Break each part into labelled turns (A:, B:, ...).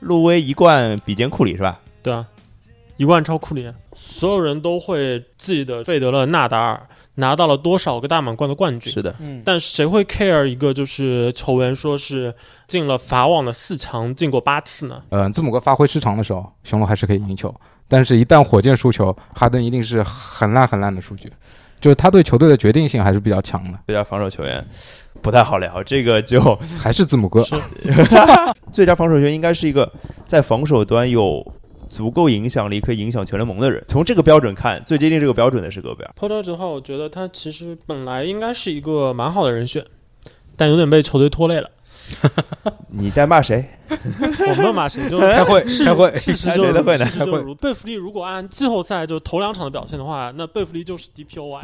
A: 路威一贯比肩库里是吧？
B: 对啊，一贯超库里，所有人都会记得费德勒、纳达尔拿到了多少个大满贯的冠军。
A: 是的，
C: 嗯，
B: 但谁会 care 一个就是球员说是进了法网的四强，进过八次呢？
D: 嗯、字母哥发挥失常的时候，雄鹿还是可以赢球，但是一旦火箭输球，哈登一定是很烂很烂的数据，就是他对球队的决定性还是比较强的，
A: 最佳防守球员不太好聊，这个就
D: 还是字母哥。
A: 最佳防守球员应该是一个在防守端有足够影响力，可以影响全联盟的人。从这个标准看，最接近这个标准的是戈贝尔。
B: 脱掉之后，我觉得他其实本来应该是一个蛮好的人选，但有点被球队 拖累了。
A: 你在骂谁？
B: 我们骂谁就
D: 开会，开会，
B: 事实
A: 谁
B: 就
A: 的会
B: 是
A: 呢
B: 事实就是如贝弗利如果按季后赛就头两场的表现的话，那贝弗利就是 DPOY，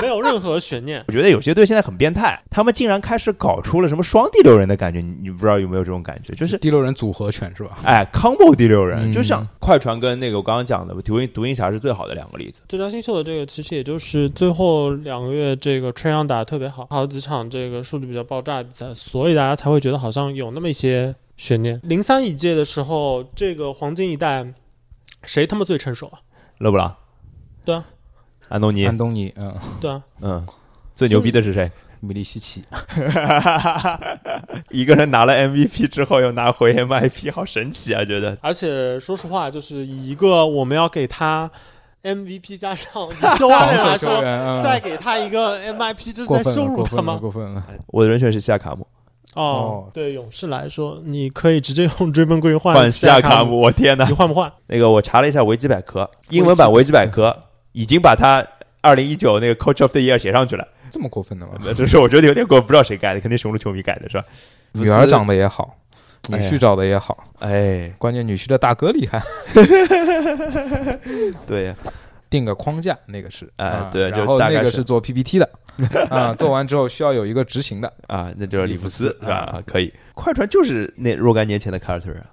B: 没有任何悬念。
A: 我觉得有些队现在很变态，他们竟然开始搞出了什么双第六人的感觉，你你不知道有没有这种感觉？就是
D: 第六人组合拳是吧？
A: 哎，combo 第六人，
D: 嗯
A: 就像快船跟那个我刚刚讲的独行独行侠是最好的两个例子。
B: 最佳新秀的这个，其实也就是最后两个月这个吹阳打得特别好，好几场这个数据比较爆炸的比赛，所以大家才会觉得好像有那么一些悬念。零三一届的时候，这个黄金一代谁他妈最成熟啊？
A: 勒布朗，
B: 对啊，
A: 安东尼
D: 安，东尼，嗯，
B: 对啊，
A: 嗯，最牛逼的是 谁？
D: 米利西奇，
A: 一个人拿了 MVP 之后又拿回 MIP，好神奇啊！觉得
B: 而且说实话，就是以一个我们要给他 MVP 加上 DPOY 的人来
D: 防守球
B: 说，
D: 员，嗯
B: 再给他一个 MVP，这是
D: 过
B: 在
D: 分
B: 羞
D: 了，
B: 辱
D: 过
B: 他
D: 分了，
B: 吗？
D: 过分了。
A: 我的人选是西亚卡姆，
B: 哦
D: 哦，
B: 对勇士来说，你可以直接用追梦 Green 换
A: 换西
B: 西
A: 亚
B: 亚
A: 卡
B: 卡
A: 姆，，我天哪
B: 你！换不换？
A: 那个我查了一下维基百科，英文版维基百科已经把他二零一九那个 Coach of the Year 写上去了，
D: 这么过分的吗？
A: 这是我觉得有点过，不知道谁改的，肯定雄鹿球迷改的是吧？
D: 女儿长得也好，女
A: 哎呀
D: 婿找的也好，
A: 哎，
D: 关键女婿的大哥厉害，
A: 对，
D: 定个框架那个是，
A: 哎
D: 啊
A: 对就
D: 然后
A: 大概
D: 那个
A: 是
D: 是做 PPT 的，啊，做完之后需要有一个执行的，
A: 啊，那就是里弗斯
D: 里弗
A: 是
D: 斯
A: 吧？
D: 啊
A: 啊可以，快船就是那若干年前的凯尔特人啊，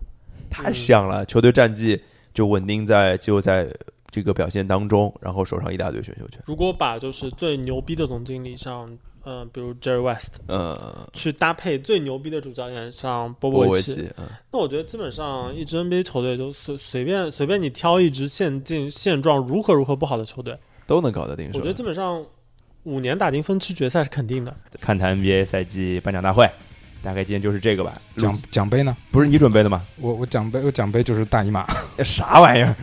A: 太
B: 嗯
A: 像了，球队战绩就稳定在季后赛这个表现当中，然后手上一大堆选秀权，
B: 如果把就是最牛逼的总经理像，嗯、比如 Jerry West
A: 呃，
B: 去搭配最牛逼的主教练像波
A: 波
B: 波
A: 维
B: 维奇，
A: 奇，嗯
B: 那我觉得基本上一支 NBA 球队就随随便随便你挑一支现进现状如何如何不好的球队，
A: 都能搞得定，是
B: 我觉得基
A: 吧？
B: 本上五年打进分区决赛是肯定的。
A: 看台 NBA 赛季颁奖大会，大概今 天就是这个吧。
D: 奖奖杯呢？
A: 不是你准备的吗？
D: 我我奖杯我奖杯就是大姨妈，
A: 啥玩意儿？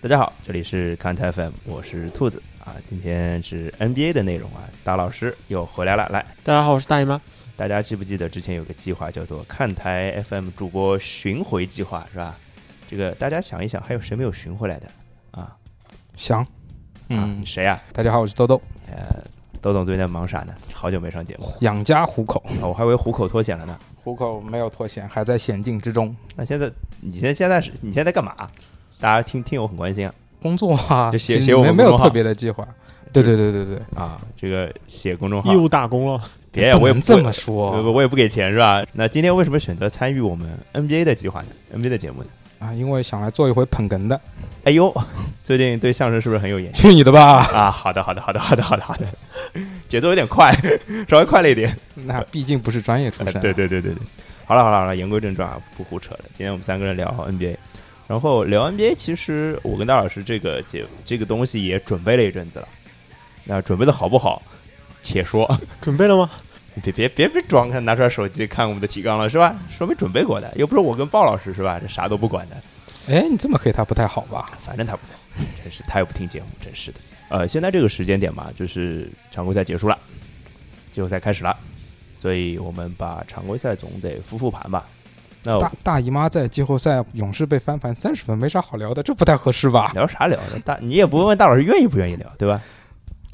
A: 大家好，这里是看台 FM，我是兔子啊。今天是 NBA 的内容啊，大老师又回来了。来，
B: 大家好，我是大姨 妈。
A: 大家记不记得之前有个计划叫做看台 FM 主播巡回计划是吧？这个大家想一想，还有谁没有巡回来的啊？
D: 香。
A: 啊
D: 嗯，
A: 谁呀、
D: 大家好，我是豆豆，
A: 呃，豆总最近在忙啥呢？好久没上节目了，
D: 养家糊口，
A: 啊我还以为虎口脱险了呢。
D: 糊口没有脱险，还在险境之中。
A: 那现在你现在现在是你现在在干嘛？啊大家听听友很关心啊
D: 工作啊，
A: 就写
D: 其实
A: 写我们
D: 没没有
A: 公众号
D: 特别的计划。对对对对对，
A: 啊！这个写公众号
B: 义，务打工了，
A: 别哎我也
D: 不
A: 不
D: 能这么
A: 我
D: 说
A: 我也不给钱是吧？那今天为什么选择参与我们 NBA 的计划呢？NBA 的节目呢？
D: 啊，因为想来做一回捧哏的，
A: 哎呦，最近对相声是不是很有研究
D: 去你的吧！
A: 啊？好的，好的，好的，好的，好的，好的，节奏有点快，稍微快了一点。
D: 那毕竟不是专业出
A: 哎
D: 身，啊
A: 对，对对对对，好了好了好了，言归正传啊，不胡扯了。今天我们三个人聊
D: 嗯
A: NBA，然后聊 NBA，其实我跟大老师这个节这个东西也准备了一阵子了，那准备的好不好，且说。
B: 准备了吗？
A: 你别别别别装，看拿出来手机看我们的提纲了是吧？说没准备过的，又不是我跟鲍老师是吧？这啥都不管的，
D: 哎，你这么黑他不太好吧？
A: 反正他不在，真是他也不听节目，真是的。呃，现在这个时间点嘛，就是常规赛结束了，季后赛开始了，所以我们把常规赛总得复复盘吧。那我
D: 大大姨妈在季后赛勇士被翻盘三十分，没啥好聊的，这不太合适吧？
A: 聊啥聊呢？大你也不问问大老师愿意不愿意聊，对吧？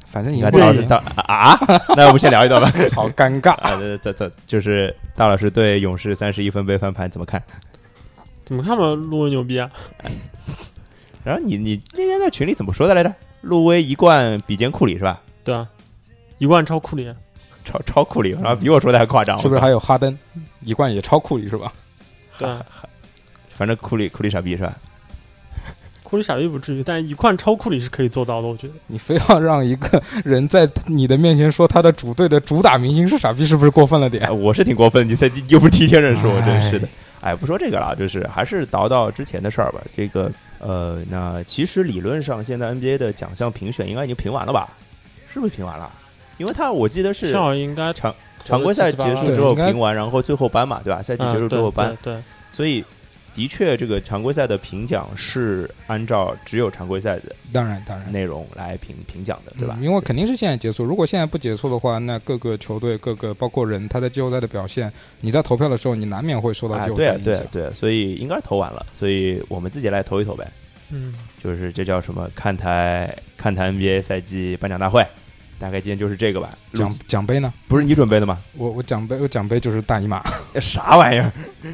D: 反正
A: 你
D: 赢
A: 看
D: 不
A: 大老
D: 了
A: 师，大啊， 那我们先聊一聊吧。
D: 好尴尬。
A: 啊，这这这就是大老师对勇士三十一分被翻盘怎么看？
B: 怎么看嘛，路威牛逼啊！
A: 然后你你那天在群里怎么说的来着？路威一贯比肩库里是吧？
B: 对啊，一贯超库里，啊
A: 超超库里，然后比我说的还夸张，
D: 是不是还有哈登一贯也超库里是吧？
B: 对啊，
A: 反正库里库里傻逼是吧？
B: 库库里傻逼不至于，但一贯超库里是可以做到的，我觉得。
D: 你非要让一个人在你的面前说他的主队的主打明星是傻逼，是不是过分了点
C: 哎，？我是挺过分，你才你又不是第一天认识我，
D: 哎
C: 真是的。哎，不说这个了，就是还是倒到之前的事儿吧。这个呃，那其实理论上现在 NBA 的奖项评选应该已经评完了吧？是不是评完了？因为他我记得是
B: 票应该
C: 常常规赛结束之
D: 对
C: 后
D: 应该
C: 评完，然后最后颁嘛，对吧？赛季
B: 嗯
C: 结束之后颁，
B: 对对对
C: 所以的确这个常规赛的评奖是按照只有常规赛的
D: 当然，当然，
C: 内容来评评奖的，对吧？
D: 嗯因为肯定是现在结束，如果现在不结束的话，那各个球队、各个包括人，他在季后赛的表现，你在投票的时候，你难免会受到
C: 啊
D: 季，后
C: 对
D: 赛
C: 啊
D: 影
C: 对
D: 响
C: 啊。对啊，所以应该投完了，所以我们自己来投一投呗。
B: 嗯，
C: 就是这叫什么？看台看台 NBA 赛季颁奖大会，大概今天就是这个吧。
D: 奖
C: 录
D: 奖杯呢？
C: 不是你准备的吗？
D: 我我奖杯我奖杯就是大姨妈，
C: 啥玩意儿？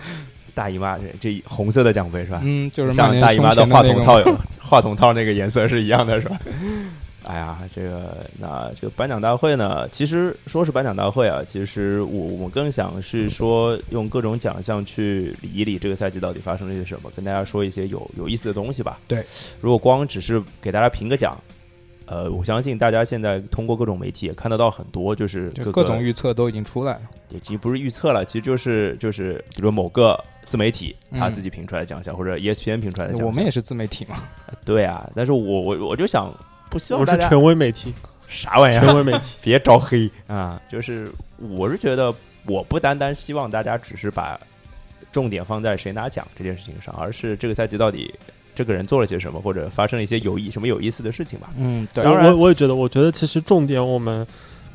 C: 大姨妈这这红色的奖杯是吧？
D: 嗯，就是曼
C: 像
D: 联
C: 大姨妈的
D: 胸前
C: 话
D: 那
C: 筒
D: 个
C: 套有 话筒套那个颜色是一样的，是吧？哎呀，这个那这个颁奖大会呢，其实说是颁奖大会啊，其实我我更想是说用各种奖项去理一理这个赛季到底发生了些什么，跟大家说一些有有意思的东西吧。
D: 对，
C: 如果光只是给大家评个奖。呃，我相信大家现在通过各种媒体也看得到很多，就是各
D: 就
C: 个
D: 各种预测都已经出来了。
C: 也其实不是预测了，其实就是就是，比如说某个自媒体他
D: 嗯
C: 自己评出来的奖项，或者 E ESPN 评出来的奖项，
D: 我们也是自媒体嘛，
C: 对啊，但是我我我就想，不希望
B: 我
C: 大
B: 是
C: 家啊
B: 权威媒 体，
C: 啥玩意
B: 权
C: 儿，
B: 威媒体
C: 别招黑啊！就是我是觉得，我不单单希望大家只是把重点放在谁拿奖这件事情上，而是这个赛季到底这个人做了些什么，或者发生了一些有意什么有意思的事情 吧。
D: 嗯，对
C: 当
B: 我
C: 然
B: 我我也觉得，我觉得其实重点我们。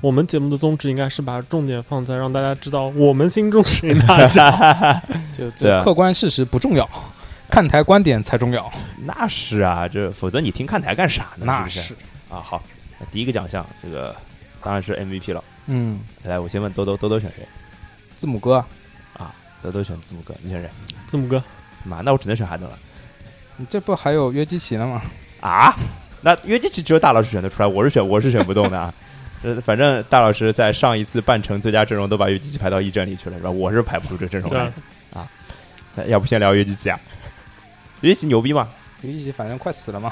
B: 我们节目的宗旨应该是把重点放在让大家知道我们心中谁 拿奖。
D: 就就
C: 对啊
D: 客观事实不重要，看台观点才重要。
C: 那是啊，这否则你听看台干啥呢？
D: 那
C: 是不是啊。好，那第一个奖项这个当然是 MVP 了。
D: 嗯，
C: 来，我先问兜兜，兜兜选谁？
D: 字母哥，啊
C: 兜兜选字母哥，你选谁？
B: 字母哥，
C: 妈，那我只能选哈登了
D: 你这不还有约基奇呢吗？
C: 啊！那约基奇只有大老师选得出来，我是选我是选不动的啊。 呃，反正大老师在上一次半程最佳阵容都把约基奇排到一阵里去了，是吧？我是排不出这阵容
B: 对
C: 来
B: 啊。，
C: 那要不先聊约基奇啊？约基奇牛逼吗？
D: 约基奇反正快死了嘛。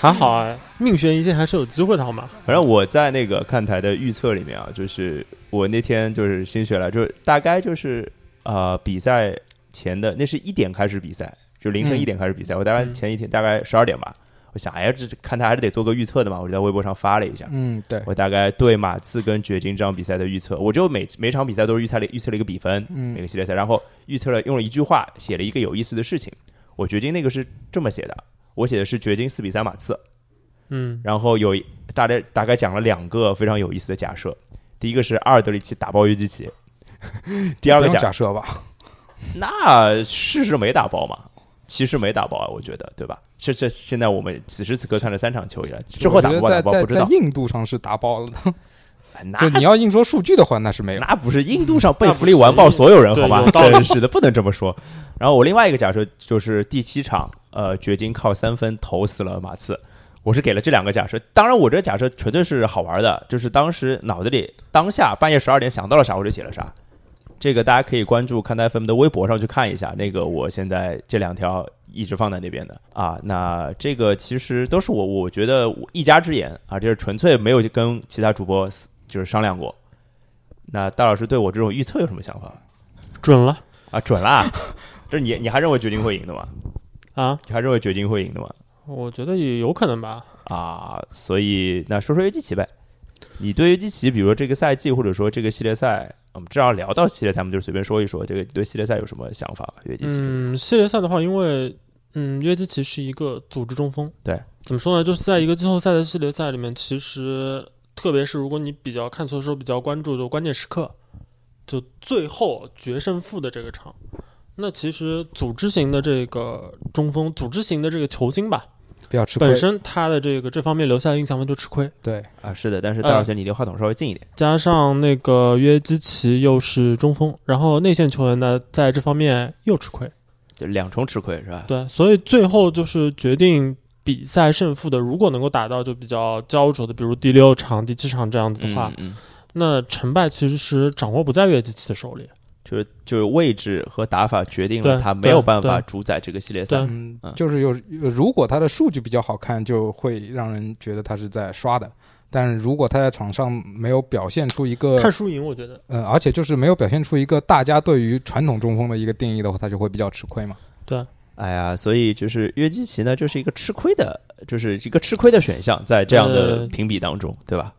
B: 还好啊，命悬一线还是有机会的，好吗？
C: 反正我在那个看台的预测里面啊，就是我那天就是心血来，就是大概就是呃比赛前的那是一点开始比赛，就凌晨
D: 嗯
C: 一点开始比赛，我大概
B: 嗯
C: 前一天大概十二点吧，我想哎呀这看台还是得做个预测的嘛，我就在微博上发了一下，
D: 嗯，对，
C: 我大概对马刺跟掘金这场比赛的预测，我就每每场比赛都是预测了预测了一个比分，
D: 嗯
C: 每个系列赛，然后预测了用了一句话写了一个有意思的事情。我掘金那个是这么写的，我写的是掘金四比三马刺，
B: 嗯，
C: 然后有一大概大概讲了两个非常有意思的假设，第一个是阿尔德里奇打爆约基奇， 第二个
D: 不用
C: 假
D: 假设吧。
C: 那事实没打爆嘛，其实没打爆啊，我觉得对吧？这这现在我们此时此刻看了三场球以来，之后
D: 我
C: 打
D: 觉
C: 不
D: 得
C: 爆打不爆
D: 在在
C: 不知
D: 在
C: 道，
D: 硬度上是打爆了的，
C: 那
D: 就你要硬说数据的话，那是没有。
C: 那不是印度 上被
B: 那
C: 福
B: 不
C: 利
B: 是
C: 完爆所有人，
B: 对
C: 好吧
B: 有？道理
C: 真 是的，不能这么说。然后我另外一个假设就是第七场，呃，掘金靠三分投死了马刺。我是给了这两个假设，当然我这假设纯粹是好玩的，就是当时脑子里当下半夜十二点想到了啥我就写了啥。这个大家可以关注看台 FM 的微博上去看一下，那个我现在这两条一直放在那边的啊。那这个其实都是我我觉得我一家之言啊，这是纯粹没有跟其他主播就是商量过。 那大老师对我这种预测有什么想法
B: 准了
C: 啊？准啦！ 这是你你还认为掘金会赢的吗？
B: 啊！
C: 你还认为掘金会赢的吗？
B: 我觉得也有可能吧。
C: 啊，所以那说说约基奇呗。你对约基奇，比如说这个赛季，或者说这个系列赛，我们至少聊到系列赛，我们就随便说一说，这个对系列赛有什么想法吧？约基奇，
B: 嗯，系列赛的话，因为嗯，约基奇是一个组织中锋，
C: 对，
B: 怎么说呢？就是在一个季后赛的系列赛里面，其实特别是如果你比较看球的时候比较关注，就关键时刻，就最后决胜负的这个场，那其实组织型的这个中锋，组织型的这个球星吧，
D: 比较吃亏
B: 本。身他的这个这方面留下的印象分就吃亏，
D: 对，
C: 啊，是的，但是大老师，你离话筒稍微近一点。
B: 加上那个约基奇又是中锋，然后内线球员呢在这方面又吃亏。
C: 就两重吃亏是吧？
B: 对，所以最后就是决定比赛胜负的，如果能够打到就比较焦灼的，比如第六场、第七场这样子的话，
C: 嗯，
B: 那成败其实是掌握不在约基奇的手里。
A: 就是就是位置和打法决定了
B: 对
A: 他没有办法
B: 对对
A: 主宰这个系列赛
B: 对。
D: 嗯
A: 嗯，
D: 就是有，如果他的数据比较好看，就会让人觉得他是在刷的。但如果他在场上没有表现出一个，
B: 看输赢，我觉得
D: 呃，而且就是没有表现出一个大家对于传统中锋的一个定义的话，他就会比较吃亏嘛。
A: 哎呀，所以就是约基奇呢，就是一个吃亏的，就是一个吃亏的选项，在这样的
B: 呃
A: 评比当中，对吧？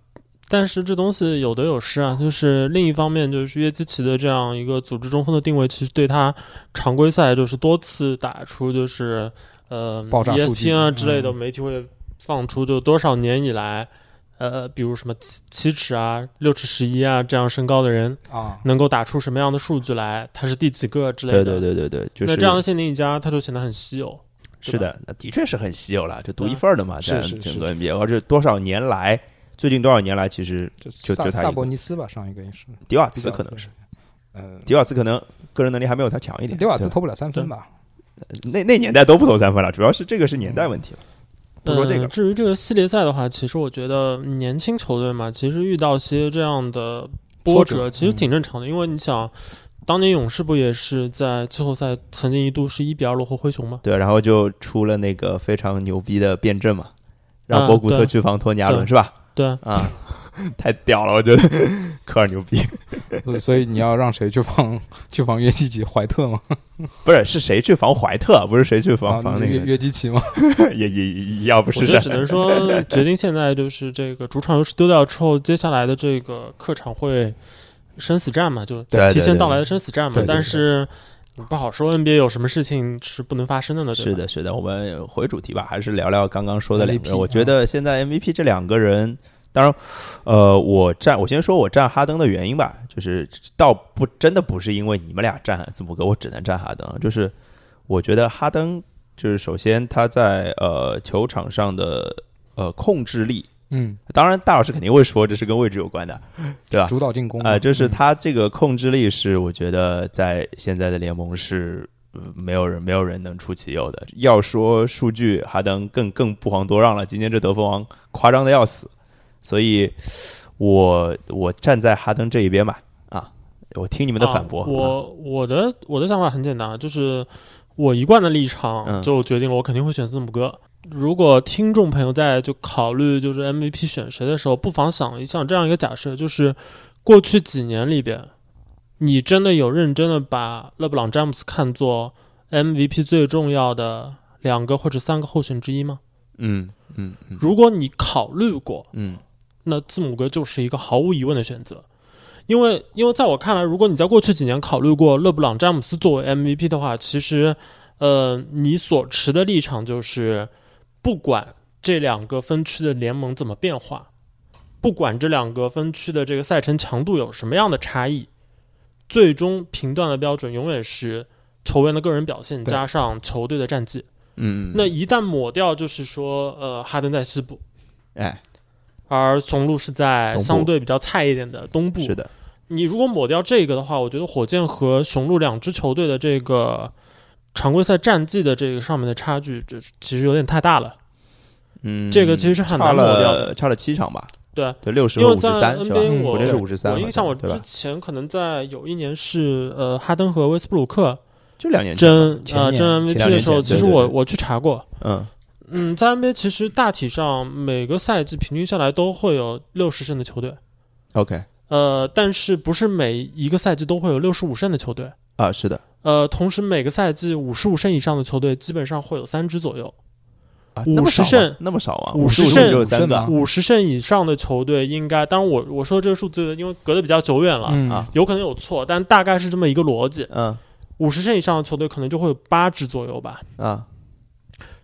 B: 但是这东西有得有失啊，就是另一方面，就是约基奇的这样一个组织中锋的定位，其实对他常规赛就是多次打出就是呃
D: 爆炸数据
B: ESPN 啊之类的
D: 嗯
B: 媒体会放出，就多少年以来，呃，比如什么七七尺啊、六尺十一啊这样身高的人
D: 啊，
B: 能够打出什么样的数据来，他是第几个之类
A: 对
B: 的。
A: 对对对对，就是
B: 那这样的限定一家，他就显得很稀有。
A: 是啊的，那的确是很稀有了，就独一份儿的嘛，
D: 是
A: 在
D: 是
A: 整
D: 是
A: 个 NBA，而且多少年来，最近多少年来，其实
D: 就
A: 就就
D: 萨
A: 他一
D: 萨
A: 个
D: 博尼斯吧，上一个也是，
C: 啊
A: 迪瓦
D: 比
A: 茨
D: 较
A: 可能是，，
D: 呃，
A: 迪瓦茨可能个人能力还没有他强一点，
D: 迪瓦茨
A: 对吧
D: 投不了三分吧？
A: 那那年代都不投三分了，主要是这个是年代问题了，不说这个
B: 呃。至于这个系列赛的话，其实我觉得年轻球队嘛，其实遇到些这样的波
D: 挫折
B: 折，其实
D: 嗯
B: 挺正常的。因为你想，当年勇士不也是在季后赛曾经一度是一比二落后灰熊吗？
A: 对，然后就出了那个非常牛逼的辩证嘛，让
B: 啊
A: 博古特
B: 对
A: 去防托尼亚伦
B: 对
A: 是吧？
B: 对啊，
A: 啊， 太屌了，我觉得科尔牛逼，
D: 所以所以你要让谁去防去防约基奇、怀特吗？
A: 不是是谁去防怀特，不是谁去防
D: 啊
A: 防
D: 约
A: 那个，
D: 约基奇吗？
A: 也也也要不
B: 我
A: 是
B: 觉得
A: 谁
B: 只 能说决定现在就是这个主场优势丢掉之后，接下来的这个客场会生死战嘛，就
A: 对对
B: 提前
A: 对
B: 到来的生死战嘛。
D: 对对对
B: 但是你不好说 NBA 有什么事情是不能发生的呢，对吧
A: 是的，是的，我们回主题吧，还是聊聊刚刚说的两个人。
D: MVP
A: 我觉得现在 MVP 这两个人，当然，呃，我站我先说我站哈登的原因吧，就是倒不真的不是因为你们俩站字母哥，我只能站哈登，就是我觉得哈登就是首先他在呃球场上的呃控制力，
D: 嗯，
A: 当然大老师肯定会说这是跟位置有关的，对吧？
D: 主导进攻
A: 啊、
D: 嘛
A: 就是
D: 嗯
A: 他这个控制力是，我觉得在现在的联盟是、呃没有人没有人能出其右的。要说数据，哈登更更不遑多让了。今天这得分王夸张的要死，所以我我站在哈登这一边吧。啊，我听你们的反驳。
B: 啊我我的我的想法很简单，啊，就是我一贯的立
A: 嗯
B: 场就决定了，我肯定会选字母哥。如果听众朋友在就考虑就是 MVP 选谁的时候，不妨想一想这样一个假设，就是过去几年里边，你真的有认真的把勒布朗詹姆斯看作 MVP 最重要的两个或者三个候选之一吗？
A: 嗯嗯嗯
B: 如果你考虑过，
A: 嗯
B: 那字母哥就是一个毫无疑问的选择，因为因为在我看来，如果你在过去几年考虑过勒布朗詹姆斯作为 MVP 的话，其实，呃，你所持的立场就是，不管这两个分区的联盟怎么变化，不管这两个分区的这个赛程强度有什么样的差异，最终评断的标准永远是球员的个人表现
D: 对
B: 加上球队的战绩。
A: 嗯，
B: 那一旦抹掉，就是说，呃，哈登在西部，
A: 哎，
B: 而雄鹿是在
A: 东部
B: 相对比较菜一点的东部。
A: 是的，
B: 你如果抹掉这个的话，我觉得火箭和雄鹿两支球队的这个常规赛战绩的这个上面的差距，就是其实有点太大了。
A: 嗯，
B: 这个其实是很
A: 差
B: 难抹掉
A: 了
B: 的。
A: 差了七场吧？
B: 对
A: 对，六十
B: 因
A: 和
B: 为
A: 五
B: 在
A: 十三是吧？嗯
B: NBA
D: 我
A: 这是
D: 对
A: 五十三，
B: 我印象，我
A: 对
B: 之
A: 吧？
B: 前可能在有一年是呃哈登和威斯布鲁克
A: 就两年前
B: 争
D: 前
B: 呃
D: 年
B: 争
A: 前
B: MVP
A: 两年
B: 的时候，
A: 前
B: 其
A: 对
B: 实
A: 对
B: 我
A: 对
B: 我去查过，
A: 嗯
B: 嗯，在 NBA 其实大体上每个赛季平均下来都会有六十胜的球队，
A: ，OK
B: 呃，但是不是每一个赛季都会有六十五胜的球队。
A: 啊，是的
B: 呃，同时每个赛季五十五胜以上的球队基本上会有三支左右，
A: 啊，那么
B: 50
A: 少吗
B: 胜
A: 那么少啊，
B: 50
A: 55
B: 胜
A: 只有
D: 50
A: 三个啊
D: 嗯吗
B: 五十胜以上的球队应该，当然我我说这个数字因为隔得比较久远了，
D: 嗯
A: 啊，
B: 有可能有错，但大概是这么一个逻辑，
A: 嗯
B: 五十胜以上的球队可能就会有八支左右吧。
A: 啊，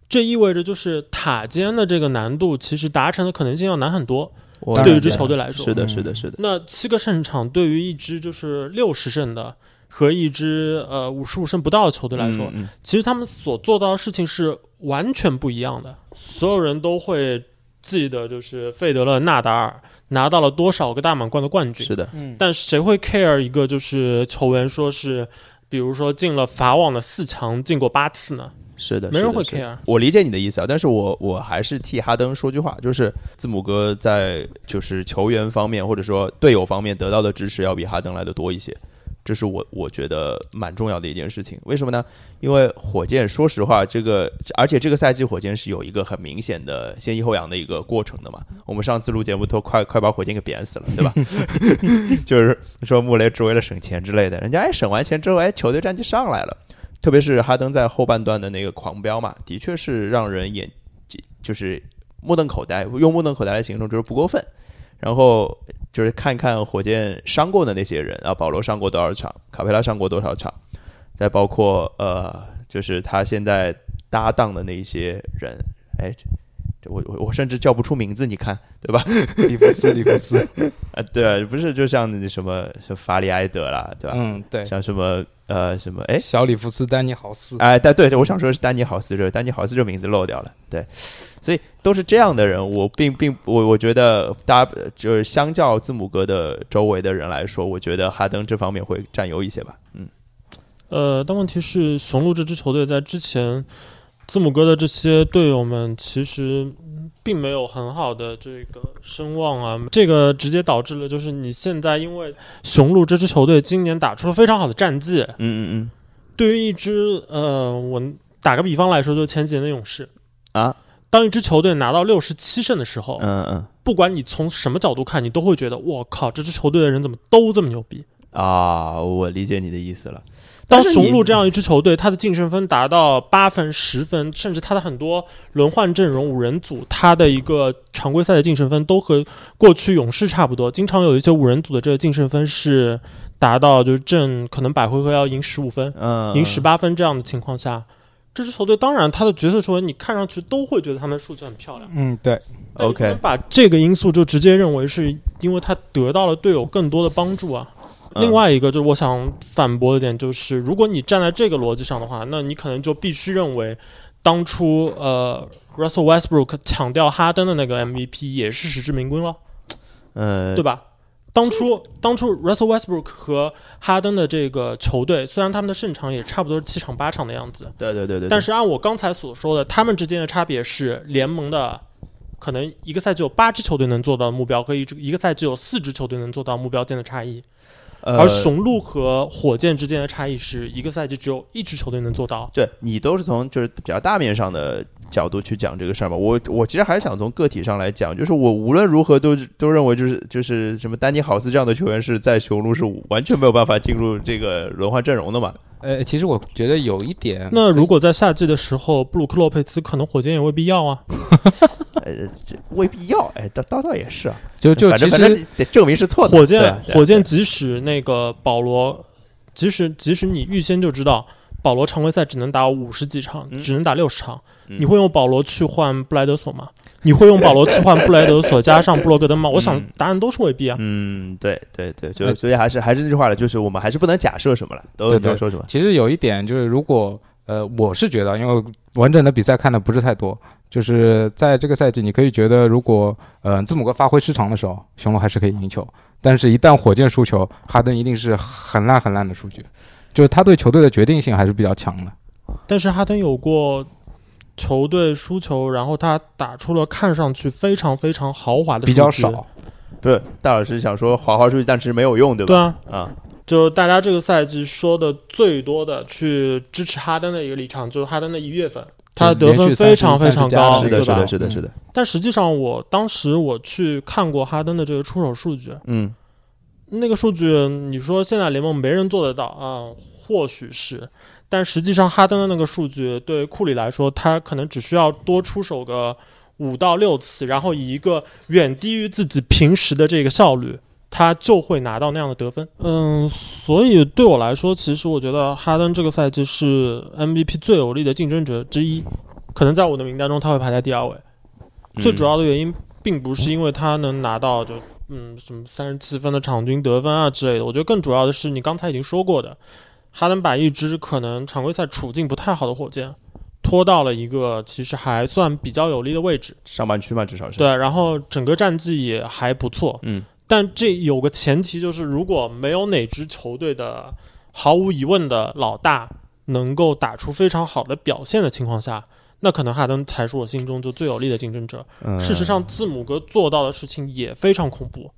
B: 这意味着就是塔尖的这个难度，其实达成的可能性要难很多。
A: 我
D: 当然
B: 对于一支
D: 对
B: 球队来说，
A: 啊是的，
D: 嗯
A: 是的，是的，
B: 那七个胜场对于一支就是六十胜的和一支呃五十五胜不到的球队来说，
A: 嗯，嗯
B: 其实他们所做到的事情是完全不一样的。所有人都会记得，就是费德勒、纳达尔拿到了多少个大满贯的冠军，
A: 是的，
D: 嗯，
B: 但谁会 care 一个就是球员说是，比如说进了法网的四强，进过八次呢？
A: 是的，
B: 没人
A: 是的
B: 会
A: 是的
B: care
A: 我理解你的意思啊，但是我我还是替哈登说句话，就是字母哥在就是球员方面或者说队友方面得到的支持要比哈登来的多一些。这是我我觉得蛮重要的一件事情。为什么呢？因为火箭，说实话，这个而且这个赛季火箭是有一个很明显的先抑后扬的一个过程的嘛。我们上次录节目都快快把火箭给贬死了，对吧？就是说穆雷只为了省钱之类的，人家哎省完钱之后，哎球队战绩上来了，特别是哈登在后半段的那个狂飙嘛，的确是让人眼就是目瞪口呆，用目瞪口呆来形容就是不过分。然后就是看一看火箭伤过的那些人啊，保罗伤过多少场，卡佩拉伤过多少场，再包括呃，就是他现在搭档的那一些人，哎，这我我我甚至叫不出名字，你看对吧？
D: 里弗斯，里弗斯，
A: 啊，对，不是就像那什么是法里埃德啦， 对吧？啊
D: 嗯，对，
A: 像什么呃什么哎
D: 小里弗斯，丹尼豪斯，
A: 哎，但对，我想说的是丹尼豪斯这，丹尼豪斯这名字漏掉了，对，所以都是这样的人，我并并我我觉得大家呃就是相较字母哥的周围的人来哎说，我觉得哈登这方面会占优一些吧，嗯，
B: 呃，但问题是，雄鹿这支球队在之前，字母哥的这些队友们其实并没有很好的这个声望啊，这个直接导致了就是你现在因为雄鹿这支球队今年打出了非常好的战绩，
A: 嗯嗯
B: 对于一支呃，我打个比方来说，就是前几年的勇士
A: 啊，
B: 当一支球队拿到六十七胜的时候
A: 嗯，嗯嗯
B: 不管你从什么角度看，你都会觉得我靠，这支球队的人怎么都这么牛逼。
A: 啊，我理解你的意思了，
B: 当
A: 但是
B: 雄
A: 你
B: 鹿这样一支球队，它的净胜分达到八分、十分，甚至它的很多轮换阵容、五人组，它的一个常规赛的净胜分都和过去勇士差不多。经常有一些五人组的这个净胜分是达到就是正可能百回合要赢十五分、
A: 嗯，
B: 赢十八分这样的情况下，这支球队当然它的角色球员你看上去都会觉得他们数据很漂亮。
D: 嗯，对，
B: 但你不能
A: OK
B: 把这个因素就直接认为是因为他得到了队友更多的帮助啊。
A: 嗯
B: 另外一个就是我想反驳的点就是，如果你站在这个逻辑上的话，那你可能就必须认为，当初呃 Russell Westbrook 抢掉哈登的那个 MVP 也是实至名归了，
A: 嗯，
B: 对吧？当初当初 Russell Westbrook 和哈登的这个球队，虽然他们的胜场也差不多是七场八场的样子，
A: 对对对对，
B: 但是按我刚才所说的，他们之间的差别是联盟的。可能一个赛季有八支球队能做到的目标，和一支一个赛季有四支球队能做到的目标间的差异，
A: 呃
B: 而雄鹿和火箭之间的差异是一个赛季只有一支球队能做到。
A: 对你都是从就是比较大面上的角度去讲这个事儿嘛。我我其实还是想从个体上来讲，就是我无论如何都都认为就是就是什么丹尼豪斯这样的球员是在雄鹿是完全没有办法进入这个轮换阵容的嘛。
D: 呃，其实我觉得有一
A: 嗯
D: 点，
B: 那如果在夏季的时候，布鲁克洛佩兹可能火箭也未必要啊。
A: 呃，这未必要，哎，倒倒倒也是啊，
D: 就就
A: 反
D: 其
A: 正反
D: 实
A: 正得证明是错的。
B: 火
A: 对
B: 箭
A: 啊对啊
B: 火箭即使那个保罗，即使即使你预先就知道保罗常规赛只能打五十几场，
A: 嗯
B: 只能打六十场，
A: 嗯
B: 你会用保罗去换布莱德索吗？你会用保罗去换布莱德索加上布洛格登吗？我想
A: 嗯
B: 答案都是未必啊。
A: 嗯，对对对，就
D: 哎
A: 所以还是还是那句话了，就是我们还是不能假设什么了，都
D: 对
A: 你要
D: 对
A: 说什么？
D: 其实有一点就是，如果呃，我是觉得，因为完整的比赛看的不是太多，就是在这个赛季，你可以觉得，如果呃字母哥发挥失常的时候，雄鹿还是可以赢球，但是一旦火箭输球，哈登一定是很烂很烂的数据， 就是他对球队的决定性还是比较强的。
B: 但是哈登有过球队输球，然后他打出了看上去非常非常豪华的，
D: 比较少。，
A: 不是，大老师想说豪华数据，但其实没有用，对
B: 对
A: 吧？
B: 啊，
A: 啊，
B: 就大家这个赛季说的最多的去支持哈登的一个立场，就是哈登的一月份，他的得分非常非常高，
D: 哦
A: 是
B: 对
A: 的，
B: 吧？
A: 是的，是的，
D: 嗯
A: 是的，
B: 但实际上，我当时我去看过哈登的这个出手数据，
A: 嗯
B: 那个数据，你说现在联盟没人做得到啊、或许是，但实际上哈登的那个数据对库里来说，他可能只需要多出手个五到六次，然后以一个远低于自己平时的这个效率。他就会拿到那样的得分，嗯，所以对我来说，其实我觉得哈登这个赛季是 MVP 最有力的竞争者之一，可能在我的名单中他会排在第二位。
C: 嗯
A: 嗯
B: 最主要的原因并不是因为他能拿到就嗯什么三十七分的场均得分啊之类的，我觉得更主要的是你刚才已经说过的，哈登把一支可能常规赛处境不太好的火箭拖到了一个其实还算比较有利的位置，
A: 上半区嘛，至少是。
B: 对，然后整个战绩也还不错，
A: 嗯，
B: 但这有个前提就是，如果没有哪支球队的毫无疑问的老大能够打出非常好的表现的情况下。那可能哈登才是我心中就最有力的竞争者，
A: 嗯
B: 事实，上，字母哥做到的事情也非常恐怖。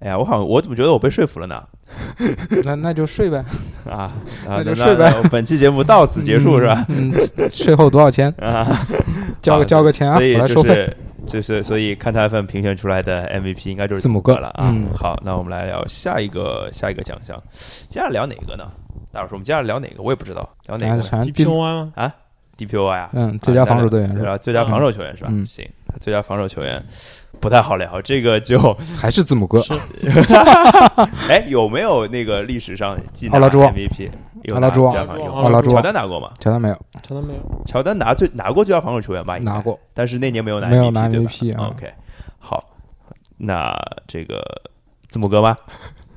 C: 哎呀，我好像我怎么觉得我被说服了呢？
D: 那那就睡呗，
C: 啊啊，
D: 那就
C: 那
D: 睡呗
C: 那本期节目到此结束是吧？
D: 嗯，税后多少钱？
C: 啊，
D: 交个交个钱啊，
C: 所以
D: 我来
C: 就
D: 收费。
C: 是就是，所以看他份评选出来的 MVP 应该就是
D: 字母
C: 哥
D: 哥
C: 了啊。
D: 嗯
C: 好，那我们来聊下一个下一个奖项，接下来聊哪个呢？大老师，我们接下来聊哪个？我也不知道，聊哪
D: 反
C: 个
D: 正
B: d
D: 必
B: p o 啊吗？
C: ？DPOI 啊，
D: 嗯，哎最佳防守队员
C: 对
D: 是吧？
C: 吧？最佳防守球员是吧？
D: 嗯
C: 行，最佳防守球员不太好聊，这个就
D: 还是字母哥？
C: 哎有没有那个历史上记
D: 奥拉朱旺
C: MVP？有
D: 奥拉
C: 拿
D: 朱旺
C: 这样吗有
B: 奥
D: 哦拉朱旺
C: 乔丹拿过吗？
D: 乔丹没有
B: 乔丹没有，
C: 乔丹拿最拿过最佳防守球员吧？应该
D: 拿，过，
C: 但是那年没有拿
D: 没有拿
C: MVP 对
D: MVP
C: 吧
D: 啊
C: OK，好，那这个字母哥吗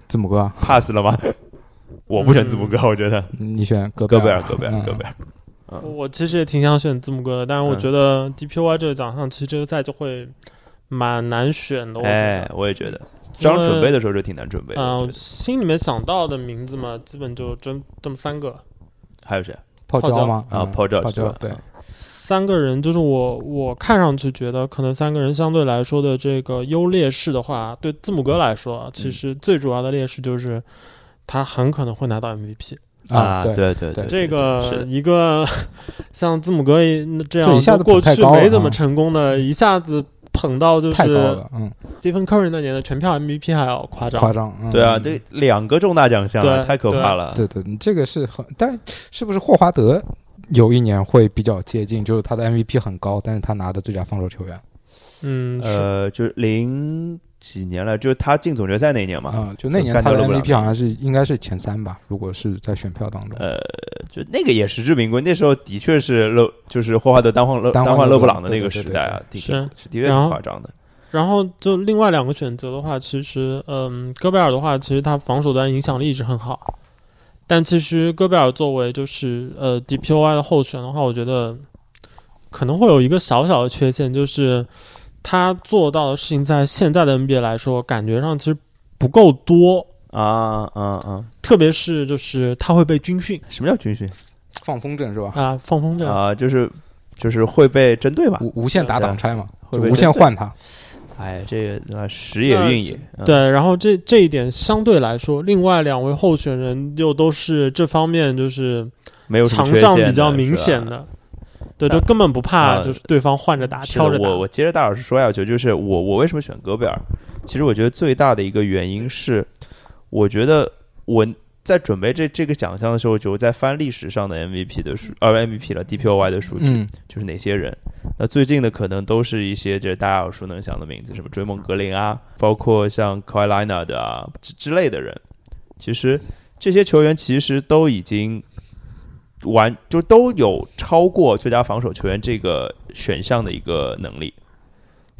D: 字母哥啊，
C: ？pass 了吗？ 我不选字母哥，我觉得
D: 你选戈
C: 戈贝
D: 贝
C: 尔，戈贝尔，
D: 嗯
C: 戈贝尔。
B: 我其实也挺想选字母哥的，但是我
C: 嗯
B: 觉得 DPY 啊这个奖项其实这个赛季会蛮难选的。我觉
C: 哎
B: 得，，
C: 我也觉得，张
B: 因为
C: 准备的时候就挺难准备的。
B: 嗯、
C: 我觉得
B: 心里面想到的名字嘛，基本就这这么三个，
C: 还有谁
D: 泡
B: 泡椒
D: 椒吗？
C: 啊？Paul
D: 嗯泡
C: George 是
D: 椒
C: 吧
D: 对，
B: 三个人就是我我看上去觉得可能三个人相对来说的这个优劣势的话，对字
D: 嗯
B: 母哥来说啊，其实最主要的劣势就是他很可能会拿到 MVP。
C: 啊？
D: 对，
C: 对对对，
D: 对
C: 对
B: 这
C: 是
B: 个
C: 的
B: 一个 像字母哥一这样
D: 这一下子
B: 过
D: 捧太
B: 去
D: 高了
B: 没怎么
D: 啊
B: 成功的，一下子捧到就
D: 太高
B: 是
D: 了，嗯，
B: Stephen Curry 那年的全票 MVP 还要夸张
D: 夸。张，嗯
C: 对啊，
D: 嗯
C: 这两个重大奖项啊
B: 对
C: 太可怕了。
D: 对对，你这个是很，但是不是霍华德有一年会比较接近，就是他的 MVP 很高，但是他拿的最佳防守球员
B: 嗯，是
C: 呃，就是零几年了，就是他进总决赛那一年嘛。
D: 啊、就那年
C: 干
D: 他
C: 掉勒
D: 的
C: 布朗
D: MVP 好像是应该是前三吧，如果是在选票当中，
C: 呃，就那个也实至名归，那时候的确是勒，就是霍华德单换勒
D: 单换
C: 单换
D: 勒
C: 勒
D: 布
C: 布
D: 朗
C: 朗的那个
D: 对对
C: 时
D: 对
C: 代啊，的确
B: 是
C: 是的确挺
B: 然后
C: 夸张的。
B: 然后就另外两个选择的话，其实，嗯，戈贝尔的话，其实他防守端影响力一直很好，但其实戈贝尔作为就是呃 DPOY 的候选的话，我觉得可能会有一个小小的缺陷，就是他做到的事情在现在的 NBA 来说，感觉上其实不够多，
C: 啊啊啊！
B: 特别是就是他会被军训
C: 什么叫军训
D: 放风筝是吧？
B: 啊，放风筝，
C: 啊？就是就是会被针对吧？啊
D: 无无限打挡拆嘛，
C: 会
D: 就
C: 被
D: 无限
C: 针对
D: 换他，
C: 哎，这个啊，时也运也。嗯，
B: 对，然后这这一点相对来说，另外两位候选人又都是这方面就是。
C: 没有什么
B: 强
C: 缺
B: 项
C: 陷
B: 比较
C: 的
B: 明
C: 是吧
B: 显的，对，
C: 但
B: 就根本不怕
C: 呃
B: 就是对方换着打、
C: 是的
B: 挑着打。
C: 我我接着大老师说下去，就是我我为什么选戈贝尔？其实我觉得最大的一个原因是，我觉得我在准备这这个奖项的时候，就在翻历史上的 MVP 的数，呃 MVP 了 DPOY 的数据，
D: 嗯，
C: 就是哪些人。那最近的可能都是一些这大家耳熟能详的名字，什么追梦格林啊，包括像 k a w l i n a 的啊之之类的人。其实这些球员其实都已经完，就都有超过最佳防守球员这个选项的一个能力，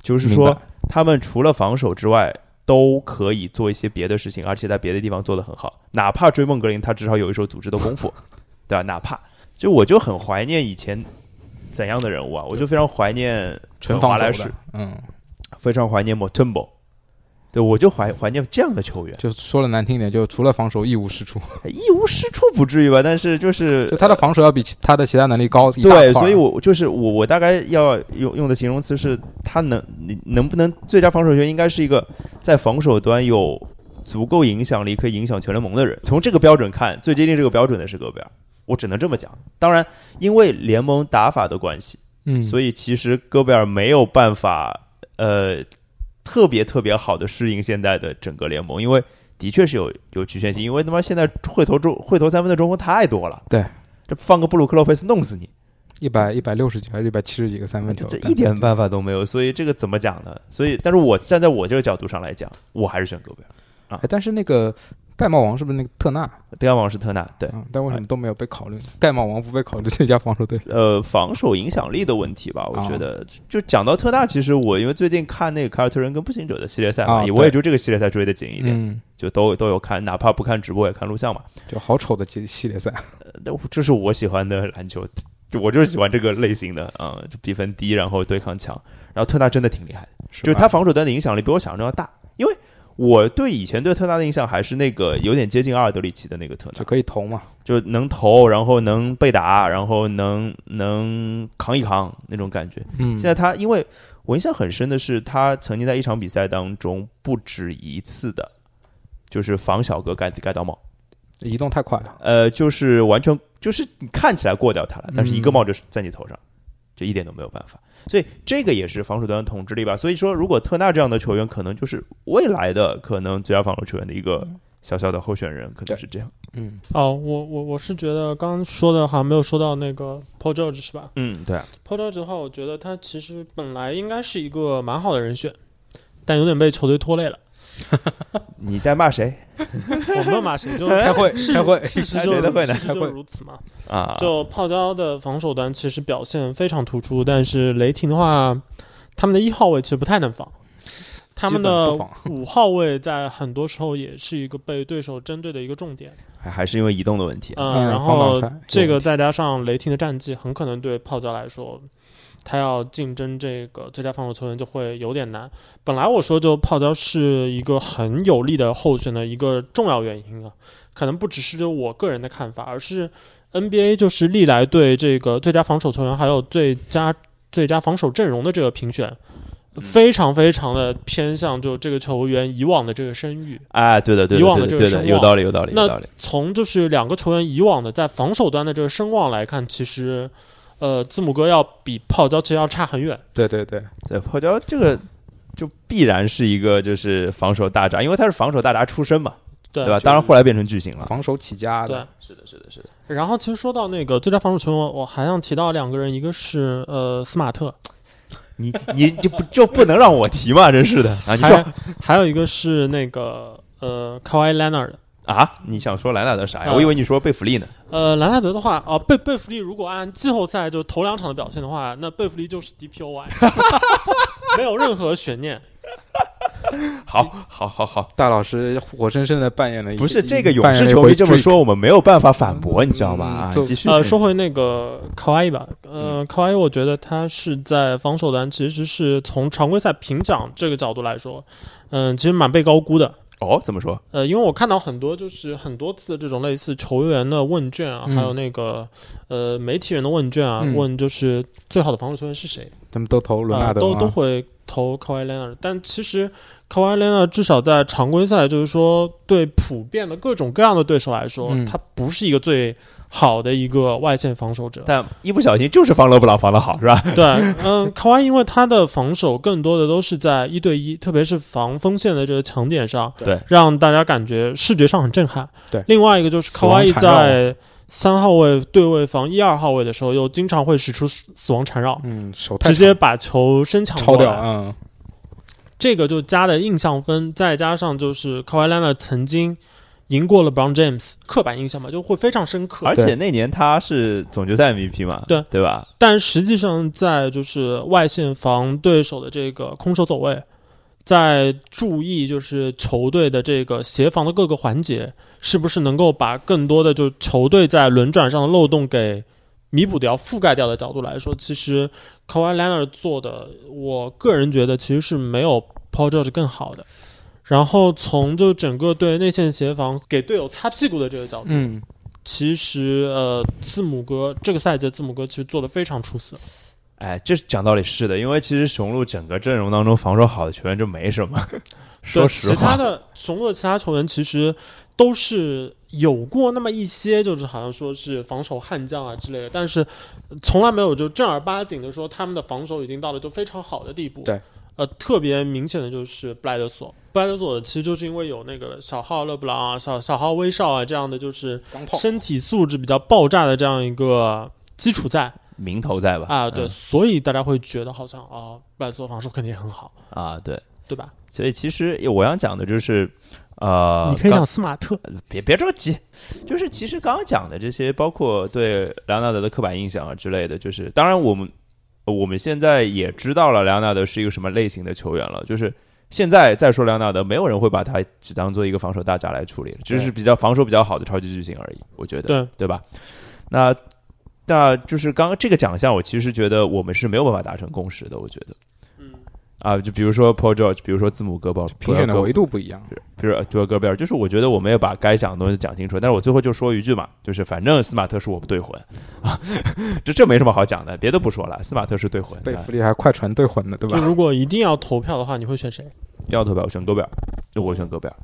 C: 就是
D: 明
C: 说
D: 白
C: 他们除了防守之外。都可以做一些别的事情，而且在别的地方做得很好。哪怕追梦格林，他至少有一手组织的功 夫，对吧？哪怕就我就很怀念以前怎样的人物啊？我就非常怀念
D: 纯
C: 华
D: 防
C: 莱
D: 守
C: 士
D: 的，，嗯，
C: 非常怀念 Motumbo。对，我就怀怀念这样的球员，
D: 就说了难听一点，就除了防守一无是处，
C: 一无是处不至于吧？但是就是
D: 就他的防守要比其他的其他能力高一大块
C: 对，
D: 儿
C: 所以我就是我我大概要用用的形容词是，他能你能不能最佳防守球员应该是一个在防守端有足够影响力，可以影响全联盟的人。从这个标准看，最接近这个标准的是戈贝尔，我只能这么讲。当然，因为联盟打法的关系，
D: 嗯，
C: 所以其实戈贝尔没有办法呃特别特别好的适应现在的整个联盟，因为的确是有有局限性，因为他妈现在会投中会投三分的中锋太多了，
D: 对，
C: 这放个布鲁克洛佩斯弄死你，
D: 一百一百六十几还是一百七十几个三分
C: 这
D: 球，
C: 啊这
D: 但
C: 一点办法都没有，所以这个怎么讲呢？所以，但是我站在我这个角度上来讲，我还是选戈贝尔。
D: 哎但是那个盖帽王是不是那个特纳？
C: 德安王是特纳，对，哎
D: 嗯，但为什么都没有被考虑呢？盖帽王不被考虑最佳防守队？
C: 呃，防守影响力的问题吧，我
D: 啊
C: 觉得就讲到特纳，其实我因为最近看那个凯尔特人跟步行者的系列赛嘛，
D: 啊
C: 也
D: 对
C: 我也就这个系列赛追得紧一点，
D: 嗯，
C: 就都都有看，哪怕不看直播也看录像嘛。
D: 就好丑的系系列赛，
C: 那这是我喜欢的篮球，我就是喜欢这个类型的啊、就比分低，然后对抗强，然后特纳真的挺厉害的，
D: 是
C: 就是
D: 吧
C: 他防守端的影响力比我想象中要大，因为我对以前对特纳的印象还是那个有点接近阿尔德里奇的那个特纳
D: 就，可以投嘛。
C: 就能投，然后能被打，然后能能扛一扛那种感觉。
D: 嗯，
C: 现在他，因为我印象很深的是，他曾经在一场比赛当中不止一次的，就是防小哥盖盖到帽，
D: 移动太快了。
C: 呃，就是完全就是你看起来过掉他了，但是一个帽就是在你头上，这一点都没有办法。所以这个也是防守端的统治力吧。所以说，如果特纳这样的球员，可能就是未来的可能最佳防守球员的一个小小的候选人，可能是这样。
D: 嗯，
B: 哦，我我我是觉得刚刚说的好像没有说到那个 Paul George 是吧
C: 嗯，对啊，
B: ？Paul George 的话，我觉得他其实本来应该是一个蛮好的人选，但有点被球队拖累了。
C: 你在骂谁
B: 我没有骂 谁，就
C: 哎
D: 开会
B: 是
D: 开会
B: 事实
C: 开
B: 就
C: 谁的会呢
B: 事实
D: 开
B: 就
D: 会
B: 如此嘛。
C: 啊？
B: 就泡椒的防守端其实表现非常突出，但是雷霆的话，他们的一号位其实不太能防，他们
D: 基
B: 的
D: 本不
B: 五号位在很多时候也是一个被对手针对的一个重点。
C: 还还是因为移动的问题。
B: 嗯，
D: 嗯
B: 然
D: 防
B: 后
D: 挡拆
B: 这
D: 有
B: 个
D: 问题
B: 再加上雷霆的战绩，很可能对泡椒来说。他要竞争这个最佳防守球员就会有点难。本来我说就泡椒是一个很有力的候选的一个重要原因啊，可能不只是我个人的看法，而是 NBA 就是历来对这个最佳防守球员还有最佳最佳防守阵容的这个评选，
C: 嗯
B: 非常非常的偏向就这个球员以往的这个声誉。
C: 哎，对的，对
B: 以往
C: 的，
B: 的
C: 对
B: 这
C: 的，对
B: 个
C: 的，
B: 声
C: 有
B: 望
C: 道理，有道理，
B: 那
C: 有道理。
B: 从就是两个球员以往的在防守端的这个声望来看，其实，呃，字母哥要比泡椒其实要差很远。
D: 对对对，
C: 对，泡椒这个就必然是一个就是防守大闸，因为他是防守大闸出身嘛，
B: 对
C: 对吧？
B: 就
C: 当然后来变成巨
B: 啊
C: 星了。
D: 防守起家的
B: 对。
C: 嗯是的，是的，是的。
B: 然后其实说到那个最佳防守球员，我我还想提到两个人，一个是呃斯马特，
C: 你你就不就不能让我提嘛？真是的啊！你
B: 还
C: 说
B: 还有一个是那个呃卡哇伊莱纳尔。
C: 啊？你想说莱纳德啥呀？
B: 嗯
C: 我以为你说贝弗利呢。
B: 呃，兰纳德的话，哦、贝贝弗利如果按季后赛就头两场的表现的话，那贝弗利就是 DPOY，没有任何悬念。
C: 好，好，好，好，
D: 大老师活生生的扮演了一
C: 不是
D: 一
C: 这个勇
D: 嗯扮
C: 士
D: 演了一
C: 球迷
D: 回
C: 这么
D: trick
C: 说，我们没有办法反驳，你知道吧？啊，
D: 嗯就
C: 你继续。
B: 呃，说回那个卡哇伊吧，
D: 嗯
B: 呃，卡哇伊，我觉得他是在防守端，其实是从常规赛评奖这个角度来说，嗯、其实蛮被高估的。
C: 哦，怎么说？。
B: 呃，因为我看到很多就是很多次的这种类似球员的问卷啊，
D: 嗯
B: 还有那个呃媒体人的问卷啊，
D: 嗯
B: 问就是最好的防守球员是谁，
D: 他们都投伦纳
B: 啊
D: 德
B: 都
D: 吗
B: 都会投 Kawhi Leonard，但其实 Kawhi Leonard 至少在常规赛，就是说对普遍的各种各样的对手来说，
D: 嗯
B: 他不是一个最好的一个外线防守者
C: 但一不小心就是防勒布朗防的好，是吧？
B: 对，嗯，Kawhi 因为他的防守更多的都是在一对一，特别是防锋线的这个强点上，
C: 对，
B: 让大家感觉视觉上很震撼。
D: 对
B: 另外一个就是
D: 死亡
B: Kawhi
D: 缠绕
B: 在三号位对位防一二号位的时候，又经常会使出死死亡缠绕，
D: 嗯手太
B: 直接把球深抢
D: 抄
B: 过
D: 掉
B: 来
D: 啊，
B: 这个就加的印象分，再加上就是 Kawhi Leonard 曾经赢过了 Brown James，刻板印象嘛，就会非常深刻。
C: 而且那年他是总决赛 MVP 嘛，
B: 对
C: 对吧？
B: 但实际上在就是外线防对手的这个空手走位，在注意就是球队的这个协防的各个环节，是不是能够把更多的就是球队在轮转上的漏洞给弥补掉、覆盖掉的角度来说，其实 Kawhi Leonard 做的，我个人觉得其实是没有 Paul George 更好的。然后从就整个对内线协防给队友擦屁股的这个角度，
D: 嗯，
B: 其实呃，字母哥这个赛季的字母哥其实做的非常出色。
C: 哎，这讲道理是的，因为其实雄鹿整个阵容当中防守好的球员就没 什么。说
B: 对
C: 实
B: 其他
C: 话，
B: 的雄鹿的其他球员其实都是有过那么一些，就是好像说是防守悍将啊之类的，但是从来没有就正儿八经的说他们的防守已经到了就非常好的地步。
D: 对。
B: 呃，特别明显的就是布莱德索，布莱德索其实就是因为有那个小号勒布朗啊、小小号威少啊这样的，就是
D: 钢
B: 身体素质比较爆炸的这样一个基础在，
C: 名头在吧？
B: 啊，对，
C: 嗯
B: 所以大家会觉得好像啊，布莱做防守肯定很好，
C: 啊，对。
B: 对吧？
C: 所以其实我想讲的就是，呃，
B: 你可以
C: 刚
B: 讲斯马特，
C: 别别着急，就是其实刚刚讲的这些，包括对莱昂纳德的刻板印象啊之类的，就是当然我们
A: 呃
C: 我们现在也知道了莱昂纳德是一个什么类型的球员了，就是现在再说莱昂纳德，没有人会把他只当做一个防守大闸来处理了，只是比较防守比较好的超级巨星而已，我觉得，
B: 对
C: 对吧？那那就是刚刚这个奖项，我其实觉得我们是没有办法达成共识的，我觉得。
B: 嗯，
C: 啊，就比如说 Paul George，比如说字母哥吧，
D: 评选的
C: 格
D: 维度不一样。
C: 比如比如戈贝尔，就是我觉得我没有把该讲的东西讲清楚，但是我最后就说一句嘛，就是反正斯马特是我不对魂啊， 这这没什么好讲的，别的不说了，斯马特是对魂，
D: 贝
C: 啊
D: 弗利还快船队混的，对
B: 就
D: 吧？
B: 如果一定要投票的话，你会选谁？
C: 要投票我选戈贝尔，我选戈贝尔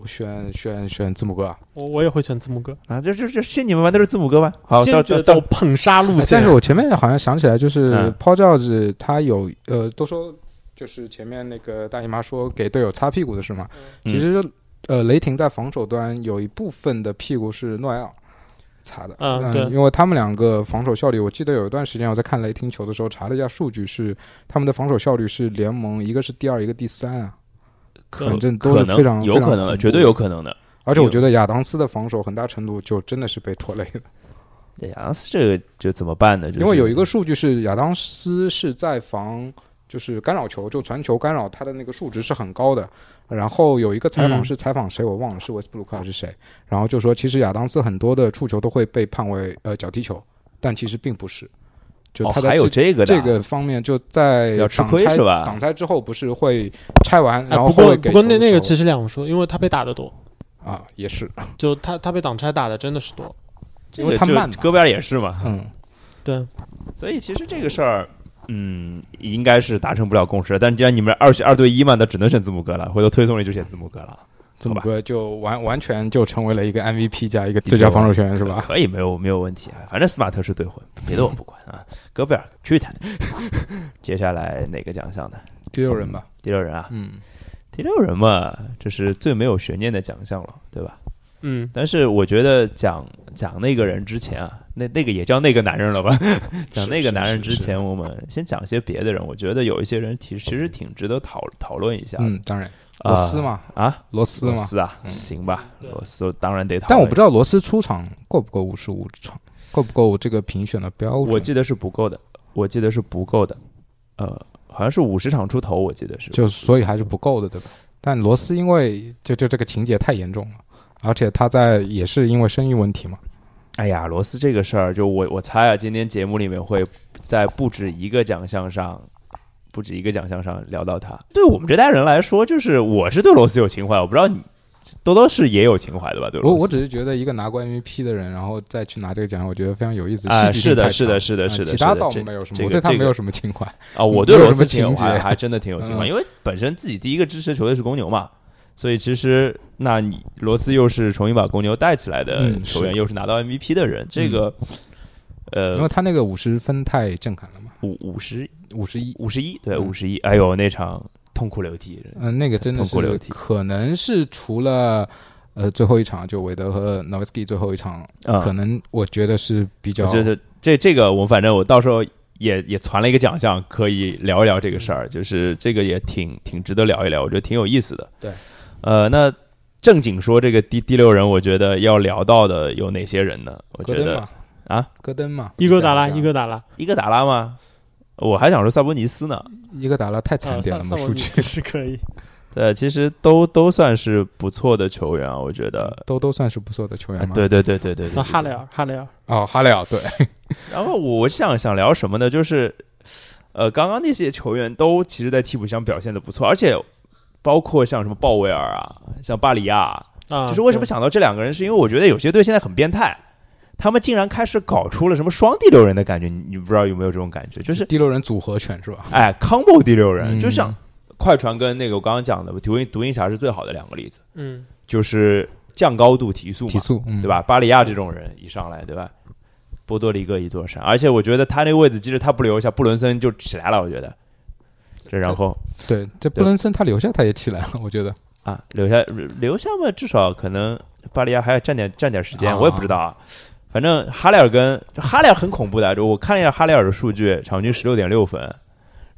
D: 我选选选字母哥啊，
B: 我我也会选字母哥，
C: 啊，这这这信你们吧，都是字母哥吧，好，到
B: 坚
C: 到
B: 决
C: 到
B: 走捧杀路线
D: 但是。我前面好像想起来，就是
C: 嗯
D: Paul George 他有呃，都说就是前面那个大姨妈说给队友擦屁股的事嘛，
C: 嗯
D: 其实呃，雷霆在防守端有一部分的屁股是诺埃尔擦的，
C: 啊
B: 嗯对
D: 因为他们两个防守效率，我记得有一段时间我在看雷霆球的时候查了一下数据是，他们的防守效率是联盟一个是第二，一个第三啊，
C: 可
D: 反正都
C: 可
D: 是非常
C: 能有可能的，绝对。
D: 非常恐怖
C: 有可能的。
D: 而且我觉得亚当斯的防守很大程度就真的是被拖累的，
C: 对，杨斯这个就怎么办呢？就是
D: 因为有一个数据是亚当斯是在防就是干扰球，就传球干扰，他的那个数值是很高的。然后有一个采访
B: 嗯
D: 是采访谁我忘了是威斯布鲁克还是谁，然后就说其实亚当斯很多的触球都会被判为呃脚踢球，但其实并不是，就
C: 哦，
D: 他在
C: 还有
D: 这
C: 这个的
D: 这
C: 啊
D: 个方面就在
C: 要吃
D: 挡
C: 亏
D: 拆
C: 是吧
D: 挡拆之后不是会拆完，
B: 哎，
D: 然后
B: 不
D: 后
B: 过
D: 卫给
B: 不过
D: 球
B: 那
D: 的
B: 那个
D: 时候
B: 其实两说，因为他被打的多，
D: 啊也是，
B: 就他他被挡拆打的真的是多。
C: 这
D: 因
C: 个
D: 为他
C: 就
D: 慢嘛
C: 戈贝尔也是嘛，
D: 嗯，
B: 对，
C: 所以其实这个事儿，嗯，应该是达成不了共识。但既然你们二选二对一嘛，那只能选字母哥了。回头推送里就选字母哥了，
D: 字
C: 好
D: 母
C: 吧？
D: 哥就完完全就成为了一个 MVP 加一个
C: 地
D: 最佳
C: 球
D: 防守
C: 王
D: 球员是吧？
C: 可以，没有没有问题啊。反正斯马特是对混，别的我不管啊。戈贝尔去他。 接下来哪个奖项呢？
D: 第六人吧，
C: 第六人啊，
D: 嗯，
C: 第六人嘛，这是最没有悬念的奖项了，对吧？
B: 嗯，
C: 但是我觉得讲讲那个人之前啊，那那个也叫那个男人了 吧？讲那个男人之
D: 是是
C: 前，我们先讲些别的人。我觉得有一些人其实其实挺值得讨讨论一下的。
D: 嗯，当然，
C: 啊
D: 罗斯嘛，
C: 啊，
D: 罗斯
C: 罗
D: 嘛，
C: 斯啊，
D: 嗯
C: 行吧，
B: 对
C: 罗斯当然得讨论。
D: 但我不知
C: 道，
D: 道罗斯出场够不够五十五场，够不够这个评选的标准？
C: 我记得是不够的，我记得是不够的，呃，好像是五十场出头，我记得是。
D: 就所以还是不够的，对吧？但罗斯因为就就这个情节太严重了，而且他在也是因为生育问题嘛，
C: 哎呀，罗斯这个事儿，就我我猜啊，今天节目里面会在不止一个奖项上。不止一个奖项上聊到他，对我们这代人来说，就是我是对罗斯有情怀，我不知道你多多是也有情怀的吧？对罗
D: 我
C: 斯，
D: 我只是觉得一个拿过 MVP 的人，然后再去拿这个奖，我觉得非常有意思。
C: 啊
D: 戏剧性
C: 是的
D: 太
C: 是的
D: 强
C: 是的
D: 嗯
C: 是的
D: 其
C: 是
D: 他
C: 的
D: 倒
C: 这
D: 没有什
C: 这
D: 么，我
C: 个
D: 对他
C: 这
D: 没
C: 个
D: 有什么情怀。
C: 啊，我
D: 嗯
C: 对
D: 没有
C: 罗
D: 什
C: 斯
D: 么
C: 情
D: 情
C: 怀
D: 节
C: 还真的挺有情怀，
D: 嗯
C: 因为本身自己第一个支持球队是公牛嘛，所以其实那你罗斯又是重新把公牛带起来的
D: 嗯
C: 球员，
D: 是
C: 又是拿到 MVP 的人，这个
D: 因为
C: 呃
D: 他那个五十分太震撼了嘛，
C: 五五十
D: 五十一，
C: 五十一对
D: 嗯
C: 五十一，哎呦那场痛哭流涕，
D: 嗯，那个真的
C: 痛哭流
D: 是
C: 涕
D: 可能是除了呃最后一场，就韦德和 Nowitzki 最后一场，呃可
C: 嗯，
D: 能我觉得是比较
C: 就是这这个我反正我到时候。也也传了一个奖项，可以聊一聊这个事
D: 嗯
C: 儿，就是这个也挺挺值得聊一聊，我觉得挺有意思的。
D: 对，
C: 呃，那正经说这个第第六人，我觉得要聊到的有哪些人呢？我
D: 戈
C: 觉
D: 登
C: 得
D: 嘛
C: 啊，
D: 戈登嘛，
B: 伊戈达拉，
D: 比赛
B: 伊戈达拉，
C: 伊戈达拉吗？我还想说萨博尼斯呢。
D: 伊戈达拉太惨
B: 啊，
D: 点了嘛，数据
B: 其实可 以。
C: 对，其实都都算是不错的球员啊，我觉得。
D: 都都算是不错的球员
C: 哎
D: 嘛。
C: 对对对对对对
B: 那啊哈雷
C: 对
B: 尔，哈雷尔，
D: 哦，哈雷尔对，
C: 然后我我想想聊什么呢？就是，呃，刚刚那些球员都其实在替补上表现的不错，而且包括像什么鲍威尔啊，像巴里亚啊，
B: 啊，
C: 就是为什么
B: 对
C: 想到这两个人，是因为我觉得有些队现在很变态，他们竟然开始搞出了什么双第六人的感觉，你你不知道有没有这种感觉？ 就是
D: 第六人组合拳是吧？
C: 哎，combo 第六人，
D: 嗯
C: 就像快船跟那个我刚刚讲的独行独行侠是最好的两个例子，
B: 嗯，
C: 就是降高度提速嘛，
D: 提速，嗯，
C: 对？吧？巴里亚这种人一上来，对吧？波多黎各一座山，而且我觉得他那个位置，即使他不留下，布伦森就起来了，我觉得。这然后
D: 对，这
C: 对
D: 布伦森他留下他也起来了，我觉得。
C: 啊，留下留下嘛，至少可能巴里亚还要占点占点时间，
D: 啊
C: 我也不知道啊。反正哈雷尔跟哈雷尔很恐怖的，就我看了一下哈雷尔的数据，场均十六点六分，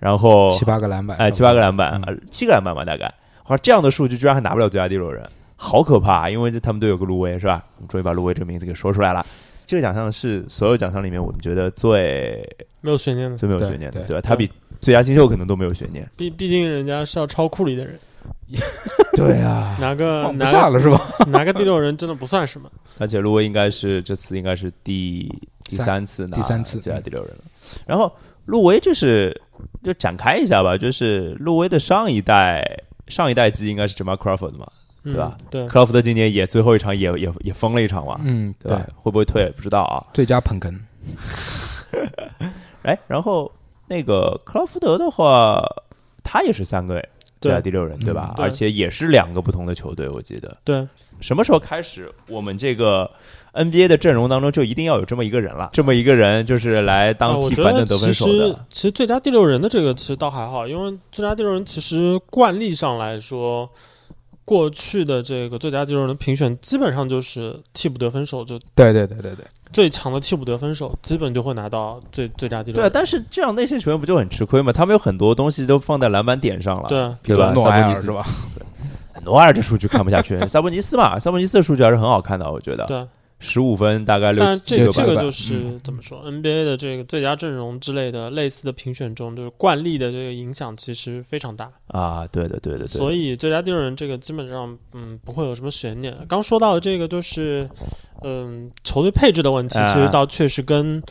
C: 然后
D: 七八个篮板，
C: 哎，
D: 差不
C: 七
D: 多
C: 八个篮板
D: 嗯，
C: 呃七个篮板吧，大概。哇，这样的数据居然还拿不了最佳第六人，好可怕、因为这他们队有个卢威，是吧？我们终于把卢威这个名字给说出来了。这个奖项是所有奖项里面我们觉得最
B: 没有悬念的，
C: 最没有
D: 对嗯
C: 悬念的，
D: 对
C: 对吧？他比最佳新秀可能都没有悬念。
B: 毕毕竟人家是要超库里的人，
C: 对 啊，
B: 拿个
D: 放不
B: 拿
D: 下
B: 个
D: 了是吧？
B: 拿个第六人真的不算什么。
C: 而且卢威应该是这次应该是第第
D: 三
C: 三次拿
D: 第三次嗯
C: 最佳第六人了。然后卢威就是就展开一下吧，就是路威的上一代上一代季应该是 Jamal Crawford 嘛，
B: 对
C: 对吧？
B: 嗯对，
C: 克劳福德今年也最后一场也也也封了一场嘛，
D: 嗯，
C: 对吧？会不会退不知道啊。
D: 最佳捧哏，
C: 哎，然后那个克劳福德的话，他也是三个最佳
B: 对
C: 第六人对啊吧
B: 嗯？对
C: 而且也是两个不同的球队，我记得。
B: 对，
C: 什么时候开始，我们这个 NBA 的阵容当中就一定要有这么一个人了？这么一个人就是来
B: 啊
C: 当
B: 我
C: 替
B: 觉
C: 班
B: 得
C: 的得分手
B: 其实
C: 的。
B: 其实最佳第六人的这个其实倒还好，因为最佳第六人其实惯例上来说，过去的这个最佳第六人的评选基本上就是替补得分手，就
D: 对对对对对，
B: 最强的替补得分手基本就会拿到最最佳第六
C: 对啊，
B: 人。
C: 但是这样那些球员不就很吃亏吗？他们有很多东西都放在篮板点上了。
B: 对，
D: 比
C: 对
D: 如
C: 吧啊
D: 诺埃
C: 萨博
D: 尔
C: 尼斯
D: 是吧？
C: 诺埃尔这数据看不下去， 萨博尼斯嘛，萨博尼斯的数据还是很好看的，我觉得
B: 对，
C: 十五分大啊概六
B: 但
C: 七
B: 这个
C: 个嗯
B: 这
C: 板
B: 个
C: 吧
B: 就是怎么说，NBA 的这个最佳阵容之类的类似的评选中，就是惯例的这个影响其实非常大。
C: 啊，对的对的对的，
B: 所以最佳第六人这个基本上，嗯，不会有什么悬念。刚说到的这个就是，嗯，球队配置的问题，
C: 啊
B: 其实倒确实跟，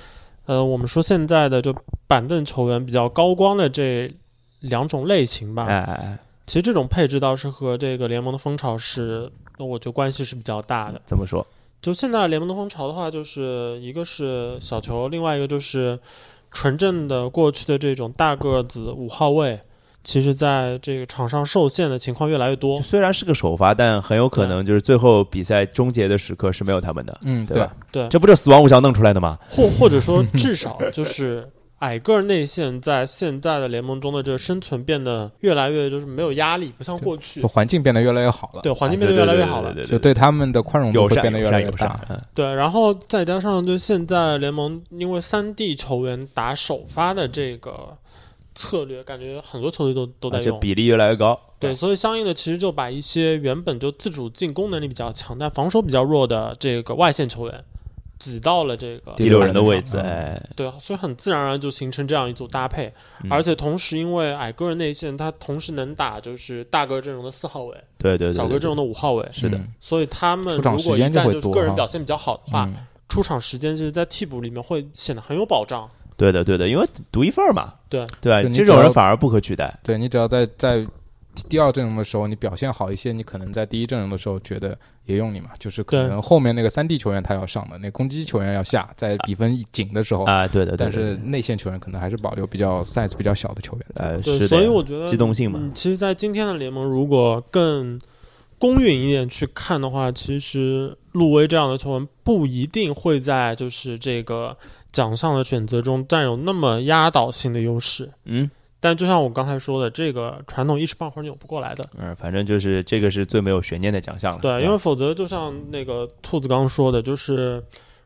B: 呃，我们说现在的就板凳球员比较高光的这两种类型吧，
C: 哎哎哎，
B: 其实这种配置倒是和这个联盟的风潮是，我觉得关系是比较大的。
C: 怎么说？
B: 就现在联盟的风潮的话，就是一个是小球，另外一个就是纯正的过去的这种大个子五号位，其实在这个场上受限的情况越来越多
C: 就。虽然是个首发，但很有可能就是最后比赛终结的时刻是没有他们的，
D: 嗯，
C: 吧？
B: 对，
C: 这不就死亡五强弄出来的吗？
B: 或或者 说至少就是矮个儿内线在现在的联盟中的这个生存变得越来越就是没有压力，不像过去
D: 就，环境变得越来越好了，
B: 对环境变得越来越好了。
C: 啊对
D: 就对他们的宽容度
C: 友
D: 会
C: 善
D: 变得越
C: 友
D: 来
C: 善
D: 越
C: 友
D: 大
C: 善。，嗯
B: 对，然后再加上就现在联盟因为三 D 球员打首发的这个策略，感觉很多球队都都在
C: 而且
B: 用。
C: 比例越来越高。啊
B: 对，所以相应的其实就把一些原本就自主进攻能力比较强，但防守比较弱的这个外线球员挤到了这个
C: 第六人的位
D: 第
C: 置，
D: 六人
C: 哎，
B: 对，所以很自然而然就形成这样一组搭配，
C: 嗯
B: 而且同时因为矮个儿内线，他同时能打就是大个儿阵容的四号位，
C: 对对对，
B: 小个儿阵容
C: 的
B: 的五号位，
C: 是的
D: 嗯
B: 所以他们
D: 出场
B: 如果
D: 时
B: 一
D: 间就
B: 旦
D: 会
B: 就是
D: 多
B: 个人
D: 哈
B: 表现比较好的话，
D: 嗯
B: 出场时间就是在替补里面会显得很有保障。
C: 对的对的，因为独一份儿嘛，
B: 对
C: 对吧
D: 就，你
C: 这
D: 只
C: 种
D: 要
C: 人反而不可取代。
D: 对你只要在在第二阵容的时候你表现好一些，你可能在第一阵容的时候觉得也用你嘛，就是可
B: 对
D: 能后面那个三 D 球员他要上的，那攻击球员要下，在比分一紧的时候，
C: 啊，对的，对的
D: 哦但是
C: 对的
D: 内线球员可能还是保留比较 size 比较小的球员在。
C: 呃，是
B: 对，
C: 的，
B: 所以我觉得
C: 机动性嘛，
B: 嗯，其实，在今天的联盟，如果更公允一点去看的话，其实路威这样的球员不一定会在就是这个奖项的选择中占有那么压倒性的优势。
C: 嗯
B: 但就像我刚才说的，这个传统一时半会儿扭不过来的。
C: 嗯，反正就是这个是最没有悬念的奖项了。
D: 啊
B: 对，因
C: 吧
B: 为否则就像那个兔子刚说的，就是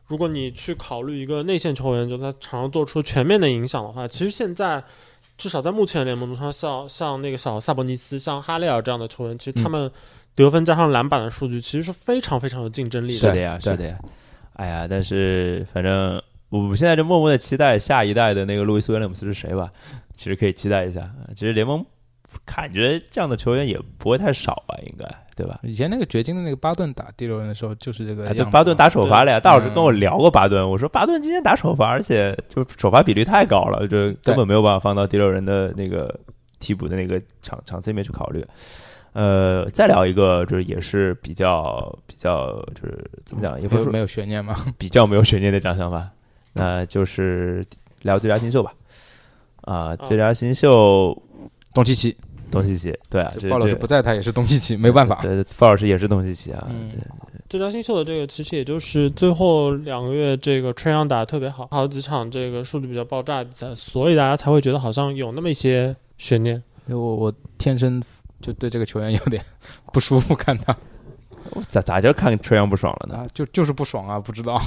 B: 如果你去考虑一个内线球员，就在场上做出全面的影响的话，其实现在至少在目前的联盟中，像像像那个小萨博尼斯、像哈雷尔这样的球员，其实
D: 嗯
B: 他们得分加上篮板的数据，其实是非常非常有竞争力
C: 是
B: 的。
C: 的呀，
D: 对
C: 是的呀。哎呀，但是反正我我现在就默默的期待下一代的那个路易斯威廉姆斯是谁吧。其实可以期待一下，呃其实联盟感觉这样的球员也不会太少吧，应该对吧？
D: 以前那个掘金的那个巴顿打第六人的时候就是这个
C: 哎，
D: 样子
C: 对，
D: 嘛，
C: 巴顿打首发了呀。
D: 对嗯
C: 大老师跟我聊过巴顿，我说巴顿今天打首发，而且就首发比率太高了，就根本没有办法放到第六人的那个替补的那个场场次里面去考虑。呃，再聊一个，就是也是比较比较，就是怎么讲，也不是
D: 没有
C: 说
D: 没有悬念嘛，
C: 比较没有悬念的奖项吧，
D: 嗯
C: 那就是聊最佳新秀吧。
D: 嗯
C: 啊，最佳新秀
D: 东契奇，
C: 东契奇，对啊，这
D: 鲍老师
C: 这
D: 不在，他也是东契奇，没办法。
C: 对，鲍老师也是东契奇啊。
D: 嗯
C: 这
B: 最佳新秀的这个其实也就是最后两个月这个吹阳打得特别好，好几场这个数据比较爆炸的比赛，所以大家才会觉得好像有那么一些悬念。
D: 因为我我天生就对这个球员有点 不舒服，看他
C: 我咋咋就看吹阳不爽了呢？
D: 啊，就就是不爽啊，不知 道，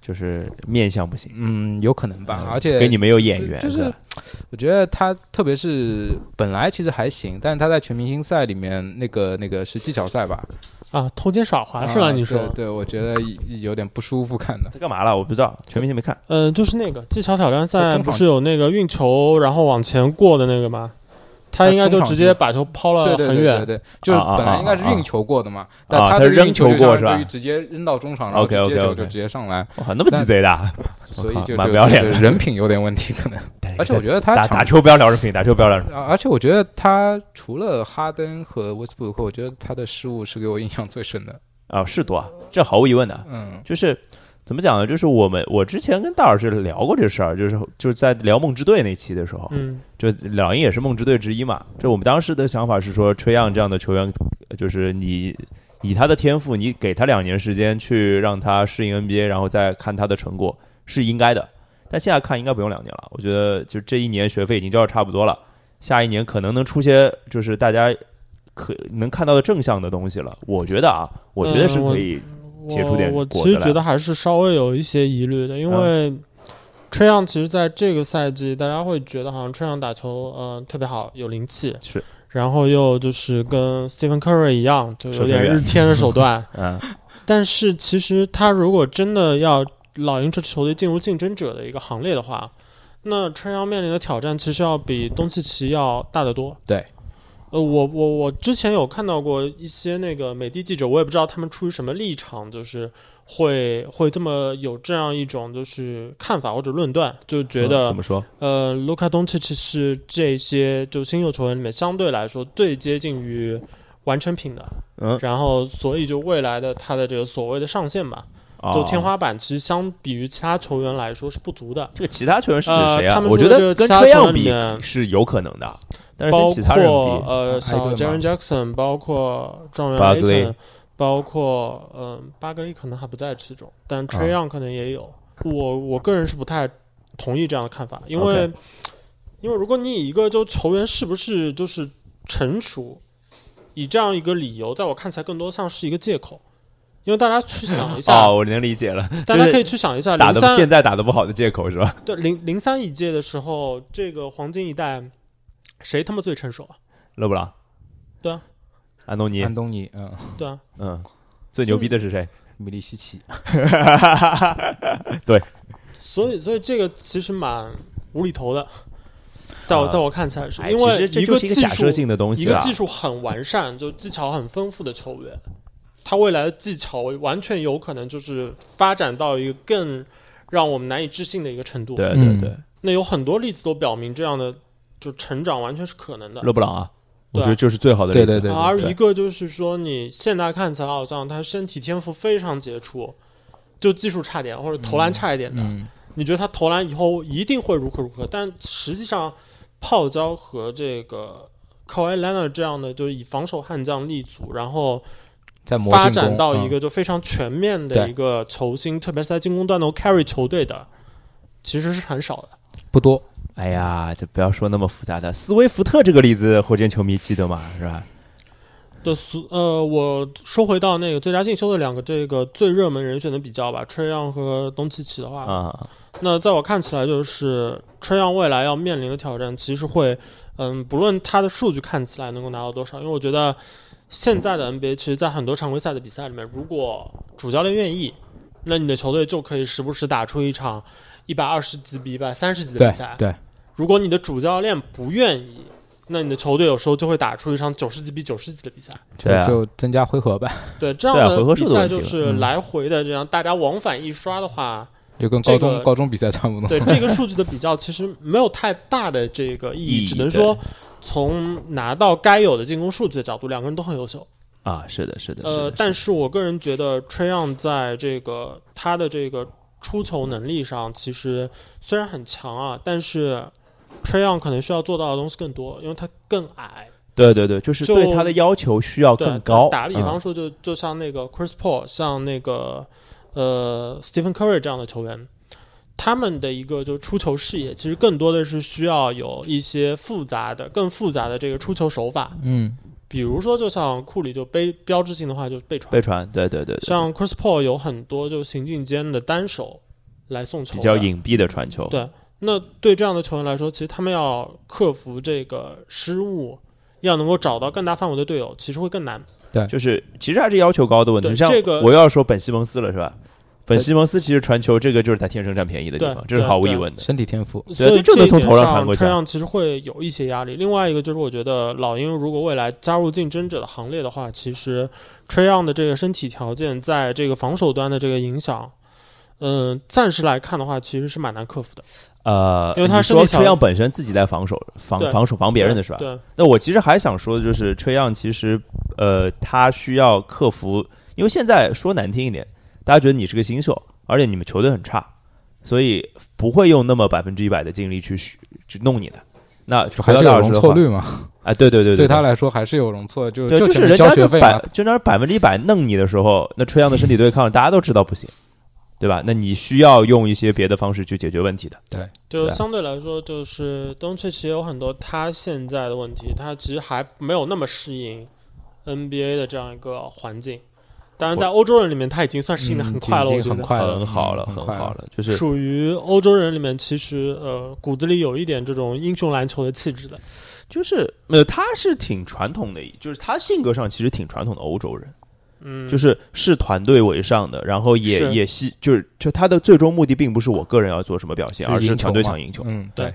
C: 就是面相不行，
D: 嗯，有可能吧，而且
C: 跟你们有眼缘，
D: 就是
C: 吧
D: 我觉得他特别是本来其实还行，但是他在全明星赛里面那个那个是技巧赛吧，
B: 啊，偷奸耍滑是吧？
D: 啊
B: 你说？
D: 对对，我觉得有点不舒服看的，
C: 他干嘛了？我不知道，全明星没看。
B: 嗯，就是那个技巧挑战赛
D: 中场
B: 不是有那个运球然后往前过的那个吗？他应该
D: 呃
B: 就
D: 中场
B: 直
D: 是
B: 接把球抛了
D: 对对
B: 哦很
D: 对对
B: 远，
D: 对，就是
C: 啊啊
D: 本来应该是
C: 啊啊
D: 运球过的嘛，但
C: 啊
D: 他
C: 他是
D: 这个
C: 扔
D: 运球
C: 球
D: 就
C: 过
D: 相
C: 是
D: 当
C: 吧
D: 于直接扔到中场，然后
C: OK，OK，
D: 接球
C: OK
D: 就直接上来，
C: 哇，那么鸡贼的啊，
D: 所以
C: 靠
D: 就
C: 蛮
D: 就
C: 不要脸
D: 就
C: 的
D: 人品有点问题可 能。 而且我觉得他
C: 打
D: 场
C: 打球不要聊人品，打球不要聊人品。
D: 啊，而且我觉得他除了哈登和威斯布鲁克，我觉得他的失误是给我印象最深的。
C: 啊，是多啊，这毫无疑问的，
D: 嗯，
C: 就是怎么讲呢？就是我们我之前跟大老师聊过这事儿，就是就是在聊梦之队那期的时候，
B: 嗯，
C: 就老鹰也是梦之队之一嘛。就我们当时的想法是说，吹样这样的球员，就是你以他的天赋，你给他两年时间去让他适应 NBA，然后再看他的成果是应该的。但现在看应该不用两年了，我觉得就这一年学费已经交的差不多了，下一年可能能出些就是大家可能看到的正向的东西了。我觉得啊，我觉得是
B: 嗯我
C: 可以
B: 我
C: 解出点
B: 我
C: 果
B: 其实
C: 子来
B: 觉得还是稍微有一些疑虑的，因
D: 嗯
C: 啊
B: 为吹样其实在这个赛季，大家会觉得好像吹样打球，嗯、特别好，有灵气，
C: 是，
B: 然后又就是跟 Stephen Curry 一样，就有
C: 守
B: 点
C: 门员，
B: 日天的手段
C: 嗯
B: 但是其实他如果真的要老鹰这支球队进入竞争者的一个行列的话，那春阳面临的挑战其实要比东契奇要大得多。
D: 对，
B: 呃，我我我之前有看到过一些那个美的记者，我也不知道他们出于什么立场，就是会会这么有这样一种就是看法或者论断，就觉
C: 嗯
B: 得、
C: 怎么说？
B: 呃，卢卡东契奇是这些就新秀球员里面相对来说最接近于完成品的，
C: 嗯，
B: 然后所以就未来的他的这个所谓的上限吧，就
C: 哦
B: 天。花板其实相比于其他球员来说是不足的，
C: 这个其他球员是指
B: 呃
C: 谁啊？
B: 他们
C: 我觉
B: 说的这
C: 得
B: 个
C: 跟
B: 其他
C: 崔
B: 球
C: 样
B: 员里
C: 比
B: 面
C: 是有可能的，但是跟
B: 包
C: 其他人
B: 括
C: 比，哦啊
B: 呃
D: 艾
B: 小
D: 顿
B: Jaren
D: 嘛
B: Jackson，包括状元
C: 巴
B: a
C: 格
B: t
C: 利
B: o n 包括嗯、巴格利可能还不在其中，
C: 啊
B: 但 Trey Young 可能也有。我我个人是不太同意这样的看法，因为因为如果你以一个就球员是不是就是成熟，以这样一个理由，在我看起来更多像是一个借口。因为大家去想一下，
C: 哦，我能理解了，
B: 大家
C: 就是
B: 可以去想一下，
C: 打
B: 零
C: 的
B: 三
C: 现在打的不好的借口是吧？
B: 对零零三一届的时候，这个黄金一代谁他妈最成熟啊？
C: 勒布朗，
B: 对啊，
C: 安东尼
D: 安，东尼，嗯，
B: 对啊，
C: 嗯，最牛逼的是谁？
D: 米利西奇，
B: 所以，所以这个其实蛮无厘头的，在我、
C: 啊
B: 在我看起来是，
C: 哎
B: 因
C: 其
B: 为
C: 实这
B: 个
C: 就是一
B: 技
C: 个假
B: 术
C: 设性的东
B: 一
C: 西
B: 个
C: 啊，
B: 技术很完善、就技巧很丰富的球员，他未来的技巧完全有可能就是发展到一个更让我们难以置信的一个程度。
C: 对对
D: 嗯
C: 对，
B: 那有很多例子都表明这样的就成长完全是可能的。
C: 勒布朗啊，我
B: 对啊
C: 觉得就是最好的例子，
D: 对对对
B: 而一个就是说，你现在看起来好像他身体天赋非常杰出，就技术差点或者投篮差一点的，
D: 嗯，
B: 你觉得他投篮以后一定会如何如何？但实际上，泡椒和这个 k a w h i Leonard 这样的，就是以防守悍将立足，然后
D: 在磨
B: 发
D: 进
B: 展
D: 攻
B: 到一
D: 嗯
B: 个就非常全面的
D: 对
B: 一个球星，特别是在进攻端能 carry 球队的，其实是很少的。
D: 不多，
C: 哎呀，就不要说那么复杂的。斯威福特这个例子，火箭球迷记得吗？是吧？
B: 对，所呃，我说回到那个最佳进修的两个这个最热门人选的比较吧，春让和东契奇的话，
C: 啊，
B: 那在我看起来，就是春阳未来要面临的挑战，其实会，嗯，不论他的数据看起来能够拿到多少，因为我觉得现在的 NBA 其实，在很多常规赛的比赛里面，如果主教练愿意，那你的球队就可以时不时打出一场一百二十几比一百三十几的
D: 对
B: 比赛。
D: 对，
B: 如果你的主教练不愿意，那你的球队有时候就会打出一场九十几比九十几的比赛。
D: 就
C: 对啊，
D: 就增加回合吧，
B: 对，这样
C: 对啊回合
B: 的
C: 数
B: 比
C: 的
B: 赛
C: 问题
B: 就
C: 了
B: 是
D: 嗯
B: 来回的这样，大家往返一刷的话。
D: 就跟
B: 这
D: 高中
B: 个
D: 高中比赛差 不多。
B: 对这个数据的比较，其实没有太大的这个意
C: 意义
B: 义，只能说从拿到该有的进攻数据的角度，两个人都很优秀。
C: 啊，是的，是的，
B: 呃，但是我个人觉得 t r e y o n 在这个他的这个出球能力上，其实虽然很强啊，但是 t r e y o n 可能需要做到的东西更多，因为他更矮。
C: 对对对，就是
B: 就
C: 对他的要求需要
B: 对
C: 更，高。
B: 打打比方
C: 嗯，
B: 说就，就像那个 Chris Paul，像那个呃 Stephen Curry 这样的球员，他们的一个就出球视野，其实更多的是需要有一些复杂的、更复杂的这个出球手法，
D: 嗯，
B: 比如说，就像库里就背标志性的话就是背传，
C: 被传，对对对，对
B: 像 Chris Paul 有很多就行进间的单手来送球，
C: 比较。隐蔽的传球，
B: 对那对这样的球员来说，其实他们要克服这个失误，要能够找到更大范围的队友，其实会更难。
C: 就是其实还是要求高的问题。
B: 对
C: 就像
B: 这个
C: 我又要说本西蒙斯了，是吧？
A: 本西蒙斯其实传球这个就是他天生占便宜的地方，
B: 对
A: 这是毫无疑问的。
D: 身体天赋，
A: 对
B: 所以
A: 这
B: 一
A: 能从
B: 点
A: 头上传
B: 上，
A: 过去啊
B: 车上其实会有一些压力。另外一个就是，我觉得老鹰如果未来加入竞争者的行列的话，其实车上的这个身体条件在这个防守端的这个影响，嗯、暂时来看的话，其实是蛮难克服的。
A: 呃，
B: 因为他
A: 你
B: 身体
A: 说
B: 条
A: 崔样本身自己在防守防
B: 对
A: 防守防别人的是吧？
B: 对，
A: 那我其实还想说的就是，崔样其实呃，他需要克服，因为现在说难听一点，大家觉得你是个新秀，而且你们球队很差，所以不会用那么百分之一百的精力去去弄你的。那
D: 还
A: 回到
D: 是有
A: 大老师
D: 容
A: 的
D: 错
A: 话
D: 率嘛？
A: 啊，对对对
D: 对
A: 对
D: 他来说还是有容错，就
A: 对，就是
D: 前面
A: 人
D: 交
A: 家
D: 学
A: 就
D: 费
A: 百
D: 嘛，嗯
A: 就那百分之一百弄你的时候，那吹样的身体对抗，大家都知道不行，对吧？那你需要用一些别的方式去解决问题的。
B: 就
A: 对啊
B: 相对来说，就是东契奇有很多他现在的问题，他其实还没有那么适应 NBA 的这样一个环境。当然，在欧洲人里面，他已经算适应的很
D: 嗯
B: 快了，
D: 已
B: 我
D: 经
B: 觉
D: 很
B: 得。
D: 快了，
A: 很好了，
D: 嗯
A: 很
D: 很快
A: 好
D: 了。
A: 了，就是
B: 属于欧洲人里面，其实呃骨子里有一点这种英雄篮球的气质的。
A: 就是呃，他是挺传统的，就是他性格上其实挺传统的欧洲人，
B: 嗯，
A: 就是视团队为上的，然后也
B: 是
A: 也希就是就他的最终目的并不是我个人要做什么表现，而
D: 就是赢球
A: 团队
D: 嘛
A: 想赢球。
D: 嗯，
B: 对，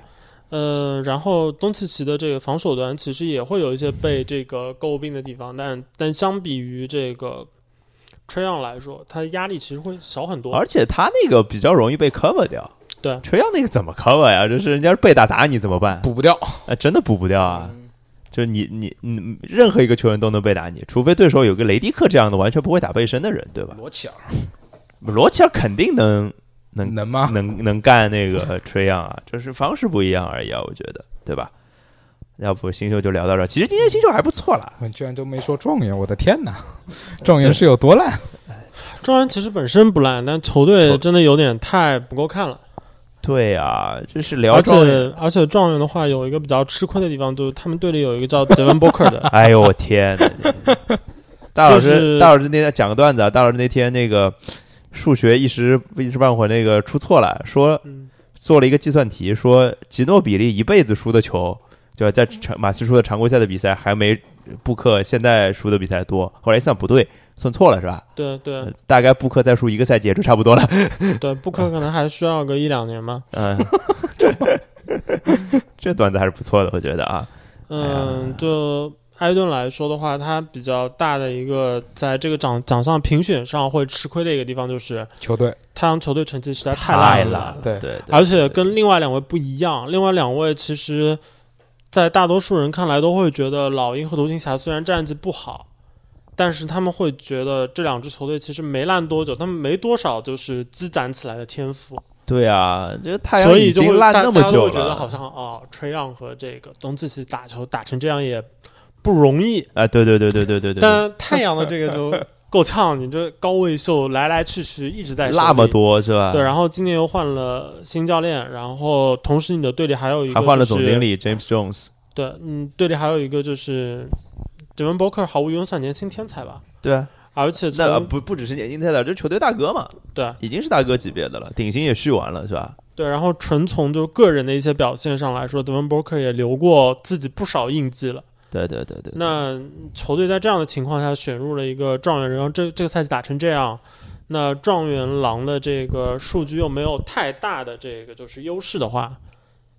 B: 呃，然后东契奇的这个防守端其实也会有一些被这个诟病的地方，但但相比于这个吹样来说，他的压力其实会小很多。
A: 而且他那个比较容易被 cover 掉，
B: 对
A: 锤样那个怎么 cover 呀？就是人家被打打你怎么办？
D: 补不掉。
A: 啊，真的补不掉啊！
D: 嗯
A: 就是你你嗯你任何一个球员都能被打你，除非对手有个雷迪克这样的完全不会打背身的人，对吧？
D: 罗齐尔
A: 罗切尔肯定能能
D: 能吗？
A: 能能干那个吹样啊，就是方式不一样而已啊，我觉得，对吧？要不新秀就聊到这儿，其实今天新秀还不错啦，
D: 我居然都没说状元，我的天哪！状元是有多烂？
B: 状元其实本身不烂，但球队
A: 球
B: 真的有点太不够看了。
A: 对啊，就是聊
B: 而
A: 状元，
B: 且而且状元的话有一个比较吃亏的地方，就是他们队里有一个叫 Devin Booker 的，
A: 哎呦我天哪！大老师，
B: 就是
A: 大老师那天讲个段子啊，大老师那天那个数学一时一时半会儿那个出错了，说
B: 嗯，
A: 做了一个计算题，说吉诺比利一辈子输的球，对吧？在常马刺输的常规赛的比赛还没布克现在输的比赛多，后来一算不对，算错了是吧？
B: 对对
A: 大概布克再输一个赛季也就差不多了。
B: 对，Booker 可能还需要个一两年吧。
A: 嗯，这段子还是不错的，我觉得啊，
B: 嗯，就埃顿来说的话，他比较大的一个在这个奖奖项评选上会吃亏的一个地方，就是
D: 球队
B: 太阳球队成绩实在太
A: 太烂
B: 烂了，
D: 对
A: 对，对
B: 而且跟另外两位不一样，另外两位其实，在大多数人看来都会觉得老鹰和独行侠虽然战绩不好，但是他们会觉得这两支球队其实没烂多久，他们没多少就是积攒起来的天赋，
A: 对啊，这个太阳
B: 所以
A: 已
B: 就
A: 经
B: 会
A: 烂
B: 大
A: 那么
B: 大家
A: 久
B: 会觉得
A: 了，
B: 好像哦，吹让和这个东契奇打球打成这样也不容易，
A: 哎，对对对对对对对对，
B: 但太阳的这个就够呛，你这高位秀来来去去一直在手
A: 那么
B: 里。
A: 多啊是吧？
B: 对，然后今年又换了新教练，然后同时你的队里还有一个、
A: 还换了总经，理 James Jones。
B: 对，嗯，队里还有一个就是杰文伯克，毫无疑问算年轻天才吧，
A: 对啊，
B: 而且
A: 那呃
B: 从
A: 不不只是啊年轻太太，这球队大哥嘛，
B: 对
A: 已经是大哥级别的了，顶薪也续完了是吧？
B: 对，然后纯从就个人的一些表现上来说，德文伯克也留过自己不少印记了。
A: 对对对对，
B: 那球队在这样的情况下选入了一个状元，然后这这个赛季打成这样，那状元郎的这个数据又没有太大的这个就是优势的话，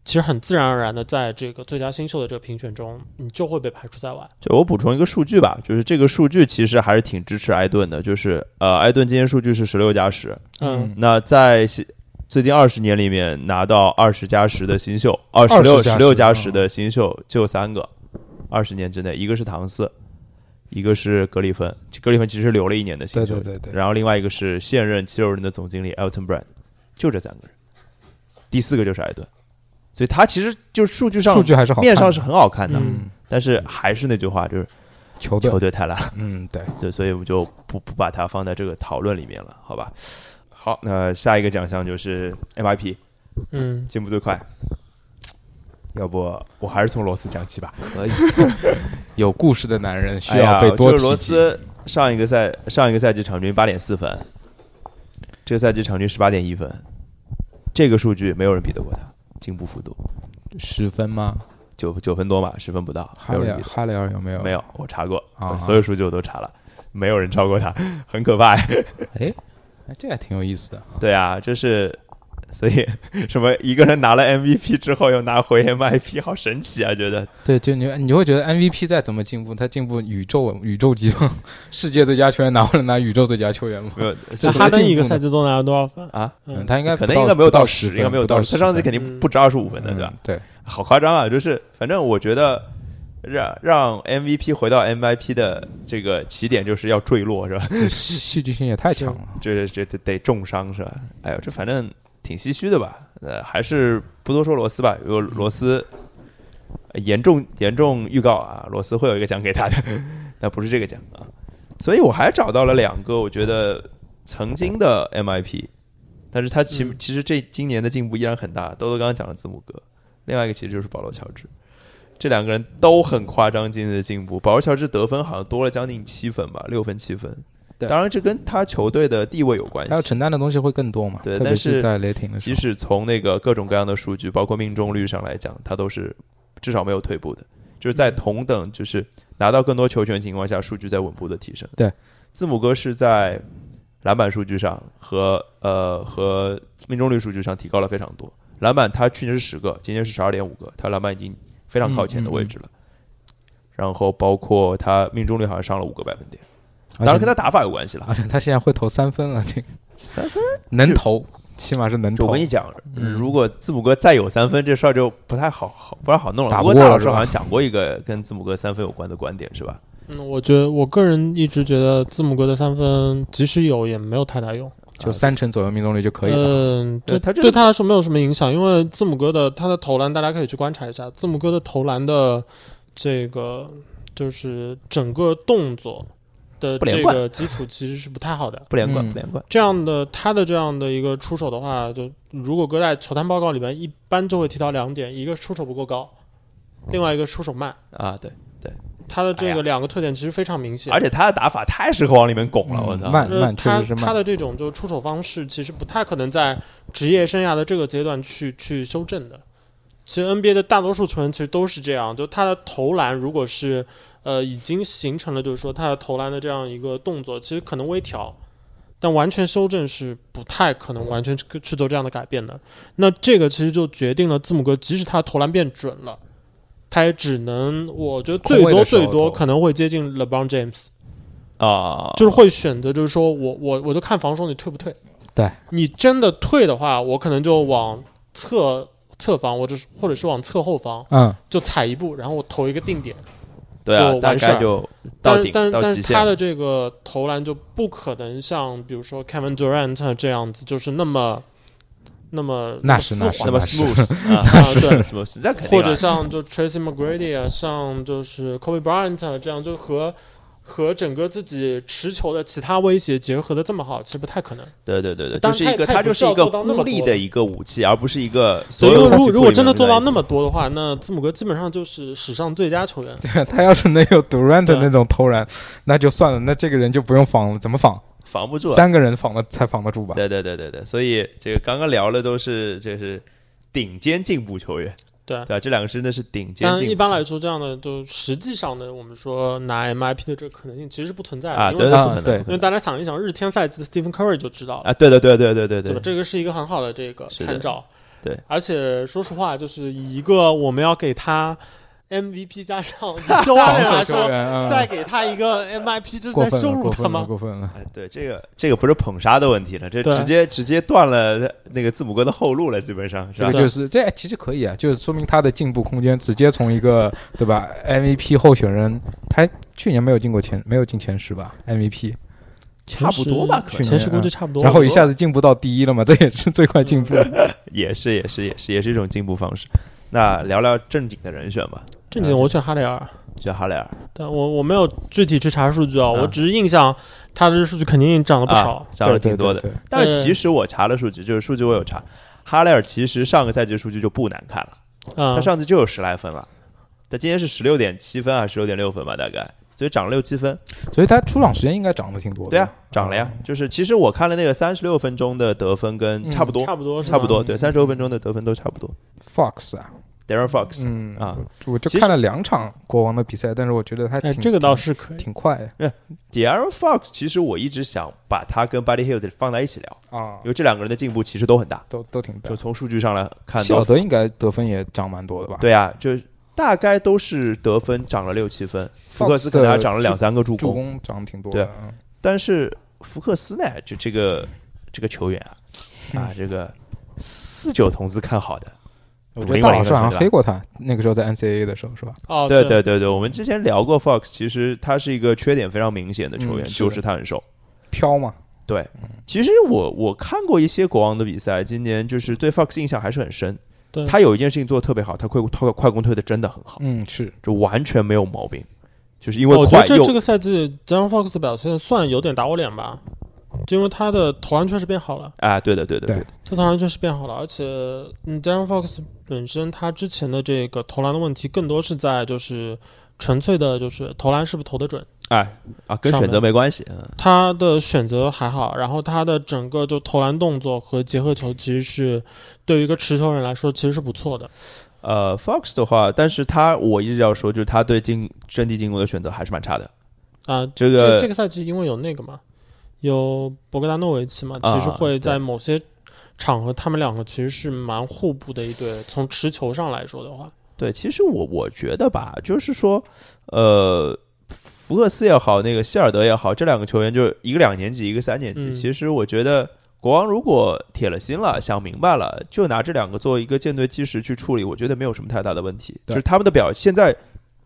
B: 其实很自然而然的在这个最佳新秀的这个评选中，你就会被排除在外。
A: 就我补充一个数据吧，就是这个数据其实还是挺支持埃顿的，就是呃，埃顿今天数据是十六加十，
B: 嗯，
A: 那在西最近二十年里面拿到二十加十的新秀，二十六
D: 20加嗯
A: 十
D: 10
A: 六加十的新秀就三个，二十年之内，一个是唐斯，一个是格里芬，格里芬其实留了一年的新
D: 对
A: 秀，
D: 对对对，
A: 然后另外一个是现任七六人的总经理 Elton Brand，就这三个人，第四个就是埃顿，所以他其实就是数据上
D: 数据还是好看的，
A: 面上是很好看的，
B: 嗯
A: 但是还是那句话，就是
D: 球队
A: 球，队太烂，
D: 嗯，对，
A: 对，所以我们就不不把它放在这个讨论里面了，好吧？好，那下一个奖项就是 MIP
B: 嗯，
A: 进步最快，要不我还是从罗斯讲起吧。
D: 可以。有故事的男人需
A: 哎
D: 要
A: 呀
D: 被多
A: 就是
D: 提及
A: 罗斯上一个赛上一个赛季场均八点四分，这个赛季场均十八点一分，这个数据没有人比得过他，进步幅度
D: 十分吗？
A: 九九分多嘛，十分不到，
D: 哈
A: 没有
D: 雷
A: 人
D: 尔
A: 比得
D: 哈雷尔有没有？
A: 没有，我查过，
D: 啊
A: 所有数据我都查了，没有人超过他，很可怕呀。
D: 哎，哎，这还挺有意思的。
A: 对啊，就是所以什么一个人拿了 MVP 之后又拿回 MIP，好神奇啊！觉得
D: 对，就你你会觉得 MVP 再怎么进步，他进步宇宙宇宙级，世界最佳球员拿不了拿宇宙最佳球员吗？
A: 没有，
B: 那
A: 这
B: 哈登一
D: 进
B: 个
D: 步呢
B: 赛季都拿了多少分？
A: 啊，
D: 嗯，
B: 嗯
D: 他应该
A: 可
D: 不
A: 能
D: 到
A: 应该没有
D: 不到
A: 到
D: 10
A: 十，
D: 分
A: 应该没有到
D: 10
A: 十，他上次肯定
B: 嗯
A: 不止二十五分的，对吧
D: 嗯？对，
A: 好夸张啊！就是反正我觉得让让 MVP 回到 MIP 的这个起点就是要坠落是吧？
D: 这戏剧性也太强了。
A: 这这这得重伤是吧？哎呦，这反正挺唏嘘的吧？呃，还是不多说罗斯吧，如果罗斯呃严重严重预告啊，罗斯会有一个奖给他的， 但不是这个奖啊。所以我还找到了两个，我觉得曾经的 MIP，但是他其、
B: 嗯
A: 其实这今年的进步依然很大。豆豆刚刚讲了字母哥，另外一个其实就是保罗乔治，这两个人都很夸张今年的进步。保罗乔治得分好像多了将近七分吧，六分七分。
D: 对
A: 当然这跟他球队的地位有关
D: 他要
A: 系。
D: 承担的东西会更多嘛？
A: 对
D: 特别
A: 但
D: 是
A: 是
D: 在雷霆的时
A: 即
D: 候，
A: 使从那个各种各样的数据，包括命中率上来讲，他都是至少没有退步的，就是在同等就是拿到更多球权的情况下，数据在稳步的提升。
D: 对，
A: 字母哥是在篮板数据上和呃和命中率数据上提高了非常多。篮板他去年是十个，今年是十二点五个，他篮板已经非常靠前的位置了。然后包括他命中率好像上了五个百分点，当然跟他
D: 他，
A: 打法有关系了。
D: 而且他现在会投三分了，这个
A: 三
D: 分能投，起码是能
A: 就
D: 投
A: 我跟。你讲，
D: 嗯
A: 如果字母哥再有三分，这事儿就不太好好不太好弄了。
D: 打
A: 不过
D: 不过
A: 大
D: 了
A: 老师
D: 是吧
A: 好像讲过一个跟字母哥三分有关的观点，是吧？
B: 嗯，我觉得我个人一直觉得字母哥的三分即使有也没有太大用，
D: 就三成左右命中率就可以了。
B: 嗯，
A: 对
B: 对
A: 他这个
B: 对他来说没有什么影响，因为字母哥的他的投篮大家可以去观察一下，字母哥的投篮的这个就是整个动作的
A: 不连
B: 这
A: 贯
B: 个基础其实是不太好的。
A: 不连贯，
D: 嗯
A: 不连贯。
B: 这样的他的这样的一个出手的话，就如果搁在球探报告里边，一般就会提到两点：一个出手不够高，另外一个出手慢。
A: 啊，对，
B: 他的这
A: 哎呀
B: 个两个特点其实非常明显，
A: 而且他的打法太适合往里面拱了，
D: 嗯
A: 我操！
D: 慢
B: 呃，他
D: 确实是慢
B: 他的这种就是出手方式，其实不太可能在职业生涯的这个阶段去去修正的。其实 NBA 的大多数球员其实都是这样，就他的投篮如果是呃已经形成了，就是说他的投篮的这样一个动作，其实可能微调，但完全修正是不太可能完全去去做这样的改变的。那这个其实就决定了字母哥，即使他的投篮变准了，他也只能我觉得最
D: 空位的
B: 多
D: 时候
B: 最多
D: 投
B: 可能会接近 LeBron James。
A: 啊，
B: 就是会选择，就是说我我我就看防守你退不退。
D: 对
B: 你真的退的话，我可能就往侧侧方，我就是或者是往侧后方
D: 嗯，
B: 就踩一步，然后我投一个定点。
A: 对啊
B: 就，完
A: 大
B: 事
A: 概
B: 儿
A: 就到
B: 但是
A: 顶
B: 但是
A: 到
B: 但
A: 极
B: 是
A: 限
B: 他
A: 了。
B: 的这个投篮就不可能像比如说 Kevin Durant 这样子，就是那么那么
D: 那是
B: 么
D: 那
B: 丝滑
D: 是
A: 那么
D: 那
A: smooth 啊
B: 啊对
A: ，smooth，那肯定
B: 或
A: 啊
B: 者像就 Tracy McGrady 啊，像就是 Kobe Bryant 啊这样，就和和整个自己持球的其他威胁结合的这么好，其实不太可能。
A: 对对对对，
B: 当
A: 就
B: 然
A: 是一个
B: 他
A: 他
B: 也
A: 就是一
B: 他也不需
A: 个
B: 要做到那么
A: 孤立
B: 多
A: 的一个武器，而不是一个所
B: 对，因
A: 有
B: 为
A: 东
B: 如
A: 西
B: 果如果真的
A: 捆
B: 做
A: 在
B: 到
A: 一起
B: 那么多的话，那字母哥基本上就是史上最佳球员。
D: 他要是能有 Durant
B: 对
D: 那种投篮，那就算了，那这个人就不用防了，怎么防？
A: 防不住啊，
D: 三个人防的才防得住吧？
A: 对对对对对，所以这个刚刚聊的都是这是顶尖进步球员，
B: 对
A: 对吧？这两个真的是顶尖
B: 但
A: 进步。
B: 一般来说，这样的就实际上的，我们说拿 MIP 的这个可能性其实是不存在的，
A: 啊，
B: 因
A: 对
B: 为
A: 对
D: 啊
A: 不可能
D: 对
A: 不可
B: 因为
A: 能
B: 大家想一想，日天赛季的 Stephen Curry 就知道了，
A: 啊，对对对对对对
B: 对吧？这个是一个很好的这个
A: 是的
B: 参照。
A: 对，
B: 而且说实话，就是以一个我们要给他 MVP 加上以周
D: 防
B: 围
D: 守
B: 来
D: 球
B: 说，
D: 员啊，
B: 再给他一个 MIP，这是
D: 过
B: 在
D: 分
B: 羞
D: 了，
B: 辱
D: 过
B: 他
D: 分了，
B: 吗？
D: 过分了。
A: 哎，对这个这个不是捧杀的问题了，这
B: 对
A: 直接直接断了那个字母哥的后路了，基本上是
D: 这
A: 吧
D: 个？就是这其实可以啊，就是说明他的进步空间直接从一个对吧 MVP 候选人，他去年没有进过前没有进前十吧 MVP，
A: 差不多吧，可
D: 去
A: 能啊
D: 年
B: 前十估计差不多。
D: 然后一下子进步到第一了嘛，这也是最快进步。
A: 也是也是也是也是一种进步方式。那聊聊正经的人选吧，
B: 正经，我选哈雷尔。
A: 就哈雷尔
B: 但我我没有具体去查数据啊，
A: 啊
B: 我只是印象他的数据肯定涨了不少
A: 啊，，涨了挺多的。
D: 对对对
A: 但是
B: 呃
A: 其实我查了数据，就是数据我有查，哈雷尔其实上个赛季的数据就不难看了。
B: 嗯，
A: 他上次就有十来分了，他今天是十六点七分还是十六点六分吧，大概，所以涨了六七分。
D: 对所以他出场时间应该涨得挺多的。
A: 对啊，涨了呀。就是其实我看了那个三十六分钟的得分跟
D: 哦嗯
A: 差不多，
B: 差不多是吧
A: 差不多，
D: 嗯
A: 对，三十六分钟的得分都差不多。
D: ，Fox 啊，
A: Darren Fox，
D: 嗯
A: 啊
D: 我，我就
A: 其实
D: 看了两场国王的比赛，但是我觉得他挺、
B: 哎，这个倒是可以。
D: 挺快
A: Darren Fox，其实我一直想把他跟 Buddy Hield 放在一起聊，
D: 啊
A: 因，为这两个人的进步其实都很大，
D: 都都挺快
A: 就。从数据上来看
D: 希
A: 都
D: 尔德应该得分也涨蛮多的吧？，
A: 对啊，就大概都是得分涨了六七分，福克斯可能还涨了两三个助
D: 助
A: 攻，
D: 攻涨挺多的。啊
A: 对但是福克斯呢，就这个这个球 员啊，啊，这个四九同志看好的，
D: 哦我
A: 主
D: 觉得
A: 力
D: 大
A: 网
D: 老师
A: 球
D: 好像
A: 对吧
D: 黑过他，那个时候在 NCAA 的时候是吧？
B: 哦，
A: 对对对对，我们之前聊过 Fox，其实他是一个缺点非常明显的球员，
D: 嗯是的
A: 就是他很瘦。
D: 飘嘛，
A: 对，其实我我看过一些国王的比赛，今年就是对 Fox 印象还是很深。
B: 对
A: 他有一件事情做的特别好，他快快快攻推的真的很好，
D: 嗯，是
A: 就完全没有毛病，就是因
B: 哦我
A: 为
B: 觉
A: 快
B: 得这
A: 又
B: 这个赛季 John Fox 的表现算有点打我脸吧，就因为他的投篮确实变好了，
A: 啊，对的对的
D: 对
A: 对的，
B: 他投篮确实变好了，而且嗯，John Fox 本身他之前的这个投篮的问题更多是在就是纯粹的就是投篮是不是投得准，
A: 哎啊，跟
B: 上
A: 选择
B: 面
A: 没关系，嗯
B: 他的选择还好，然后他的整个就投篮动作和结合球其实是对于一个持球人来说其实是不错的，
A: 呃，Fox 的话，但是他我一直要说，就是他对进阵地进攻的选择还是蛮差的。
B: 啊、
A: 这
B: 这
A: 个
B: 这个赛季因为有那个嘛，有博格达诺维奇嘛，
A: 啊
B: 其实会在
A: 对
B: 某些场合，他们两个其实是蛮互补的一对。从持球上来说的话，
A: 对，其实我我觉得吧，就是说，呃，福克斯也好，那个希尔德也好，这两个球员就是一个两年级，一个三年级。
B: 嗯
A: 其实我觉得，国王如果铁了心了，想明白了，就拿这两个做一个舰队基石去处理，我觉得没有什么太大的问题。就
D: 对
A: 是他们的表现在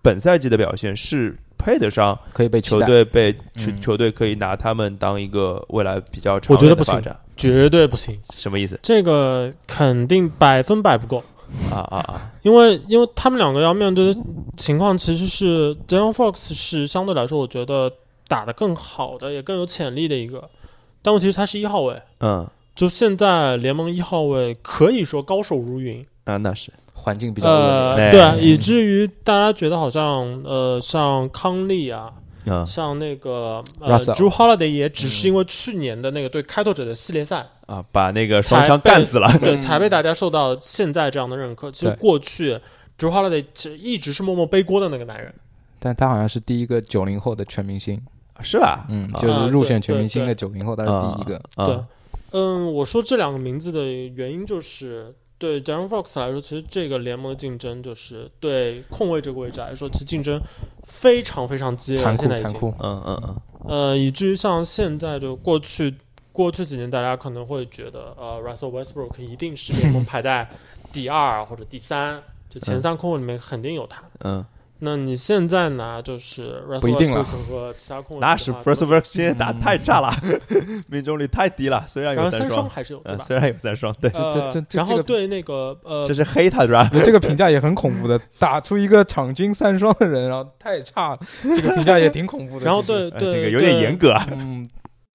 A: 本赛季的表现是配得上
D: 可以被期
A: 球
D: 待。
A: 队被球
D: 嗯
A: 球队可以拿他们当一个未来比较
B: 我
A: 长
B: 觉
A: 远
B: 得
A: 的
B: 不
A: 发
B: 行
A: 展。
B: 绝对不行，
A: 什么意思
B: 这个肯定百分百不够。
A: 啊啊啊！
B: 因为因为他们两个要面对的情况其实是 John Fox 是相对来说，我觉得打得更好的，也更有潜力的一个。但问题是他是一号位，
A: 嗯
B: 就现在联盟一号位可以说高手如云，
A: 啊，那是
D: 环境比较恶劣，
B: 呃，
A: 对
B: 对啊，
D: 嗯
B: 以至于大家觉得好像呃，像康利啊，
A: 嗯
B: 像那个呃
D: Russell 嗯
B: ，Drew Holiday 也只是因为去年的那个对开拓者的系列 赛，
A: 啊，把那个双
B: 才
A: 枪
B: 被
A: 干死了。
B: 对，才被大家受到现在这样的认可。其实
D: 啊对
B: 过去 Drew Holiday 其实一直是默默背锅的那个男人，
D: 但他好像是第一个九零后的全明星，
A: 是吧？
D: 嗯，
A: 啊
D: 就是入选全明
B: 啊
D: 星
B: 对
D: 的九零后，他是第一个。
A: 啊
B: 对，嗯，我说这两个名字的原因就是。对 j a r o n Fox 来说，其实这个联盟的竞争就是对控卫这个位置来说，其实竞争非常非常激烈，
D: 残酷
B: 现在已经
D: 残 酷，
A: 嗯嗯嗯，
B: 呃，以至于像现在就过去过去几年，大家可能会觉得，呃，Russell Westbrook 一定是联盟排在第二啊或者第三，就
D: 嗯
B: 前三控卫里面肯定有他。
A: 嗯，
B: 那你现在呢，就是
D: 不
B: Russell
D: 一定了
B: Westbrook 和其他控卫
A: 那是
B: 的话
A: f i r s t w o r k 今天
D: 嗯
A: 打得太差了， 命中率太低了。虽然
B: 然
A: 有
B: 后
A: 三
B: 三
A: 双，
B: 还是有对
A: 嗯，
B: 吧？
A: 虽然有三双，对，
D: 这这这这
B: 呃然
D: 这
B: 后
D: 个
B: 对那个呃
A: 这，是黑他是 吧？
D: 我觉得这个评价也很恐怖的，打出一个场均三双的人，然后太差了，这个评价也挺恐怖的。
B: 然后
D: 其
B: 对
D: 实，
A: 哎
B: 对
A: 这个有点严，格啊。
D: 嗯，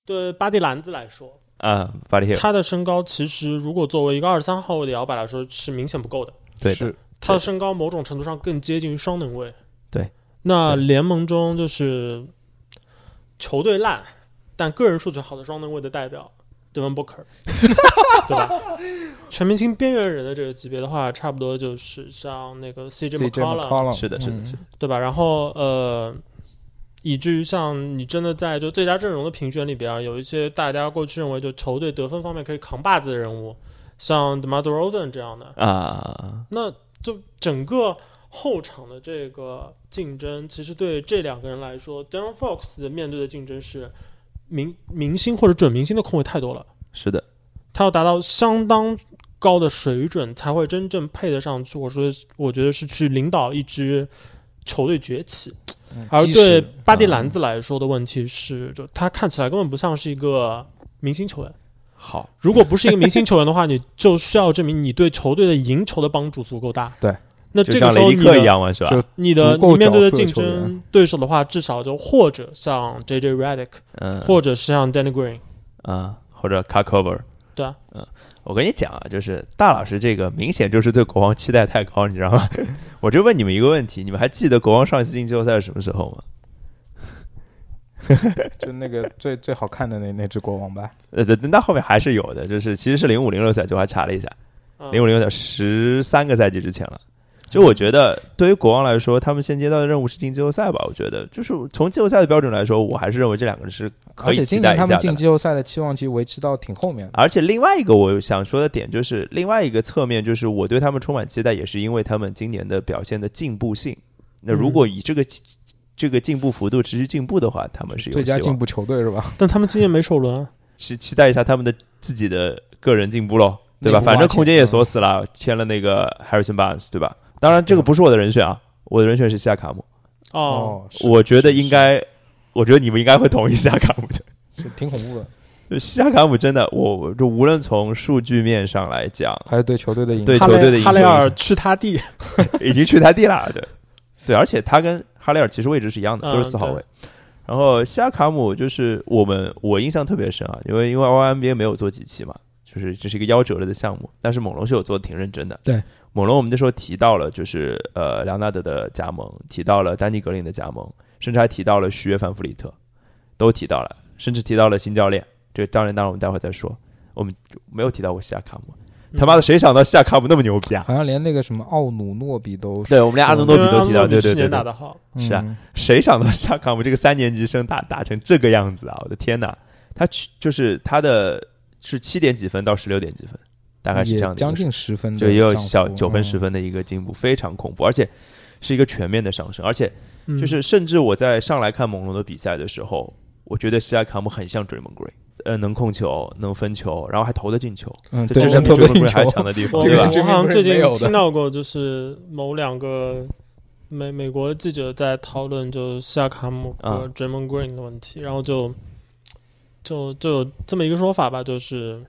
B: 对对巴蒂兰子来说，
A: 啊，巴里
B: 他的身高其实如果作为一个二三号位的摇摆来说是明显不够的，
A: 对的
D: 是
B: 他的身高某种程度上更接近于双能卫。
A: 对，
B: 那联盟中就是球队烂但个人数据好的双能卫的代表 d e v o n Booker，对吧？全明星边缘人的这个级别的话，差不多就是像那个 CJ
D: CJ
B: McCollum，啊
D: McCollum，
A: 是的是的
D: 嗯
A: 是的
B: 对吧？然后呃。以至于像你真的在就最佳阵容的评选里边儿，有一些大家过去认为就球队得分方面可以扛把子的人物，像 d e m a d r o s e n 这样的，
A: 啊，
B: 那就整个后场的这个竞争，其实对这两个人来说，Darren Fox 的面对的竞争是明明星或者准明星的控卫太多了，
A: 是的，
B: 他要达到相当高的水准，才会真正配得上去。我说，我觉得是去领导一支球队崛起。
D: 嗯
B: 而啊
D: 基
B: 对
D: 石
B: 巴
A: 嗯
B: 蒂兰子来说的问题是，就他看起来根本不像是一个明星球员。
A: 好，
B: 如果不是一个明星球员的话，你就需要证明你对球队的赢球的帮助足够 大。
D: 对，
B: 那
A: 就
B: 这个
A: 像
B: 时
A: 雷
B: 候
A: 迪
B: 你
A: 克一
B: 的
A: 样嘛，是吧
D: 就？
B: 你的
D: 足够
B: 你面对的
D: 角色
B: 竞
D: 的球员
B: 争对手的话，至少就或者像 J.J. Redick，、
A: 嗯，
B: 或者是像 Danny Green，
A: 啊，或者 c a r cover。
B: 对啊，
A: 嗯，我跟你讲啊，就是大老师这个明显就是对国王期待太高，你知道吗？ 我就问你们一个问题，你们还记得国王上一次进季后赛是什么时候吗？
D: 就那个最最好看的那那只国王吧，
A: 呃，对那后面还是有的，就是其实是零五零六赛季，我还查了一下，
B: 嗯
A: 零五零六赛十三个赛季之前了。
D: 嗯
C: 就我觉得，对于国王来说，他们现阶段的任务是进季后赛吧。我觉得，就是从季后赛的标准来说，我还是认为这两个人是可
D: 而
C: 以
D: 且
C: 期
D: 今
C: 待
D: 年
C: 一
D: 他
C: 下
D: 们
C: 的
D: 进。季后赛的期望其实维持到挺后面的。
C: 而且另外一个我想说的点就是，另外一个侧面就是我对他们充满期待，也是因为他们今年的表现的进步性。那如
D: 嗯
C: 果以这个、这个进步幅度持续进步的话，他们是有
D: 最
C: 希
D: 佳进
C: 望。
D: 步球队是吧？
B: 但他们今年没首轮啊，
C: 期期待一下他们的自己的个人进步喽，对吧？
D: 内部挖
C: 反正
D: 潜
C: 空间也
D: 嗯
C: 锁死了，签了那个 Harrison Barnes，对吧？当然，这个
D: 对
C: 不是我的人选啊，我的人选是夏卡姆。
B: 哦，，
D: 是
C: 我觉得应
D: 是
C: 该，我觉得你们应该会同意夏卡姆的。
D: 是是挺恐怖的，
C: 就夏卡姆 真的，我我就无论从数据面上来讲，
D: 还有对球队的影响。
C: 对
B: 哈
C: 球队的
B: 雷
C: 赢
B: 哈雷
C: 球
B: 尔去他地，
C: 已经去他地了，对对，而且他跟哈雷尔其实位置是一样的，
B: 嗯
C: 都是四号位。然后夏卡姆就是我们我印象特别深啊，因为因为 YMBA 没有做几期嘛，就是这是一个夭折了的项目，但是猛龙是有做的挺认真的。
D: 对，
C: 猛龙我们那时候提到了就是呃莱昂纳德的加盟，提到了丹尼格林的加盟，甚至还提到了续约范弗里特，都提到了，甚至提到了新教练。这当然当然我们待会儿再说，我们没有提到过夏卡姆。他妈的，谁想到夏卡姆那么牛逼啊？
D: 好像连那个什么奥努诺比都嗯
C: 对我们连阿
D: 阿
C: 诺
D: 诺
C: 诺比
D: 诺
C: 都提到，
B: 因为安东尼啊
C: 对
B: 去
C: 对对
B: 年打得好，
C: 是啊，谁想到夏卡姆这个三年级生打打成这个样子啊！我的天哪，他去就是他的是七点几分到十六点几分，大
D: 大
C: 概是这样的一个
D: 将
C: 水
D: 近十分
C: 平，
D: 的
C: 就也有
D: 涨幅
C: 小九分十。
D: 嗯
C: 分的一个进步，非常恐怖，而且是一个全面的上升，而且
B: 嗯
C: 就是甚至我在上来看猛龙的比赛的时候，我觉得西亚卡姆很像 Draymond Green。呃，能控球，能分球，然后还投得进球，
D: 嗯，
C: 这
D: 对，
C: 这是
D: 人
C: 比
D: 头
C: Draymond
D: 进
C: Green 还
D: 球
C: 强的地方，
B: 我
C: 对
D: 这个
C: 吧
D: 是？
B: 我好像最近
D: 没有的
B: 听到过，就是某两个美美国记者在讨论就是西亚卡姆和
C: 啊
B: Draymond Green 的问题，然后就就就有这么一个说法吧，就是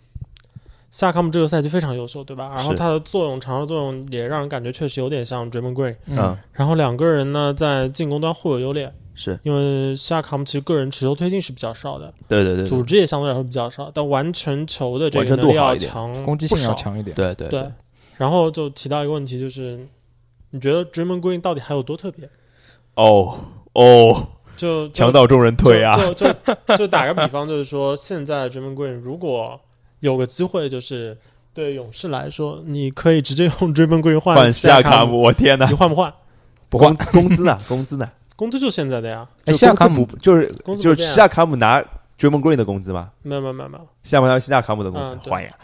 B: 西亚卡姆这个赛季非常优秀，对吧？然后
C: 是
B: 他的作用场上作用也让人感觉确实有点像 Draymond Green，
C: 嗯，，
B: 然后两个人呢在进攻端互有优劣。
C: 是
B: 因为西亚卡姆其实个人持球推进是比较少的，
C: 对对对
B: 组
C: 对
B: 织也相对来说比较少，但完成球的这
C: 完
B: 个
C: 成
B: 能
C: 度
B: 力
C: 好
B: 要
C: 一点
B: 强，
D: 攻击性要。强一点。
C: 对对对
B: 对，，然后就提到一个问题，就是你觉得 Draymond Green 到底还有多特别？
C: 哦哦，
B: 就就
C: 墙倒众人推啊！
B: 就就就就打个比方，就是说现在 Draymond Green 如果有个机会，就是对勇士来说，你可以直接用 Draymond Green
C: 换
B: 西亚
C: 夏卡
B: 姆，
C: 姆，我天哪
B: 你！换不换？
D: 不换
C: 工，工资呢？工资呢？
B: 工资就现在的呀，
D: 哎
C: 就
D: 夏卡
C: 工资
D: 姆
C: 不就是
B: 工资
C: 就
B: 不
C: 是
B: 变啊
C: 夏卡姆拿 Draymond Green 的工资吗？
B: 没有没有没有没有，
C: 夏卡姆拿夏卡姆的工资
B: 嗯对
C: 换呀，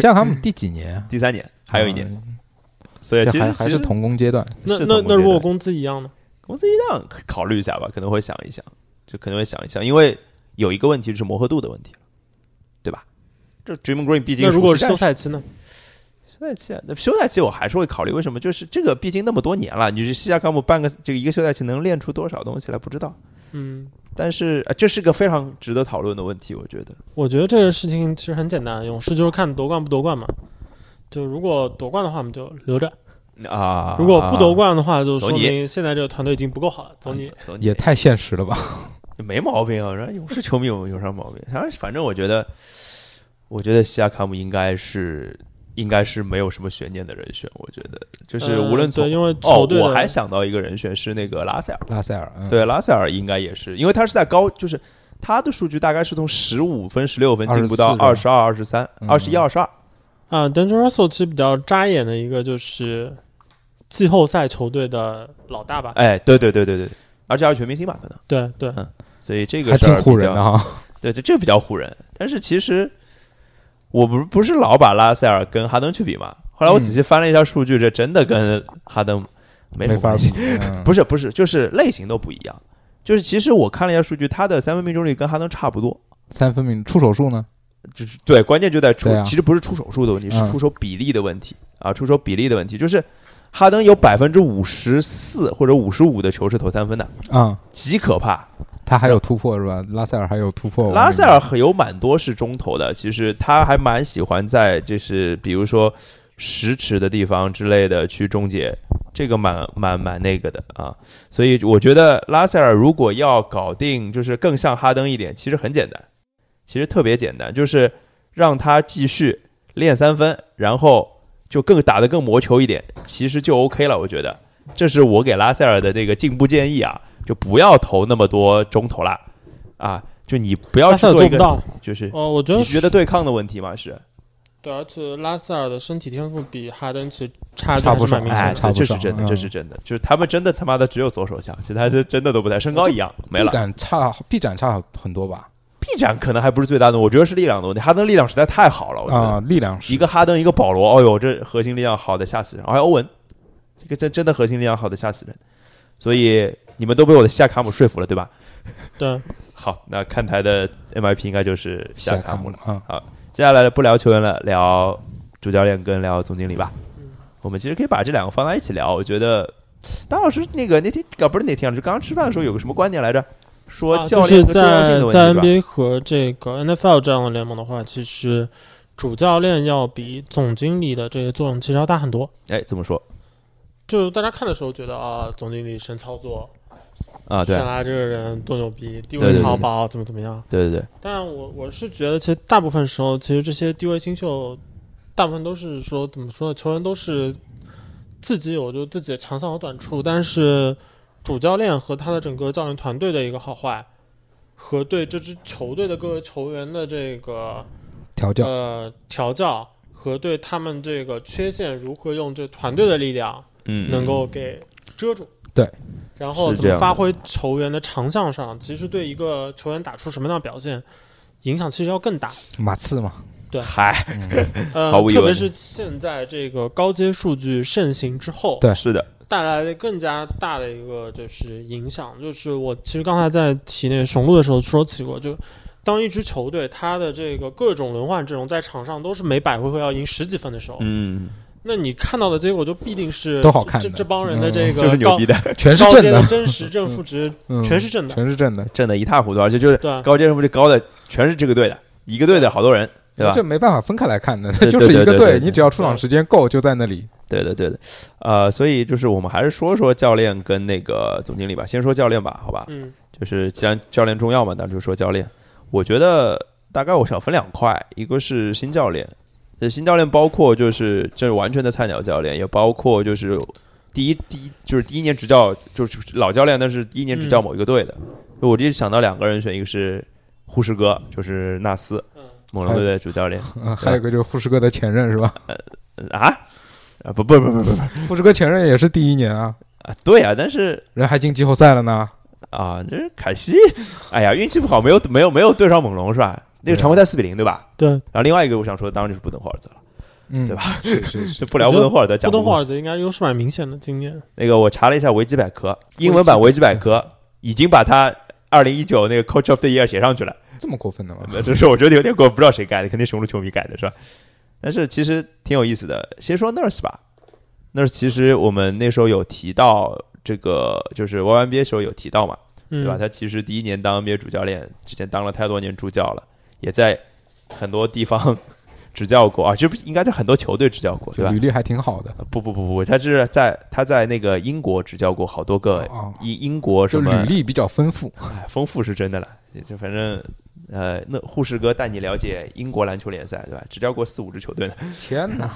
D: 夏卡姆第几年？
C: 第三年还有一年，
D: 嗯，
C: 所以
D: 这
C: 其实
D: 还还
C: 其
D: 是
C: 实
D: 童工阶段。
B: 那
C: 是
B: 那
C: 同
B: 那如
C: 阶
B: 果
C: 段
B: 工资一样呢？
C: 工资一样，可考虑一下吧，可能会想一想，就可能会想一想，因为有一个问题就是磨合度的问题了，对吧？这 Draymond Green 毕竟
B: 那如果
C: 是
B: 是休赛期呢？
C: 休赛期啊，那休赛期我还是会考虑，为什么？就是这个毕竟那么多年了，你是西夏卡姆半个这个一个休赛期能练出多少东西来不知道，
B: 嗯，
C: 但是啊，这是个非常值得讨论的问题，我觉得。
B: 我觉得这个事情其实很简单，勇士就是看夺冠不夺冠嘛。就如果夺冠的话，我们就留着。
C: 啊
B: 如果不夺，冠的话，就
C: 走
B: 说
C: 你啊
B: 明现在这个团队已经不够好了。走你，
C: 走你
D: 也太现实了吧！
C: 没毛病啊！人勇士球迷有有啥毛病？反正反正我觉得，我觉得西亚卡姆应该是应该是没有什么悬念的人选。我觉得就是
B: 呃
C: 无论从、
B: 对，因为球
C: 哦，
B: 队的、
C: 我还想到一个人选是那个拉塞尔，
D: 拉塞尔，嗯，
C: 对，拉塞尔应该也是，因为他是在高，哦就是他的数据大概是从十五分、十六分进步到二
D: 24
C: 十二、二十三、
D: 嗯
C: 二十一、二十二。
B: 啊 d a n g e r Russell 其实比较扎眼的一个就是季后赛球队的老大吧？
C: 哎，对对对对对，而且还是全明星吧，可能。
B: 对对，
C: 所以这个
D: 还
C: 事
D: 挺
C: 儿
D: 唬
C: 比
D: 人
C: 较
D: 的啊哈。
C: 对对，这比较唬人。但是其实我不不是老把拉塞尔跟哈登去比嘛。后来我仔细翻了一下数据，这真的跟哈登没什
D: 嗯没
C: 么关
D: 法比
C: 系。，
D: 嗯
C: 不是不是，就是类型都不一样。就是其实我看了一下数据，他的三分命中率跟哈登差不多。
D: 三分命出手数呢？
C: 就是对，关键就在出，
D: 对啊
C: 其实不是出手数的问题，是
D: 嗯
C: 出手比例的问题、啊，出手比例的问题。就是哈登有百分之五十四或者五十五的球是投三分的，
D: 啊，
C: 极可怕。
D: 他还有突破是吧？拉塞尔还有突破。
C: 拉塞尔很有蛮多是中投的，其实他还蛮喜欢在就是比如说十尺的地方之类的去终结，这个蛮蛮蛮那个的啊。所以我觉得拉塞尔如果要搞定，就是更像哈登一点，其实很简单，其实特别简单，就是让他继续练三分，然后就更打得更磨球一点，其实就 OK 了。我觉得这是我给拉塞尔的那个进步建议啊，就不要投那么多中投啦，啊，就你不要
B: 拉
C: 去
B: 塞尔
C: 做
B: 做
C: 一
B: 不
C: 个
B: 到。
C: 就是
B: 哦，我觉
C: 你
B: 得
C: 是觉得对抗的问题吗？是
B: 对，而且拉塞尔的身体天赋比哈登其实差距
D: 差
B: 还
D: 不
B: 是
D: 少
B: 蛮明
A: 哎
B: 显
D: 哎
B: 的。
D: 差不
A: 这是
D: 少
A: 真的，
D: 嗯
A: 这是真的，就是他们真的他妈的只有左手项，其他的真的都不太，身高一样没
D: 臂
A: 了。
D: 展差臂展差很多吧？
A: 臂展可能还不是最大的，我觉得是力量的问题。哈登力量实在太好了，我觉得
D: 啊，力量
A: 哦
D: 是
A: 一个哈登，一个保罗，哦呦，这核心力量好的吓死人！哎而欧文，这个真真的核心力量好的吓死人，所以你们都被我的西亚卡姆说服了，对吧？
C: 哎
B: 对，啊
A: 好，那看台的 MIP 应该就是西亚卡姆了。
D: 啊，
A: 接下来不聊球员了，聊主教练跟聊总经理吧。
B: 嗯
A: 我们其实可以把这两个放在一起聊，我觉得当老师那个那天啊不是那天啊，就刚刚吃饭的时候有个什么观点来着？说
B: 啊
A: 教
B: 就是
A: 练和重要性
B: 在
A: 的问题
B: 在
A: 是吧？
B: NBA 和这个 NFL 这样的联盟的话，其实主教练要比总经理的这个作用其实要大很多。
A: 哎，怎么说
B: 就大家看的时候觉得啊，总经理神操作，
A: 啊？对
B: 塞拉这个人多牛逼，地
A: 对
B: 位
A: 对
B: 淘
A: 对
B: 宝怎么怎么样。
A: 对对对，
B: 但我我是觉得，其实大部分时候，其实这些低位新秀，大部分都是说怎么说呢？球员都是自己有就自己的强项和短处，但是主教练和他的整个教练团队的一个好坏，和对这支球队的各个球员的这个
D: 调
A: 嗯
D: 教
B: 呃调教，和对他们这个缺陷如何用这团队的力量
A: 嗯，
B: 能够给遮住。
D: 嗯对。
B: 然后
A: 是
B: 怎
A: 这
B: 么
A: 样的
B: 发挥球员的长项上，其实对一个球员打出什么样的表现，影响其实要更大。
D: 马刺 嘛，
A: 嗨，
D: 嗯
B: 呃
A: 毫无，疑
B: 特别
A: 问
B: 是现在这个高阶数据盛行之后，
D: 对
A: 是的，
B: 带来的更加大的一个就是影响，就是我其实刚才在提那个雄鹿的时候说起过，就当一支球队它的这个各种轮换阵容在场上都是每百回合要赢十几分的时候，
A: 嗯，
B: 那你看到的结果就必定是
D: 都好看
B: 这
D: 的
B: 这帮人的
D: 嗯
B: 这个
A: 就是牛
B: 高
A: 逼的，
D: 全是
B: 高阶
D: 正
B: 的
D: 的，
B: 真实正负值
D: 嗯
B: 全是正的，
D: 全是正的，
A: 挣得一塌糊涂，而且就是
B: 对啊
A: 高阶胜负率高的全是这个队的，一个队的好多人，对吧？
D: 这没办法分开来看的，
A: 对
D: 就是一
A: 对
D: 个
A: 对对
D: 队，
A: 对
D: 你只要出场时间够，就在那里。
A: 对的，对的，呃，所以就是我们还是说说教练跟那个总经理吧，先说教练吧，好吧？
B: 嗯
A: 就是既然教练重要嘛，那就说教练。我觉得大概我想分两块，一个是新教练，呃，新教练包括就是这完全的菜鸟教练，也包括就是第一第一就是第一年执教就是老教练，但是第一年执教
B: 嗯
A: 某一个队的。就我这想到两个人选，一个是护士哥，就是纳斯，
B: 嗯，
A: 猛龙队的主教练。
D: 嗯，还有一个就是护士哥的前任是吧？
A: 啊啊不不不不不
D: 护士哥前任也是第一年啊，
A: 啊，对啊，但是
D: 人还进季后赛了呢。
A: 啊，这是凯西，哎呀，运气不好，没有没有没有对上猛龙是吧？那
B: 啊
A: 个常规赛四比零对吧？
B: 对，
A: 然后另外一个我想说的当然就是布登霍尔德了，
D: 嗯，
A: 对
D: 吧？是是是
A: 就，不聊布登霍尔德，
B: 布
A: 讲
B: 登霍尔德应该优势蛮明显的，今年
A: 那个我查了一下维基百科，英文版维基百科已经把他二零一九那个 Coach of the Year 写上去了，
D: 这么过分的吗？
A: 这是我觉得有点过，不知道谁改的，肯定雄鹿球迷改的是吧？但是其实挺有意思的，先说 Nurse 吧，Nurse 其实我们那时候有提到这个，就是 YNBA 时候有提到嘛。
B: 嗯
A: 对吧？他其实第一年当 NBA 主教练，之前当了太多年助教了，也在很多地方 执教过啊，这不应该在很多球队执教 过，对吧
D: 履？历还挺好的，
A: 呃不不不不，他是在他在那个英国执教过好多个
D: 哦，
A: 英英国什
D: 就
A: 么
D: 履历比较丰富。
A: 哎丰富是真的了，就反正呃，那护士哥带你了解英国篮球联赛，对吧？执教过四五支球队呢。
D: 天哪，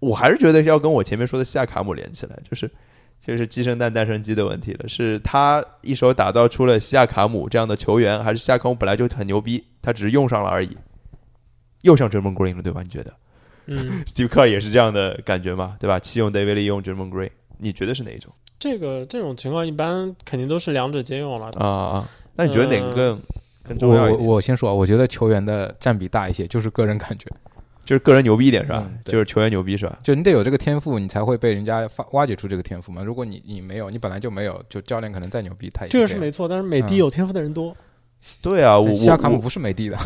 A: 我还是觉得要跟我前面说的西亚卡姆连起来，就是就是鸡生蛋蛋生鸡的问题了。是他一手打造出了西亚卡姆这样的球员，还是西亚卡姆本来就很牛逼，他只是用上了而已？又像 Draymond Green 了，对吧？你觉得
B: 嗯，
A: Steve Kerr 也是这样的感觉吗？对吧？弃用 David Lee，用 Draymond Green，你觉得是哪一种
B: 这个这种情况一般肯定都是两者皆用了。
A: 啊啊？那你觉得哪个更、更
D: 我
A: 重要一
D: 我
A: 点？
D: 我先说啊，我觉得球员的占比大一些，就是个人感觉，
A: 就是个人牛逼一点是吧？
D: 嗯对
A: 就是球员牛逼是吧？
D: 就你得有这个天赋，你才会被人家发挖掘出这个天赋嘛。如果你你没有，你本来就没有，就教练可能再牛逼，他也
B: 这个是
D: 样
B: 没错，但是美的
D: 嗯
B: 有天赋的人多，
A: 对啊，我
D: 但西亚
A: 我
D: 卡
A: 我
D: 姆不是美的的，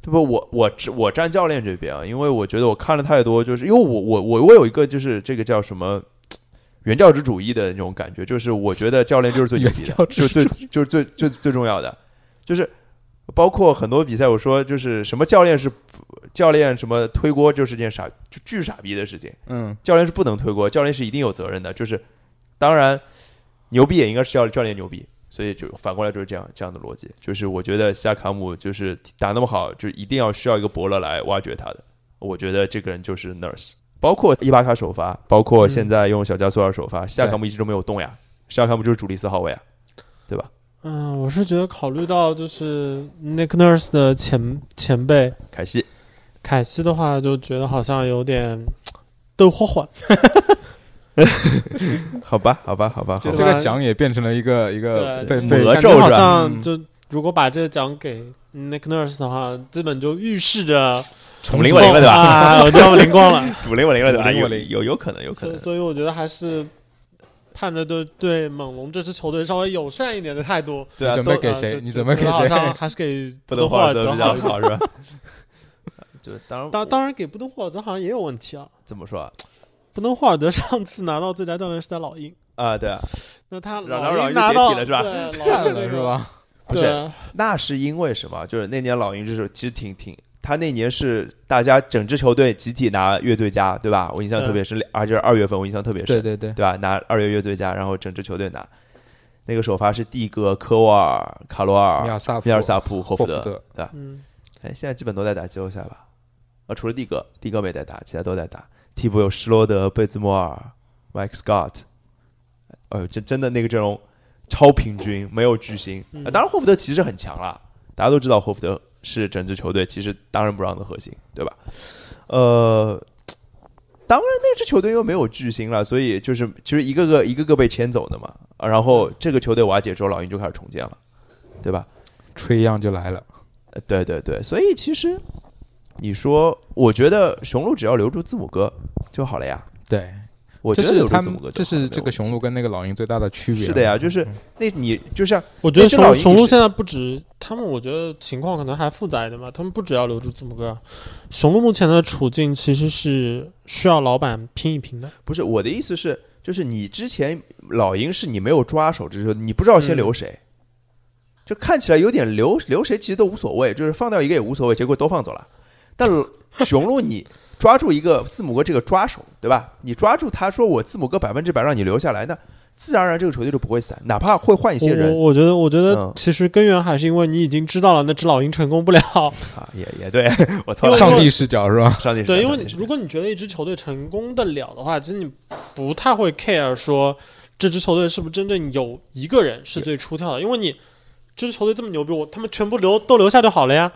A: 对不，我我只我站教练这边啊，因为我觉得我看了太多，就是因为我我我我有一个就是这个叫什么原教旨主义的那种感觉，就是我觉得教练就是最牛逼的，就是最就是最最最重要的，就是包括很多比赛，我说就是什么教练是教练什么推锅就是件傻就巨傻逼的事情，
D: 嗯，
A: 教练是不能推锅，教练是一定有责任的，就是当然牛逼也应该是教教练牛逼。所以就反过来就是这样这样的逻辑，就是我觉得西亚卡姆就是打那么好，就一定要需要一个伯乐来挖掘他的。我觉得这个人就是 Nurse，包括伊巴卡首发，包括现在用小加索尔首发，西亚卡姆一直都没有动呀，西亚卡姆就是主力四号位啊，对吧？
B: 嗯，我是觉得考虑到就是 Nick Nurse 的前前辈
A: 凯西
B: 凯西的话就觉得好像有点都花花，
A: 好吧，好吧，好吧，好
D: 就
A: 吧，
D: 这个奖也变成了一个一
A: 呃
D: 个被
B: 对，
D: 被
A: 魔
B: 感
A: 咒
B: 觉好
A: 是吧
B: 像
D: 嗯
B: 就如果把这个奖给 Nick Nurse 的话，基本就预示着
A: 我们灵过灵了对吧？
B: 啊，我就要灵光了。
A: 主灵我灵了对吧？
D: 主灵
A: 有
D: 我灵
A: 有有可能，有可
B: 所以
A: 能。
B: 所以我觉得还是盼着对对猛龙这支球队稍微友善一点的态度。
A: 对啊，
D: 准
A: 都
D: 备给
B: 呃
D: 谁
B: 就
D: 你准备
B: 就觉得
D: 给谁
B: 好像还是给
A: 不
B: 登
A: 能
B: 霍
A: 画
B: 尔
A: 的
B: 德
A: 比较
B: 好
A: 好
B: 一点。
A: 是吧？就当然
B: 当当然给布登霍尔德好像也有问题啊。
A: 怎么说啊
B: 布登霍尔德上次拿到最佳教练是在老鹰，
A: 啊？对啊，
B: 那他
A: 老鹰
B: 鹰
A: 就
B: 拿
A: 解
B: 到
A: 体了是吧
B: 对老
D: 散
B: 鹰
D: 了
B: 那
D: 是
B: 个？
D: 吧？
A: 不
B: 对
A: 是，
B: 啊，
A: 那是因为什么？就是那年老鹰这时候其实挺挺，他那年是大家整支球队集体拿月最佳，对吧？我印象特别深，而且是二月份我印象特别深，
D: 嗯对对，
A: 对吧？拿二月月最佳，然后整支球队拿。那个首发是蒂格、科沃尔、卡罗尔、
D: 米尔萨普
A: 啊米尔萨普、霍福
D: 霍福
A: 德。
D: 德，
B: 嗯，
A: 哎，现在基本都在打季后赛吧？啊，除了蒂格，蒂格没在打，其他都在打。替补有施罗德、贝兹莫尔、Mike Scott。哎呦，这真的那个阵容超平均，没有巨星。啊、
B: 嗯
A: 当然，霍福德其实很强啦，大家都知道霍福德是整支球队其实当仁不让的核心，对吧？呃，当然那支球队又没有巨星了，所以就是其实一个个一个个被签走的嘛。啊然后这个球队瓦解之后，老鹰就开始重建了，对吧？
D: 吹样就来了。
A: 呃对对对，所以其实你说，我觉得雄鹿只要留住字母哥就好了呀。
D: 对，
A: 我觉
D: 这
A: 得
D: 是
A: 留住
D: 他
A: 字母
D: 们
A: 哥，就
D: 这
A: 好了
D: 是这个雄。
A: 没有问
D: 鹿跟那个老鹰最大的区
A: 题
D: 别。嗯
A: 是的呀，就是那你就像
B: 我觉得
A: 那只老
B: 雄
A: 鹰
B: 雄
A: 也
B: 鹿
A: 是
B: 现在不止他们，我觉得情况可能还复杂一点吧。他们不只要留住字母哥，雄鹿目前的处境其实是需要老板拼一拼的。
A: 不是我的意思是，就是你之前老鹰是你没有抓手，就是说你不知道
B: 嗯
A: 先留谁，就看起来有点留留谁其实都无所谓，就是放掉一个也无所谓，结果都放走了。 但雄鹿你抓住一个字母哥这个抓手，对吧？你抓住他说我字母哥百分之百让你留下来，那自然而然这个球队就不会散，哪怕会换一些
B: 我
A: 人
B: 我我觉得，我觉
A: 嗯
B: 得其实根源还是因为你已经知道了那只老鹰成功不了。
A: 啊，也也对我操，
D: 上帝视角是 吧？
A: 上 帝是
B: 对，因为
A: 上帝
B: 你
A: 是
B: 如果你觉得一支球队成功的了的话，其实你不太会 care 说这支球队是不是真正有一个人是最出挑的，因为你这支球队这么牛逼，我他们全部留都留下就好了呀，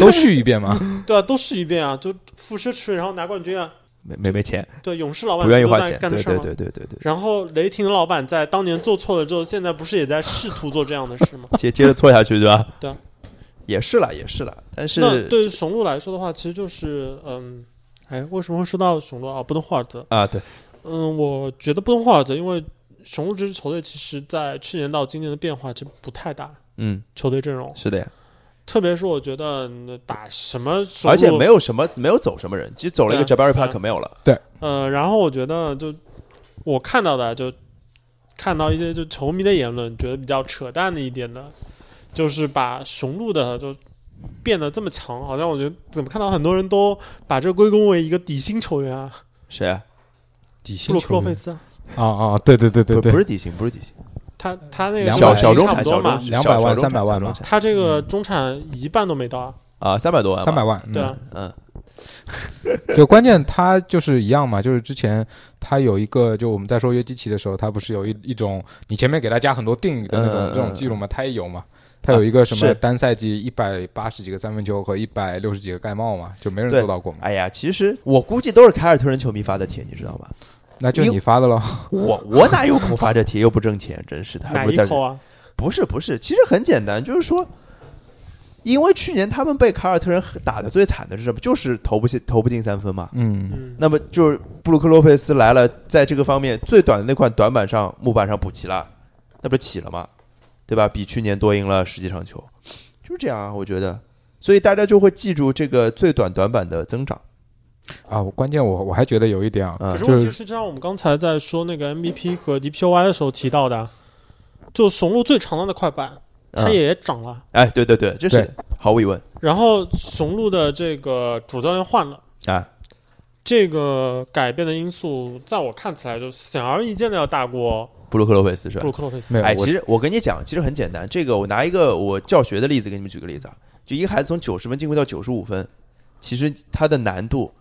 D: 都续一遍嘛。
A: 嗯
B: 对啊，都试一遍啊，就付奢侈费然后拿冠军啊，
A: 没没没钱，
B: 对，勇士老板
A: 不愿意
B: 都在
A: 花钱，对
B: 干的
A: 对
B: 事儿
A: 对
B: 吗？
A: 对对对，
B: 然后雷霆老板在当年做错了之后，现在不是也在试图做这样的事吗？
A: 接接着错下去对吧？
B: 对啊，
A: 也是了也是了，但
B: 那
A: 是
B: 对于雄鹿来说的话，其实就是嗯，哎，为什么会说到雄鹿啊？不能霍尔泽，
A: 啊对。
B: 嗯，我觉得不能霍尔泽，因为雄鹿这支球队其实在去年到今年的变化其实不太大，
A: 嗯，
B: 球队阵容，
A: 是的呀，
B: 特别是我觉得嗯打什么雄鹿，
A: 而且没有什么没有走什么人，其实走了一个
B: 对啊
A: Jabari
B: 对
A: Park 没有了，
B: 呃，然后我觉得就我看到的啊就看到一些就球迷的言论，觉得比较扯淡的一点的，就是把雄鹿的就变得这么强，好像我觉得怎么看到很多人都把这归功为一个底薪球员啊，
A: 谁啊？
D: 底
B: 布
D: 薪
B: 鲁克洛
D: 球
B: 佩
D: 员
B: 兹啊，
D: 啊啊，对对对对
A: 不不
D: 对，
A: 是底薪，不是底薪，
B: 他他那个
D: 两
B: 时候
D: 百
A: 小
D: 万
A: 小中
B: 差不
A: 产，
B: 多
A: 小
B: 嘛
A: 中，
D: 两百万
A: 小中产
D: 300万
A: 小中
D: 吧
A: 产
B: 他这个中产一半都没到啊，
A: 啊，三百多万吧，
D: 三百万，嗯
B: 对啊，
A: 嗯，
D: 就关键他就是一样嘛，就是之前他有一个，就我们在说约基奇的时候，他不是有一一种你前面给他加很多定语的那种、
A: 嗯
D: 这种记录嘛，他也有嘛。他有一个什
A: 是
D: 么单赛季一百八十几个三分球和一百六十几个盖帽嘛，就没人
A: 对
D: 做到过嘛，
A: 哎呀，其实我估计都是凯尔特人球迷发的帖，你知道 吧？
D: 那就
A: 你
D: 你发 的喽。
A: 我我哪有空发这帖，又不挣钱，真是的，还
B: 哪
A: 不如
B: 一
A: 在
B: 口啊？
A: 不是不是，其实很简单，就是说，因为去年他们被凯尔特人打的最惨的是什么？就是投不进投不进三分嘛。
D: 嗯，
B: 嗯，
A: 那么就是布鲁克洛佩斯来了，在这个方面最短的那块短板上木板上补齐了，那不是起了吗？对吧？比去年多赢了十几场球，就是这样啊，我觉得。所以大家就会记住这个最短短板的增长
D: 啊，我关键我我还觉得有一点啊，
A: 啊
B: 可是
D: 就
B: 问
D: 是
B: 题是，就像我们刚才在说那个 MVP 和 DPOY 的时候提到的，就雄鹿最常用的快板，
A: 啊
B: 它！也涨了。
A: 哎，对对对，这
D: 对
A: 是毫无疑问
B: 然后雄鹿的这个主教练换了，
A: 啊。
B: 这个改变的因素，在我看起来就显而易见的要大过
A: 布鲁克洛佩斯是吧
B: 布？鲁克洛佩斯。
D: 没有，
A: 哎，
D: 我
A: 其实我跟你讲，其实很简单。这个我拿一个我教学的例子给你们举个例子啊，就一个孩子从九十分进步到九十五分，其实他的难度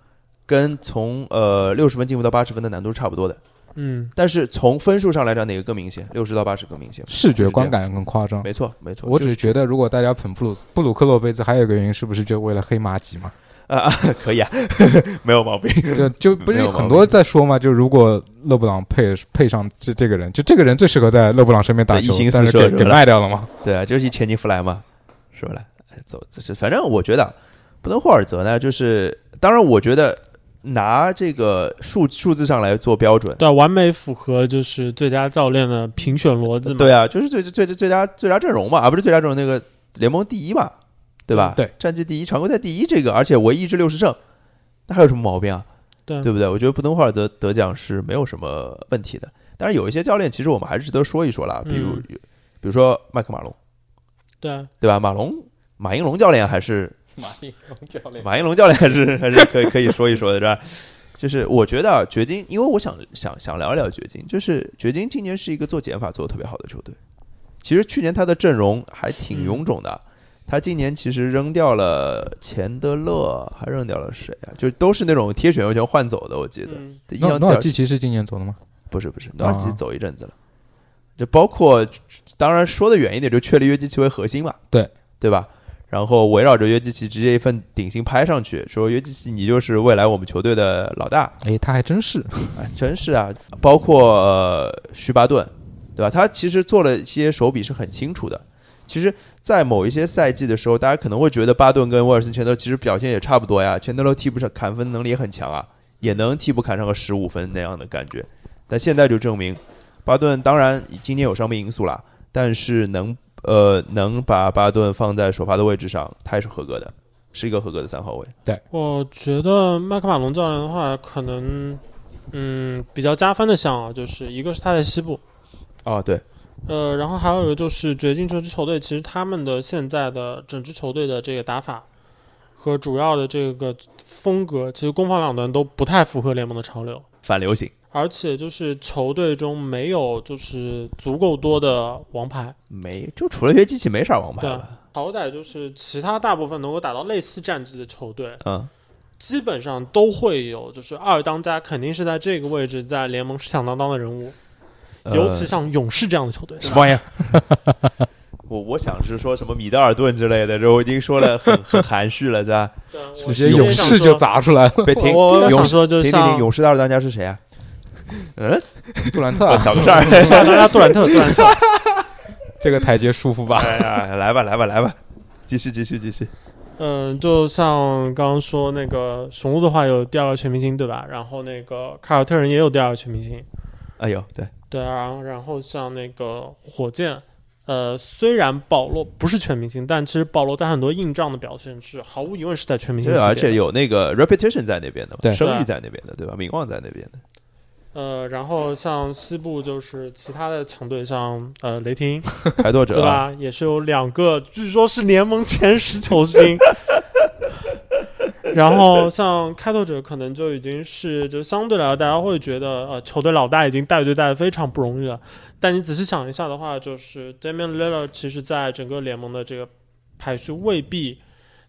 A: 跟从呃六十分进步到八十分的难度是差不多的，
B: 嗯，
A: 但是从分数上来讲，哪个更明显？六十到八十更明显。
D: 视觉
A: 是这
D: 观
A: 样
D: 感更夸张。
A: 没错，没错。
D: 我
A: 就
D: 只是觉得，如果大家捧布鲁布鲁克洛佩兹，还有一个原因是不是就为了黑马吉嘛？
A: 啊，可以啊，没有毛病。
D: 就就不
A: 没
D: 是
A: 有毛病
D: 很多在说嘛，就如果勒布朗配配上这这个人，就这个人最适合在勒布朗身边打
A: 对
D: 球
A: 一心，四
D: 但是
A: 射
D: 给
A: 是
D: 给
A: 吧
D: 卖掉了 嘛。
A: 对啊，就是一千金弗莱嘛，是不是？哎走，这是反正我觉得布伦霍尔泽呢，就是当然，我觉得拿这个数数字上来做标准，
B: 对啊，完美符合就是最佳教练的评选逻辑嘛。
A: 对啊，就是最最最最佳最佳阵容嘛，啊而、不是最佳阵容那个联盟第一嘛，对吧？
D: 对，
A: 战绩第一，常规赛第一，这个而且唯一至六十胜，那还有什么毛病啊？
B: 对啊
A: 对不对？我觉得布登霍尔德得奖是没有什么问题的，但是有一些教练其实我们还是值得说一说啦，比如、
B: 嗯
A: 比如说麦克马龙，
B: 对啊，
A: 对吧？马龙马应龙教练还是
D: 马应龙教练，
A: 马应龙教练还是还是可以可以说一说的，是吧？就是我觉得啊掘金，因为我想想想聊一聊掘金，就是掘金今年是一个做减法做的特别好的球队。其实去年他的阵容还挺臃肿的，他今年其实扔掉了钱德勒，还扔掉了谁啊？就都是那种贴选秀权换走的，我记得。
B: 嗯，
A: 印
D: 诺
A: 象
D: 诺
A: 比
D: 尔
A: 较
D: 基奇是今年走的吗？
A: 不是不是，诺尔基
D: 啊
A: 走一阵子了，就包括当然说的远一点，就确立约基奇为核心嘛，
D: 对
A: 对吧？然后围绕着约基奇直接一份顶薪拍上去，说约基奇你就是未来我们球队的老大，
D: 哎，他还 真是，
A: 哎，真是啊！包括、呃、徐巴顿，对吧？他其实做了一些手笔是很清楚的。其实，在某一些赛季的时候，大家可能会觉得巴顿跟威尔森、钱德勒其实表现也差不多呀，钱德勒替补上砍分能力也很强啊，也能替补砍上个十五分那样的感觉。但现在就证明，巴顿当然今年有伤病因素啦，但是能呃能把巴顿放在首发的位置上，他也是合格的，是一个合格的三号位。
B: 我觉得麦克马龙教练的话，可能嗯比较加分的项啊，就是一个是他在西部，
A: 哦，对，
B: 呃，然后还有一个就是掘金这支球队，其实他们的现在的整支球队的这个打法和主要的这个风格，其实攻防两端都不太符合联盟的潮流，
A: 反流行，
B: 而且就是球队中没有就是足够多的王牌，
A: 没就除了约基奇没啥王牌
B: 对
A: 了。
B: 啊，好歹就是其他大部分能够打到类似战绩的球队，
A: 嗯，
B: 基本上都会有，就是二当家肯定是在这个位置在联盟是响当当的人物，尤其
A: 呃、
B: 像勇士这样的球队，
D: 什么玩意儿？
A: 我我想是说什么米德尔顿之类的，这我已经说了很很含蓄了，是吧？
B: 对啊我
D: 直
A: 接
D: 接
A: 勇
D: 勇
B: 想
D: 士就
B: 说
D: 砸出来了，
A: 被停，
B: 我我我
A: 勇
B: 想
A: 士
B: 说就
A: 停
B: 是
A: 停停，
B: 像
A: 勇士的二当家是谁啊？嗯，
D: 杜兰特
A: 我
D: 啊，
A: 挑个事儿，
B: 想说杜兰特，杜 兰特，
D: 这个台阶舒服 吧？
A: 哎呀，来吧来吧来吧，继续继续继续，
B: 嗯，就像刚刚说那个雄鹿的话有第二个全明星对吧？然后那个凯尔特人也有第二个全明星，
A: 哎呦，对，
B: 对啊，然后然后像那个火箭，呃，虽然保罗不是全明星，但其实保罗在很多硬仗的表现是毫无疑问是在全明星
A: 对，啊
B: 级别的，
A: 而且有那个 reputation 在那边的嘛，
D: 对
A: 声誉在那边的，对吧？名望在那边的，
B: 呃，然后像西部就是其他的强队，像呃雷霆，
A: 开拓
B: 对
A: 者啊，
B: 吧？也是有两个，据说是联盟前十球 星。然后像开拓者，可能就已经是就相对来说，大家会觉得呃，球队老大已经带队带的非常不容易了。但你仔细想一下的话，就是 Damian Lillard 其实在整个联盟的这个排序未必，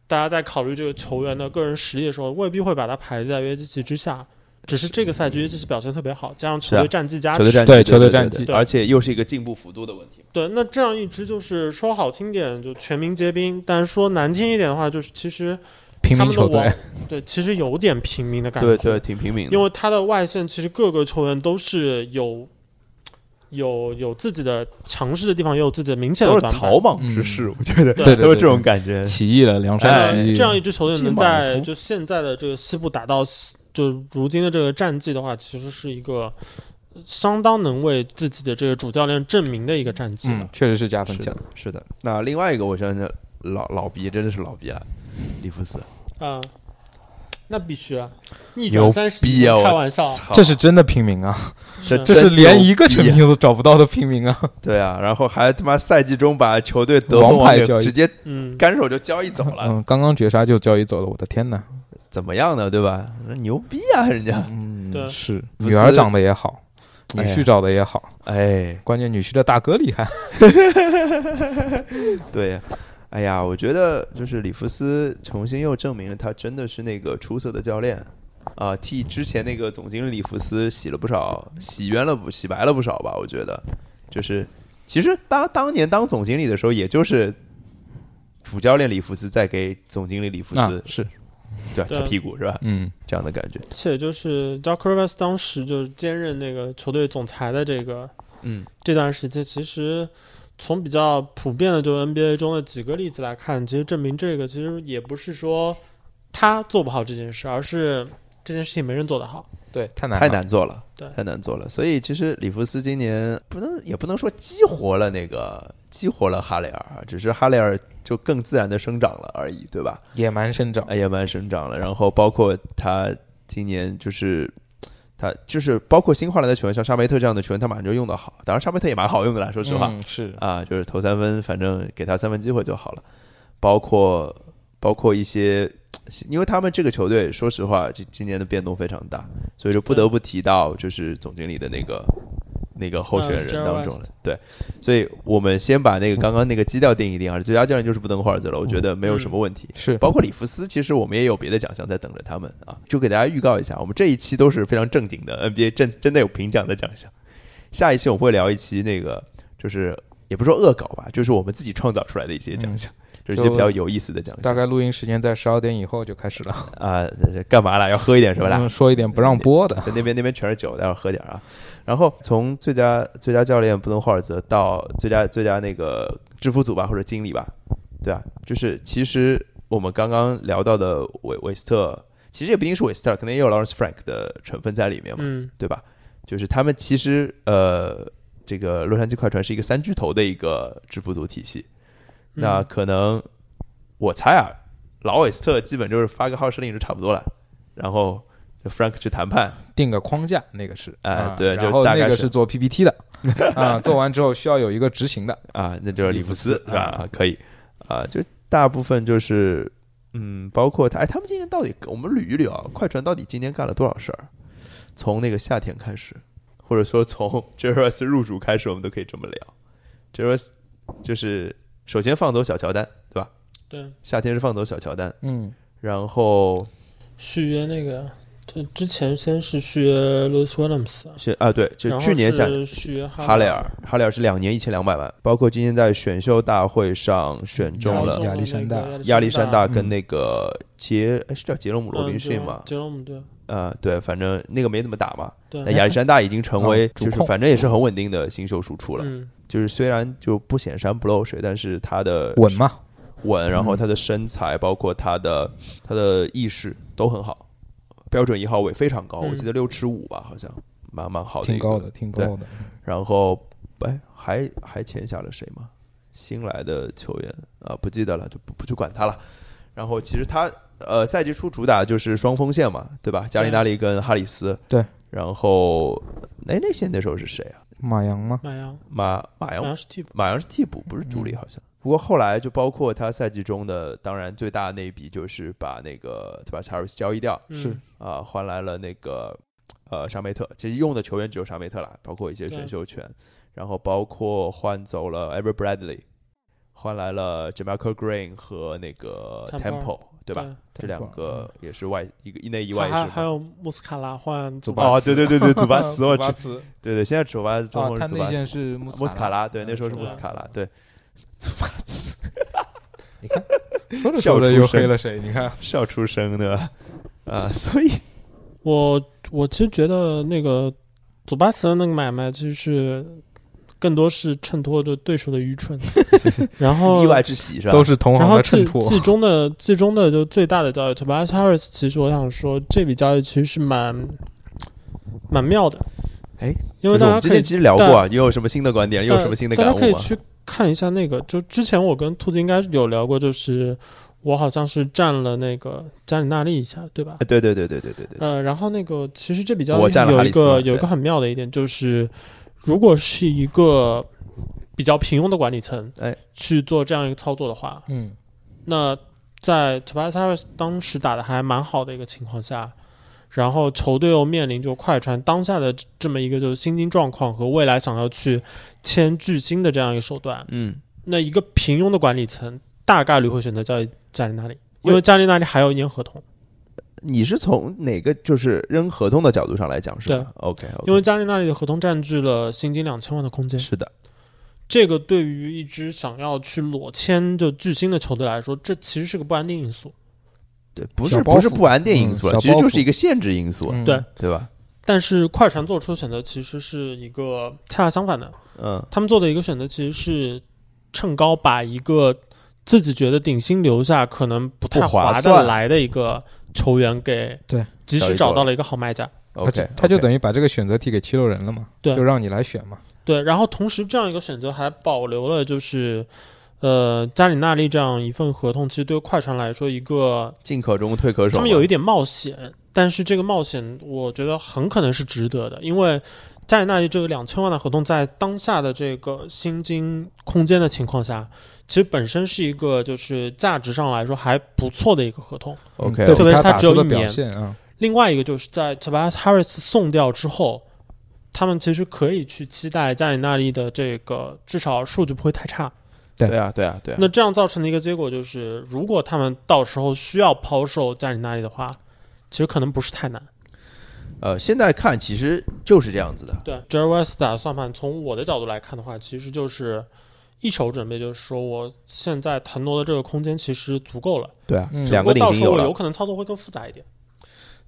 B: 大家在考虑这个球员的个人实力的时候，未必会把他排在约基奇之下。只是这个赛季约基奇表现特别好，加上球
A: 是啊
B: 队战绩加
A: 球
B: 持
A: 队，战绩，
D: 对
A: 对
D: 球队
A: 对
D: 战
A: 对
D: 绩
A: 对而且又是一个进步幅度的问题嘛。
B: 对，那这样一支就是说好听点就全民皆兵，但是说难听一点的话，就是其实
D: 平
B: 他们
D: 民
B: 的
D: 球
B: 网
D: 队，
B: 对，其实有点平民的感觉。
A: 对对，，挺平民的
B: 因。为他的外线其实各个球员都是有有有自己的强势的地方，也有自己的明显
A: 都
B: 的
A: 是
B: 短板
A: 草。莽之士，我觉得
B: 对
D: 对对
A: 都是
D: 对，
A: 这种感觉。
D: 起义了，梁山
A: 哎
D: 起义，
B: 这样一支球队
A: 进
B: 能
A: 马
B: 在
A: 夫
B: 就现在的这个西部打到西就如今的这个战绩的话，其实是一个相当能为自己的这个主教练证明的一个战绩了。
D: 嗯，确实是加分
A: 是
D: 项
A: 的。，是的。那另外一个，我相信老老逼真的是老逼了，里弗斯，
B: 啊，那必须啊！逆
A: 牛
B: 转三十
A: 逼啊我
B: 开玩笑，
A: 操
D: 这是真的平民啊！
A: 这
B: 嗯
D: 这是连一个
A: 真牛
D: 全明
A: 逼
D: 星都找不到的平民啊！
A: 对啊，然后还他妈赛季中把球队得分
D: 王牌
A: 给
D: 交易
A: 直接
B: 嗯，
A: 干手就交易走 了，
D: 嗯，刚刚绝杀就交易走了，我的天哪！
A: 怎么样呢？对吧？牛逼啊，人家！
D: 嗯，
B: 对
D: 是
A: 不
D: 女儿
A: 是
D: 长得也好，女
A: 哎呀
D: 婿找的也好，
A: 哎，
D: 关键女婿的大哥厉害。
A: 对，哎呀，我觉得就是里弗斯重新又证明了他真的是那个出色的教练啊、替之前那个总经理里弗斯洗了不少，洗冤了不洗白了不少吧？我觉得，就是其实当当年当总经 理的时候，也就是主教练里弗斯在给总经理里弗
D: 啊
A: 斯，
D: 是
A: 对吧，
B: 对
A: 擦屁股是吧？
C: 嗯，
A: 这样的感觉，
B: 而且就是 j a c k r v a s 当时就是兼任那个球队总裁的这个
A: 嗯
B: 这段时间，其实从比较普遍的就是 NBA 中的几个例子来看，其实证明这个其实也不是说他做不好这件事，而是这件事情没人做得好。
C: 对，太难
A: 太
C: 了，
A: 难做了，
B: 对
A: 太难做了。所以其实里弗斯今年不能也不能说激活了那个激活了哈雷尔啊，只是哈雷尔就更自然的生长了而已，对吧？
C: 野蛮生长。
A: 啊，野蛮生长了。然后包括他今年就是他就是包括新换来的球员，像沙梅特这样的球员，他马上就用得好。当然，沙梅特也蛮好用的啦，说实话、
C: 嗯是
A: 啊，就是投三分，反正给他三分机会就好了。包括包括一些，因为他们这个球队，说实话，今今年的变动非常大，所以就不得不提到就是总经理的那个。那个候选人
B: 嗯，Jerry
A: 当中
B: West
A: 了，对，所以我们先把那个刚刚那个基调定一定啊，最佳教练就是布登霍尔兹了，我觉得没有什么问题。
C: 是，
A: 包括里弗斯，其实我们也有别的奖项在等着他们啊。就给大家预告一下，我们这一期都是非常正经的 NBA 真真的有评奖的奖项。下一期我们会聊一期那个，就是也不是说恶搞吧，就是我们自己创造出来的一些奖项，就是一些
C: 就
A: 比较有意思的奖项。
C: 大概录音时间在十二点以后就开始了，
A: 啊、这这干嘛啦？要喝一 点是吧？啦？
C: 嗯说一点不让播的，
A: 在那边那边全是酒，待会儿喝点儿啊。然后从最佳最佳教练布伦霍尔泽到最佳最佳那个制服组吧或者经理吧，对吧？就是其实我们刚刚聊到的韦韦斯特，其实也不一定是韦斯特，可能也有 Lawrence Frank 的成分在里面嘛，
B: 嗯，
A: 对吧？就是他们其实呃，这个洛杉矶快船是一个三巨头的一个制服组体系，那
B: 嗯
A: 可能我猜啊，老韦斯特基本就是发个号施令就差不多了，然后就 Frank 去谈判。
C: 定个框架，那个是
A: 哎
C: 啊
A: 对就
C: 然后
A: 大概
C: 那个
A: 是
C: 是做 PPT 的啊，做完之后需要有一个执行的，
A: 啊，那就是里弗斯
C: 里弗斯
A: 是吧？
C: 啊
A: 啊可以啊，就大部分就是嗯，包括他，哎，他们今年到底我们捋一捋啊，快船到底今年干了多少事儿？从那个夏天开始，或者说从 j e r r s 入主开始，我们都可以这么聊。j e r r s 就是首先放走小乔丹，对吧？
B: 对
A: 夏天是放走小乔丹，
C: 嗯，
A: 然后
B: 续约那个，这之前先是续约 Louis Williams，
A: 是啊，对，就
B: 然后
A: 去年夏
B: 是续约
A: 哈雷尔，哈雷尔是两年一千两百万，包括今天在选秀大会上选
B: 然
A: 中
B: 后
A: 了
B: 中
C: 亚历山大
B: 那个
A: 亚历山大跟
C: 嗯
A: 那个杰，哎是叫杰罗姆·罗宾逊吗
B: 嗯？杰罗姆对
A: 呃，对，反正那个没怎么打嘛。
B: 对，
A: 但亚历山大已经 成为，
C: 哦主
A: 就是
C: 控嗯
A: 反正也是很稳定的新秀输出了。
B: 嗯
A: 就是虽然就不显山不漏水，但是他的
C: 稳嘛，
A: 稳，然后
C: 嗯
A: 他的身材，包括他的他的意识都很好，标准一号位非常高，我
B: 嗯
A: 记得六尺五吧，好像蛮蛮好的，
C: 挺高的，。挺高的，
A: 然后，哎，还还签下了谁吗？新来的球员啊，不记得了，就不不去管他了。然后其实他呃，赛季初主打就是双锋线嘛，对吧？加里纳利跟哈里斯。
C: 对。
A: 然后，哎，那些那时候是谁啊？
C: 马洋吗？
B: 马洋
A: 马马
B: 马
A: 洋
B: 洋是替补，
A: 马洋是替补，不是主力好像。不过后来就包括他赛季中的，当然最大的那一笔就是把那个对吧查尔斯交易掉
B: 嗯
C: 是
A: 啊、换来了那个呃沙梅特。其实用的球员只有沙梅特啦，包括一些
B: 对
A: 选秀权，然后包括换走了 Ever Bradley，换来了 Jamaica Green 和那个
B: Temple
A: Temple，对吧？？这两个也是外一个一内一外
B: 还
A: 也
B: 还
A: 是嘛。
B: 有穆斯卡拉换
C: 祖巴
A: 哦，对对对对， 祖巴茨，
C: 茨，
A: 我
C: 啊祖巴
A: 去，
C: 茨，
A: 对对，现在祖巴中
C: 哦
A: 锋，
C: 他
A: 是祖
C: 内
A: 巴茨
C: 线是穆
A: 穆斯卡
C: 拉，
A: 拉，对，那时候是
B: 嗯
A: 穆斯卡拉，对，祖巴茨
C: 说着
A: 笑
C: 说着
A: 出
C: 又
A: 声
C: 黑了谁？你看，
A: 是要出生的啊， 所以
B: 我我其实觉得那个祖巴茨的那个买卖，其实是更多是衬托着对手的 愚蠢，然后
A: 意外之喜是吧？
C: 都是同
B: 然
C: 行
B: 后
C: 的衬
B: 季
C: 托，
B: 季中的季中的就最大的交易，Tobias Harris，其实我想说这笔交易其实是蛮蛮妙的，
A: 哎，
B: 因
A: 就
B: 为
A: 是
B: 大
A: 我
B: 家
A: 们之
B: 可以
A: 前其实聊过啊，你有什么新的观点？你有什么新的
B: 大
A: 感
B: 家
A: 悟
B: 可以
A: 吗？
B: 去看一下那个，就之前我跟兔子应该有聊过，就是我好像是占了那个加里纳利一下，对吧？
A: 啊对对对对对对对，
B: 呃，然后那个其实这笔交
A: 我
B: 易
A: 占了哈
B: 有
A: 里
B: 一
A: 斯嘛
B: 个
A: 对
B: 有一个很妙的一点，就是如果是一个比较平庸的管理层，
A: 哎，
B: 去做这样一个操作的话，
C: 嗯，
B: 那在 Tobias Harris 当时打的还蛮好的一个情况下，然后球队又面临就快船当下的这么一个就是薪金状况和未来想要去签巨星的这样一个手段，
A: 嗯，
B: 那一个平庸的管理层大概率会选择交易加里纳利，因为加里纳利还有一年合同，
A: 你是从哪个就是扔合同的角度上来讲是吧？OK，, o k
B: 因为加里纳利的合同占据了薪金两千万的空间，
A: 是的，
B: 这个对于一支想要去裸签就巨星的球队来说，这其实是个不安定因素。
A: 对，不
C: 小
A: 是
C: 包
A: 不是
C: 袱
A: 不安定因素
C: 嗯
A: 了，
C: 小
A: 其实
C: 包
A: 就
C: 袱
A: 是一个限制因素，
C: 嗯
B: 对
A: 对吧？
B: 但是快船做出的选择其实是一个恰恰相反的，
A: 嗯
B: 他们做的一个选择其实是趁高把一个自己觉得顶薪留下可能不太
A: 不划
B: 划得
A: 算
B: 来的一个球员给
C: 对，
B: 及
A: 交易
B: 时
A: 做
B: 找
A: 了
B: 到了一个好卖家。
C: 他就
A: ，OK，
C: 他就
A: OK
C: 等于把这个选择题给七六人了嘛，
B: 对
C: 就让你来选嘛。
B: 对，然后同时这样一个选择还保留了就是，呃，加里纳利这样一份合同，其实对于快船来说一个
A: 进可攻退可守嘛。啊
B: 他们有一点冒险，但是这个冒险我觉得很可能是值得的，因为加里纳利这个两千万的合同在当下的这个薪金空间的情况下，其实本身是一个就是价值上来说还不错的一个合同。
A: OK，
C: 对
B: 特别
C: 比
B: 是他
C: 他打
B: 只有
C: 出的
B: 一
C: 表
B: 年
C: 现啊，
B: 另外一个就是在 Tobias Harris 送掉之后，他们其实可以去期待加里纳利的这个至少数据不会太差。
A: 对啊，对啊，对啊。
B: 那这样造成的一个结果就是，如果他们到时候需要抛售加里纳利的话，其实可能不是太难。
A: 呃，现在看其实就是这样子的，
B: 对 j e r r West 打算盘，从我的角度来看的话，其实就是一手准备，就是说我现在腾挪的这个空间其实足够了，
A: 对啊
C: 嗯
A: 两
B: 不过
A: 个顶
B: 到
A: 薪
B: 时候我
A: 了
B: 有，可能操作会更复杂一点，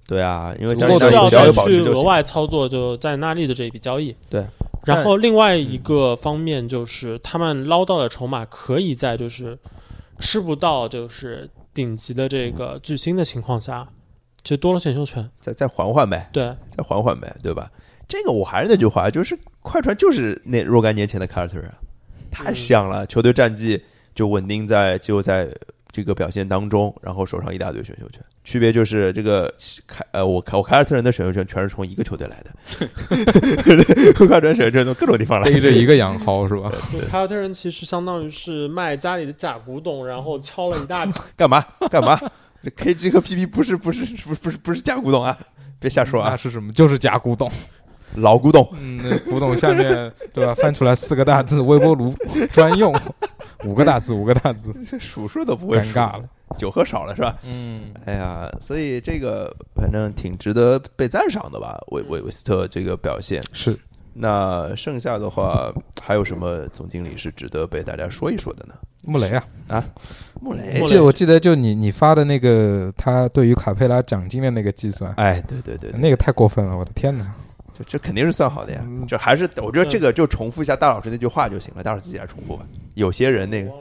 A: 对啊，因为
C: 足
A: 加
C: 够
A: 里纳
B: 需
C: 的
A: 利
B: 要
A: 只要
B: 再
A: 有保
B: 去
A: 值就
B: 额
A: 行。
B: 外操作就加里纳利的这一笔交易。
A: 对。嗯
B: 然后另外一个方面就是，他们捞到的筹码可以在就是吃不到就是顶级的这个巨星的情况下，就多了选秀权。
A: 再再缓缓呗，
B: 对，
A: 再缓缓呗，对吧？这个我还是那句话，就是快船就是那若干年前的凯尔特人啊，太像了，球队战绩就稳定在季后赛这个表现当中，然后手上一大堆选秀权，区别就是这个凯呃我凯我凯尔特人的选秀权全是从一个球队来的，快船选秀权从各种地方来
C: 背
A: 的，
C: 着一个羊薅是吧？
B: 就凯尔特人其实相当于是卖家里的假古董，然后敲了一大笔。
A: 干嘛干嘛？这 KG 和 PP 不是不是不是不是不是假古董啊，别瞎说
C: 那
A: 啊，
C: 是什么？就是假古董。
A: 老古董。
C: 嗯，那古董下面对吧？翻出来四个大字：微波炉专用。 五个大字，五个大字，
A: 数数都不会
C: 尴
A: 数，
C: 尬了。
A: 酒喝少了是吧？
C: 嗯，
A: 哎呀，所以这个反正挺值得被赞赏的吧，
C: 嗯
A: 韦韦韦斯特这个表现。
C: 是
A: 那剩下的话，还有什么总经理是值得被大家说一说的呢？
C: 穆雷啊，
A: 穆雷
B: 穆
C: 我
B: 雷
C: 记得我记得哎就你你发的那个他对于卡佩拉奖金的那个计算，
A: 哎，对对对对，
C: 那个太过分了，我的天哪！
A: 这这肯定是算好的呀
C: 嗯。
A: 这还是我觉得这个就重复一下大老师那句话就行了，大老师自己来重复吧。有些人那个，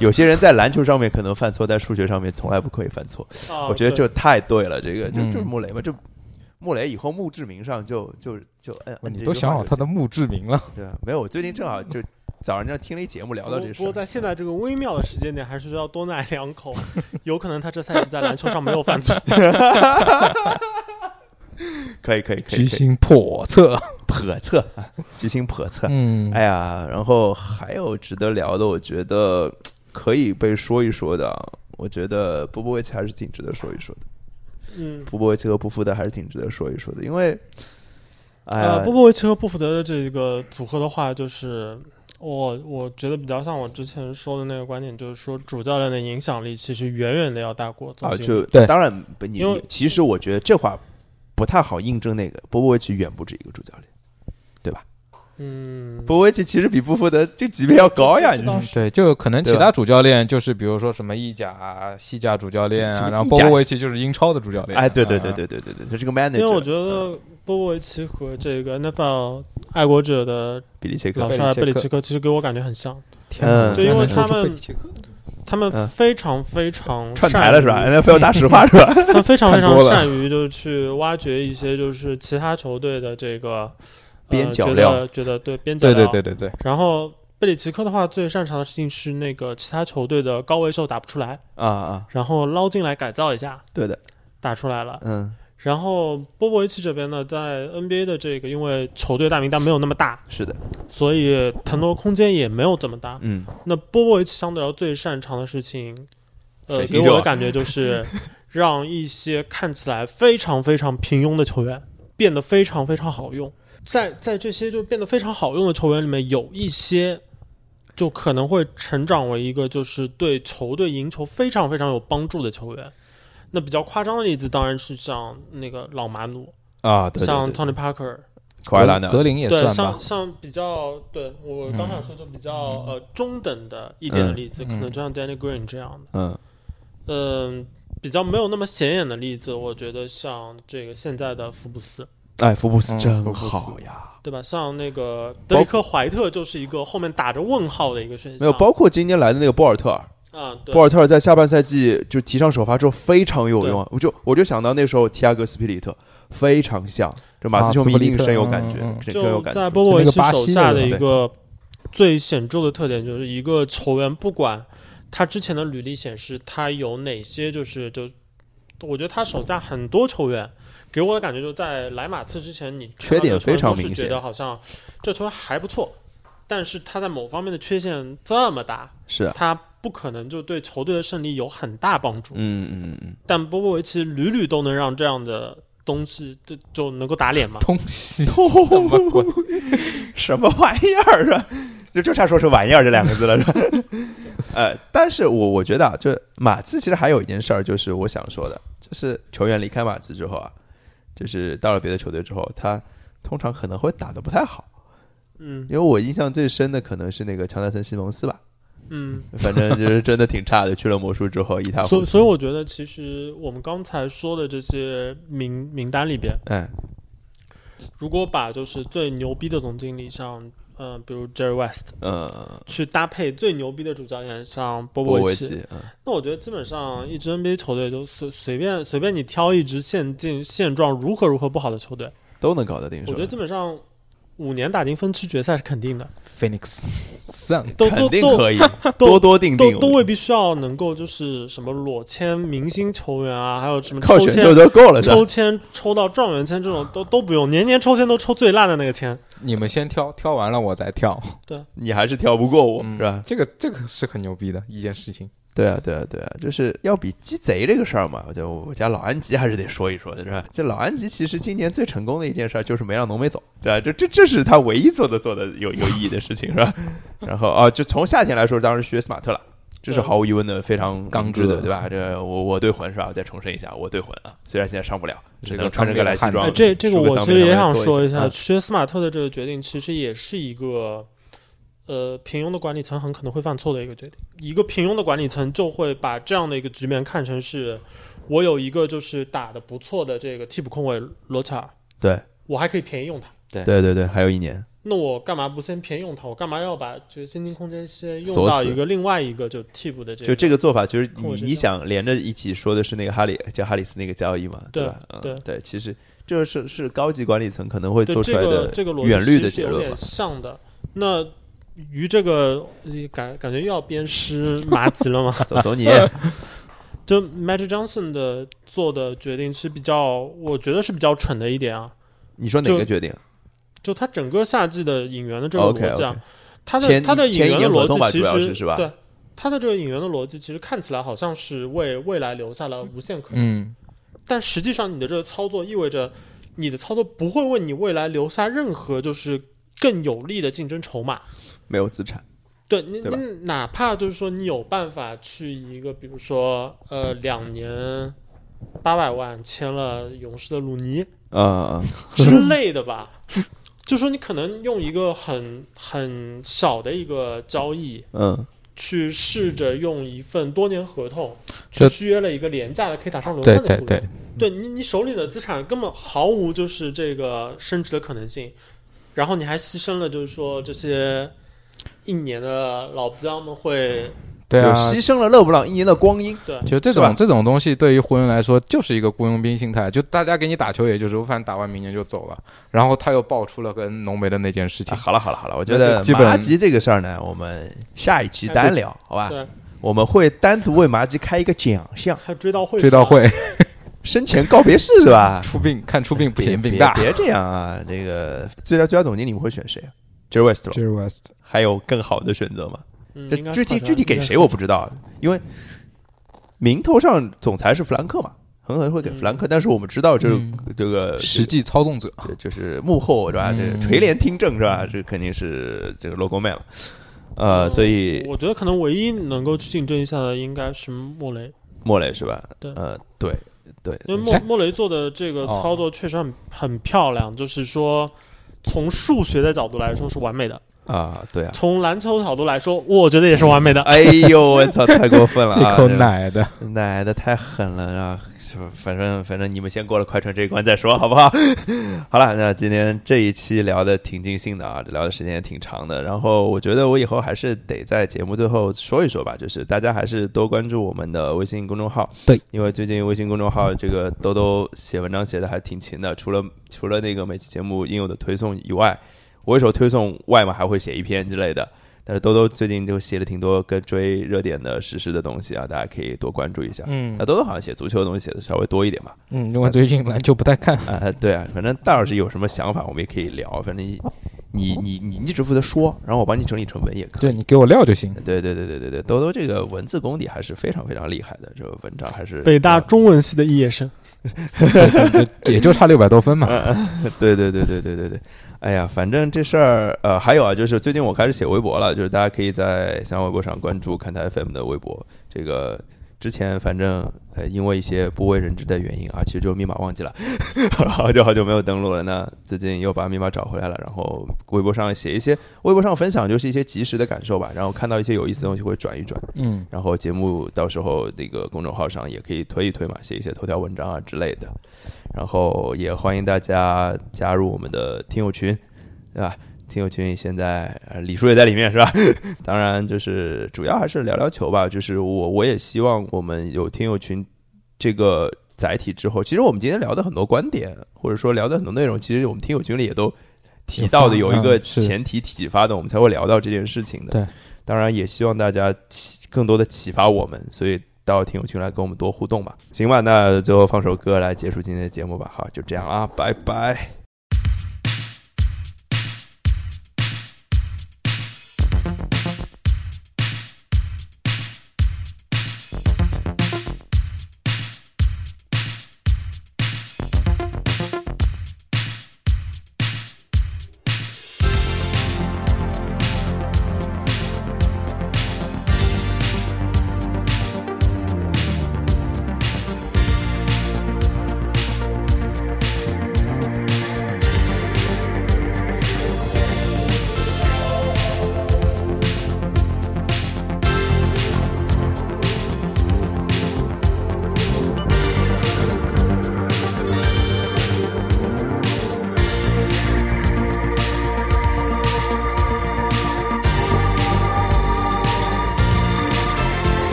A: 有些人在篮球上面可能犯错，在数学上面从来不可以犯错。
B: 啊
A: 我觉得
B: 对
A: 这太对了，这个就
C: 哦嗯
A: 就是穆雷嘛，这穆雷以后墓志铭上就就就摁摁
C: 你
A: 这
C: 都
A: 句
C: 想
A: 话
C: 好
A: 就
C: 他的墓志铭了，
A: 对啊，没有，我最近正好就早上这样听了一节目，聊到这事
B: 不过
A: 儿。
B: 在现在这个微妙的时间点，还是需要多奶两口。啊 有可能他这赛季在篮球上没有犯错。
A: 可以可以可以，
C: 居
A: 可以
C: 心叵测。
A: 叵测，啊居心叵测。
C: 嗯，
A: 哎呀，然后还有值得聊的，我觉得可以被说一说的啊。我觉得波波维奇还是挺值得说一说的，
B: 嗯，
A: 波波维奇和布福德还是挺值得说一说的，因为，哎呀
B: 呃，波波维奇和布福德的这个组合的话，就是哦我我觉得比较像我之前说的那个观点，就是说主教练的影响力其实远远的要大过总
A: 啊，
B: 经理。
A: 就
C: 对
A: 当然不你
B: 因
A: 你
B: 为
A: 其实我觉得这话不太好印证那个波波维奇远不止一个主教练，
B: 嗯，
A: 波波维奇其实比布福德这级别要高呀，你
C: 嗯对，就可能
A: 对
C: 其
A: 吧
C: 他主教练就是比如说什么意甲啊、西甲主教练
A: 什
C: 啊，
A: 么
C: 然后
A: 意
C: 波
A: 甲
C: 波维奇就是英超的主教练。
A: 哎，对对
C: 啊
A: 对，对对对对，他是个 manager，
B: 嗯因为我觉
A: 嗯
B: 得波波维奇和这个 NFL 爱国者的
A: 比利切克
B: 老帅贝里切克，其实给我感觉很像，
C: 天哪
A: 嗯
B: 就因为
C: 我说
B: 他
C: 出贝
B: 们
C: 利切克
B: 他们
A: 嗯
B: 非常非常
A: 串台了是吧
B: 善于
A: ？NFL 大实话是吧？
B: 他非常非
C: 看
B: 常
C: 多了
B: 善于就是去挖掘一些就是其他球队的这个
A: 边角
B: 呃、觉
A: 料
B: 得觉得对边角
C: 对
B: 料。
C: 对对对对，
B: 然后贝里奇科的话，最擅长的事情是那个其他球队的高位兽打不出来，
A: 啊啊，
B: 然后捞进来改造一下，
A: 对的，
B: 打出来了。
A: 嗯，
B: 然后波波维奇这边呢，在 NBA 的这个因为球队大名单没有那么大，
A: 是的，
B: 所以腾挪空间也没有这么大。
A: 嗯，
B: 那波波维奇相对来说最擅长的事情，呃，
A: 水
B: 给
A: 晶
B: 我
A: 球
B: 的
A: 啊
B: 感觉就是让一些看起来非常非常平庸的球员变得非常非常好用。在在这些就变得非常好用的球员里面，有一些就可能会成长为一个就是对球队赢球非常非常有帮助的球员。那比较夸张的例子当然是像那个老马努，
A: 啊，对，
B: 像 Tony Parker，
A: 科莱纳
C: 格林也
B: 对，
C: 算吧
B: 像。像比较对我刚想说就比较、呃中等的一点的例子，
C: 嗯
B: 可能就像 Danny Green 这样的。
A: 嗯，
B: 嗯，比较没有那么显眼的例子，我觉得像这个现在的福布斯，
A: 哎，福布斯
D: 嗯
A: 真
D: 福布斯
A: 好呀。
B: 对吧？像那个德里克怀特就是一个后面打着问号的一个选项，
A: 没有，包括今年来的那个博尔特尔，
B: 啊，对
A: 博尔特尔在下半赛季就提上首发之后非常有用啊，我就我就想到那时候提亚戈斯皮里特非常像，这马
D: 啊
A: 刺球迷一
D: 斯皮里
A: 定
D: 特
A: 深有
D: 嗯
A: 感觉
D: 嗯嗯，
A: 深深有
B: 就
A: 感
B: 在
A: 觉。
B: 波波维
D: 就那个
B: 奇
D: 巴
B: 手
D: 西
B: 下
D: 的
B: 的
A: 人
B: 一
A: 对
B: 个最显著的特点，就是一个球员不管他之前的履历显示他有哪些，就是就我觉得他手下很多球员给我的感觉，就在来马刺之前，你
A: 缺点非常明
B: 看到这个球员都是
A: 显
B: 觉得好像这球员还不错，但是他在某方面的缺陷这么大，
A: 是啊，
B: 他不可能就对球队的胜利有很大帮助。
A: 嗯嗯 嗯，
B: 但波波维奇屡屡都能让这样的东西就就能够打脸嘛。
D: 东西
A: 嗯
D: 么鬼？
A: 什么玩意儿啊？ 就就差说是“玩意儿”这两个字了，是吧？ 呃，但是我我觉得啊，就马刺其实还有一件事儿，就是我想说的，就是球员离开马刺之后啊，就是到了别的球队之后，他通常可能会打得不太好。
B: 嗯
A: 因为我印象最深的可能是那个乔纳森·西蒙斯吧，
B: 嗯，
A: 反正就是真的挺差的。去了魔术之后一塌 糊
B: 所以
A: 涂。
B: 所以我觉得，其实我们刚才说的这些名名单里边，
A: 哎，
B: 如果把就是最牛逼的总经理像，嗯、比如 Jerry West
A: 呃，
B: 去搭配最牛逼的主教练像波波
A: 波
B: 维
A: 维
B: 奇，
A: 奇，嗯
B: 那我觉得基本上一支 NBA 球队就随随便随便你挑一支现进现状如何如何不好的球队，
A: 都能搞得定，
B: 我
A: 是
B: 觉得基
A: 吧？
B: 本上五年打进分区决赛是肯定的，
D: Phoenix Sun
B: 都
A: 肯
B: 都
A: 定
B: 都
A: 可以，多
B: 都
A: 多定定
B: 都，都未必需要能够就是什么裸签明星球员啊，还有什么
A: 靠
B: 抽
A: 选
B: 签
A: 秀就 够了，是吧
B: 抽签抽到状元签这种都都不用，年年抽签都抽最烂的那个签。
D: 你们先挑，挑完了我再挑，
A: 你还是挑不过我，
D: 嗯
A: 是吧？
D: 这个这个是很牛逼的一件事情。
A: 对啊，对啊，对啊，就是要比鸡贼这个事儿嘛，我觉得我家老安吉还是得说一说的，是吧？这老安吉其实今年最成功的一件事儿就是没让浓眉走，对吧、这这这是他唯一做的做的有有意义的事情，是吧？ 然后啊，就从夏天来说，当然是学斯马特了。这是
B: 对
A: 毫无疑问的，非常
D: 刚
A: 明智的，
D: 哥
A: 对吧？这我我对魂是吧？再重申一下，我对魂啊，虽然现在上不了，只
D: 这个
A: 能穿着个来西
D: 苍
A: 装
D: 蝇
B: 哎，
D: 的。
B: 这这个
A: 梳个
B: 我
A: 脏
B: 其
A: 辫
B: 实
A: 儿
B: 也
A: 来
B: 想
A: 做一
B: 说一
A: 下
B: 下，
A: 嗯
B: 缺斯马特的这个决定其实也是一个，呃，平庸的管理层很可能会犯错的一个决定。一个平庸的管理层就会把这样的一个局面看成是，我有一个就是打的不错的这个替补控卫罗查尔，
A: 对
B: 我还可以便宜用他。
A: 对对对，还有一年，
B: 那我干嘛不先便宜用他？我干嘛要把这个现金空间先用
A: 锁
B: 到
A: 死
B: 一个另外一个就替补的这个？
A: 就这个做法，就是
B: 跟我
A: 你
B: 身
A: 你
B: 上
A: 想连着一起说的是那个哈里，叫哈里斯那个交易嘛，
B: 对
A: 吧？嗯，
B: 对
A: 对，其实这是是高级管理层可能会
B: 对
A: 做出来的
B: 这个这个逻辑
A: 远虑的结
B: 其实是有
A: 论
B: 点
A: 嘛。
B: 像的。那于这个呃感感觉又要鞭尸麻吉了吗？
A: 走走你，
B: 就 Magic Johnson 的做的决定是比较，我觉得是比较蠢的一点啊。
A: 你说哪个
B: 就
A: 决定？
B: 就他整个夏季的引援的这个逻辑啊
A: OK，OK
B: 他的
A: 前
B: 他的
A: 一
B: 引援
A: 前一
B: 的
A: 年合同吧
B: 逻辑其
A: 主要
B: 实
A: 是是吧
B: 对他的这个引援的逻辑，其实看起来好像是为未来留下了无限可能，
D: 嗯，
B: 但实际上你的这个操作意味着你的操作不会为你未来留下任何就是更有利的竞争筹码。
A: 没有资产，
B: 对你，
A: 对
B: 你
A: 吧
B: 哪怕就是说你有办法去一个，比如说呃两年八百万签了勇士的鲁 尼
A: 嗯嗯
B: 之类的吧，就说你可能用一个很很小的一个交易，
A: 嗯，
B: 去试着用一份多年合同去
D: 这
B: 续约了一个廉价的可以打上轮换
D: 对
B: 的
D: 对
B: 球员。
D: 对，
B: 对你，你手里的资产根本毫无就是这个升值的可能性，然后你还牺牲了，就是说这些一年的老将们会
D: 对
A: 就
D: 啊，
A: 牺牲了勒布朗一年的光阴，
B: 对
D: 就这
A: 是吧
D: 种这种东西，对于湖人来说就是一个雇佣兵心态，就大家给你打球，也就是我反正打完明年就走了。然后他又爆出了跟浓眉的那件事情
A: 啊，好了好了好了，我觉
D: 那
A: 得
D: 就基本
A: 麻吉这个事儿呢，我们下一期
B: 哎
A: 单
B: 对
A: 聊，好吧？
B: 对，
A: 我们会单独为麻吉开一个奖项，
B: 还追悼会
D: 追悼
B: 上
D: 会
A: 生前告别式是吧？
D: 出殡，看出殡不
A: 别
D: 行，
A: 别
D: 病大。
A: 别这样啊！这个最佳最佳总经理你们会选谁啊？Jerry West 咯
D: Jerry West
A: 还有更好的选择吗？
B: 嗯
A: 这
B: 应该
A: 具体
B: 好像
A: 具体给
B: 应该
A: 谁我不知道，因为名头上总裁是弗兰克嘛，很可能
B: 嗯
A: 会给弗兰克，但是我们知道这
D: 嗯
A: 这个
D: 实际操纵者，
A: 这就是幕后是吧？这
D: 嗯
A: 垂帘听政是吧？啊这肯定是这个 logo man 了，呃，所以
B: 我觉得可能唯一能够去竞争一下的应该是莫雷，
A: 莫雷是吧？
B: 对
A: 呃，对对，
B: 因为莫
D: 哎
B: 莫雷做的这个
D: 哦
B: 操作确实很很漂亮，就是说从数学的角度来说是完美的，
A: 啊，对啊，
B: 从篮球角度来说，我觉得也是完美的。
A: 哎呦，我操，太过分了、
D: 这
A: 啊！
D: 口奶的，
A: 奶的太狠了啊！是吧反正反正你们先过了快船这一关再说，好不 好？好了，那今天这一期聊的挺尽兴的啊，聊的时间也挺长的。然后我觉得我以后还是得在节目最后说一说吧，就是大家还是多关注我们的微信公众号，
D: 对，
A: 因为最近微信公众号这个兜兜写文章写的还挺勤的，除了除了那个每期节目应有的推送以外，我有时候推送外嘛还会写一篇之类的。但是兜兜最近就写了挺多跟追热点的时事的东西啊，大家可以多关注一下。
D: 嗯
A: 那多多好像写足球的东西写的稍微多一点嘛。
D: 嗯，因为最近篮球不太看，
A: 啊、对啊，反正大老师有什么想法，我们也可以聊。反正你你你你你只负责说，然后我帮你整理成文也可
D: 对
A: 以。
D: 你给我 料就 行。
A: 对对对对对对，兜兜这个文字功底还是非常非常厉害的，这个文章还是
B: 北大中文系的毕业生，
D: 也就差六百多分嘛。
A: 对对对对对对对，哎呀，反正这事儿呃，还有啊，就是最近我开始写微博了，就是大家可以在新浪微博上关注看台 FM 的微博。这个之前反正呃，因为一些不为人知的原因啊，其实就是密码忘记了，好久好久没有登录了。那最近又把密码找回来了，然后微博上写一些，微博上分享就是一些及时的感受吧，然后看到一些有意思的东西会转一转。
D: 嗯，
A: 然后节目到时候那个公众号上也可以推一推嘛，写一写头条文章啊之类的。然后也欢迎大家加入我们的听友群，对吧？听友群现在呃李叔也在里面是吧？ 当然就是主要还是聊聊球吧。就是我我也希望我们有听友群这个载体之后，其实我们今天聊的很多观点，或者说聊的很多内容，其实我们听友群里也都提到的
D: 有
A: 有
D: 发
A: 一个
D: 嗯是
A: 前提启发的，我们才会聊到这件事情的。
D: 对，
A: 当然也希望大家启更多的启发我们，所以到听友群来跟我们多互动吧。行吧，那最后放首歌来结束今天的节目吧。好，就这样啊，拜拜。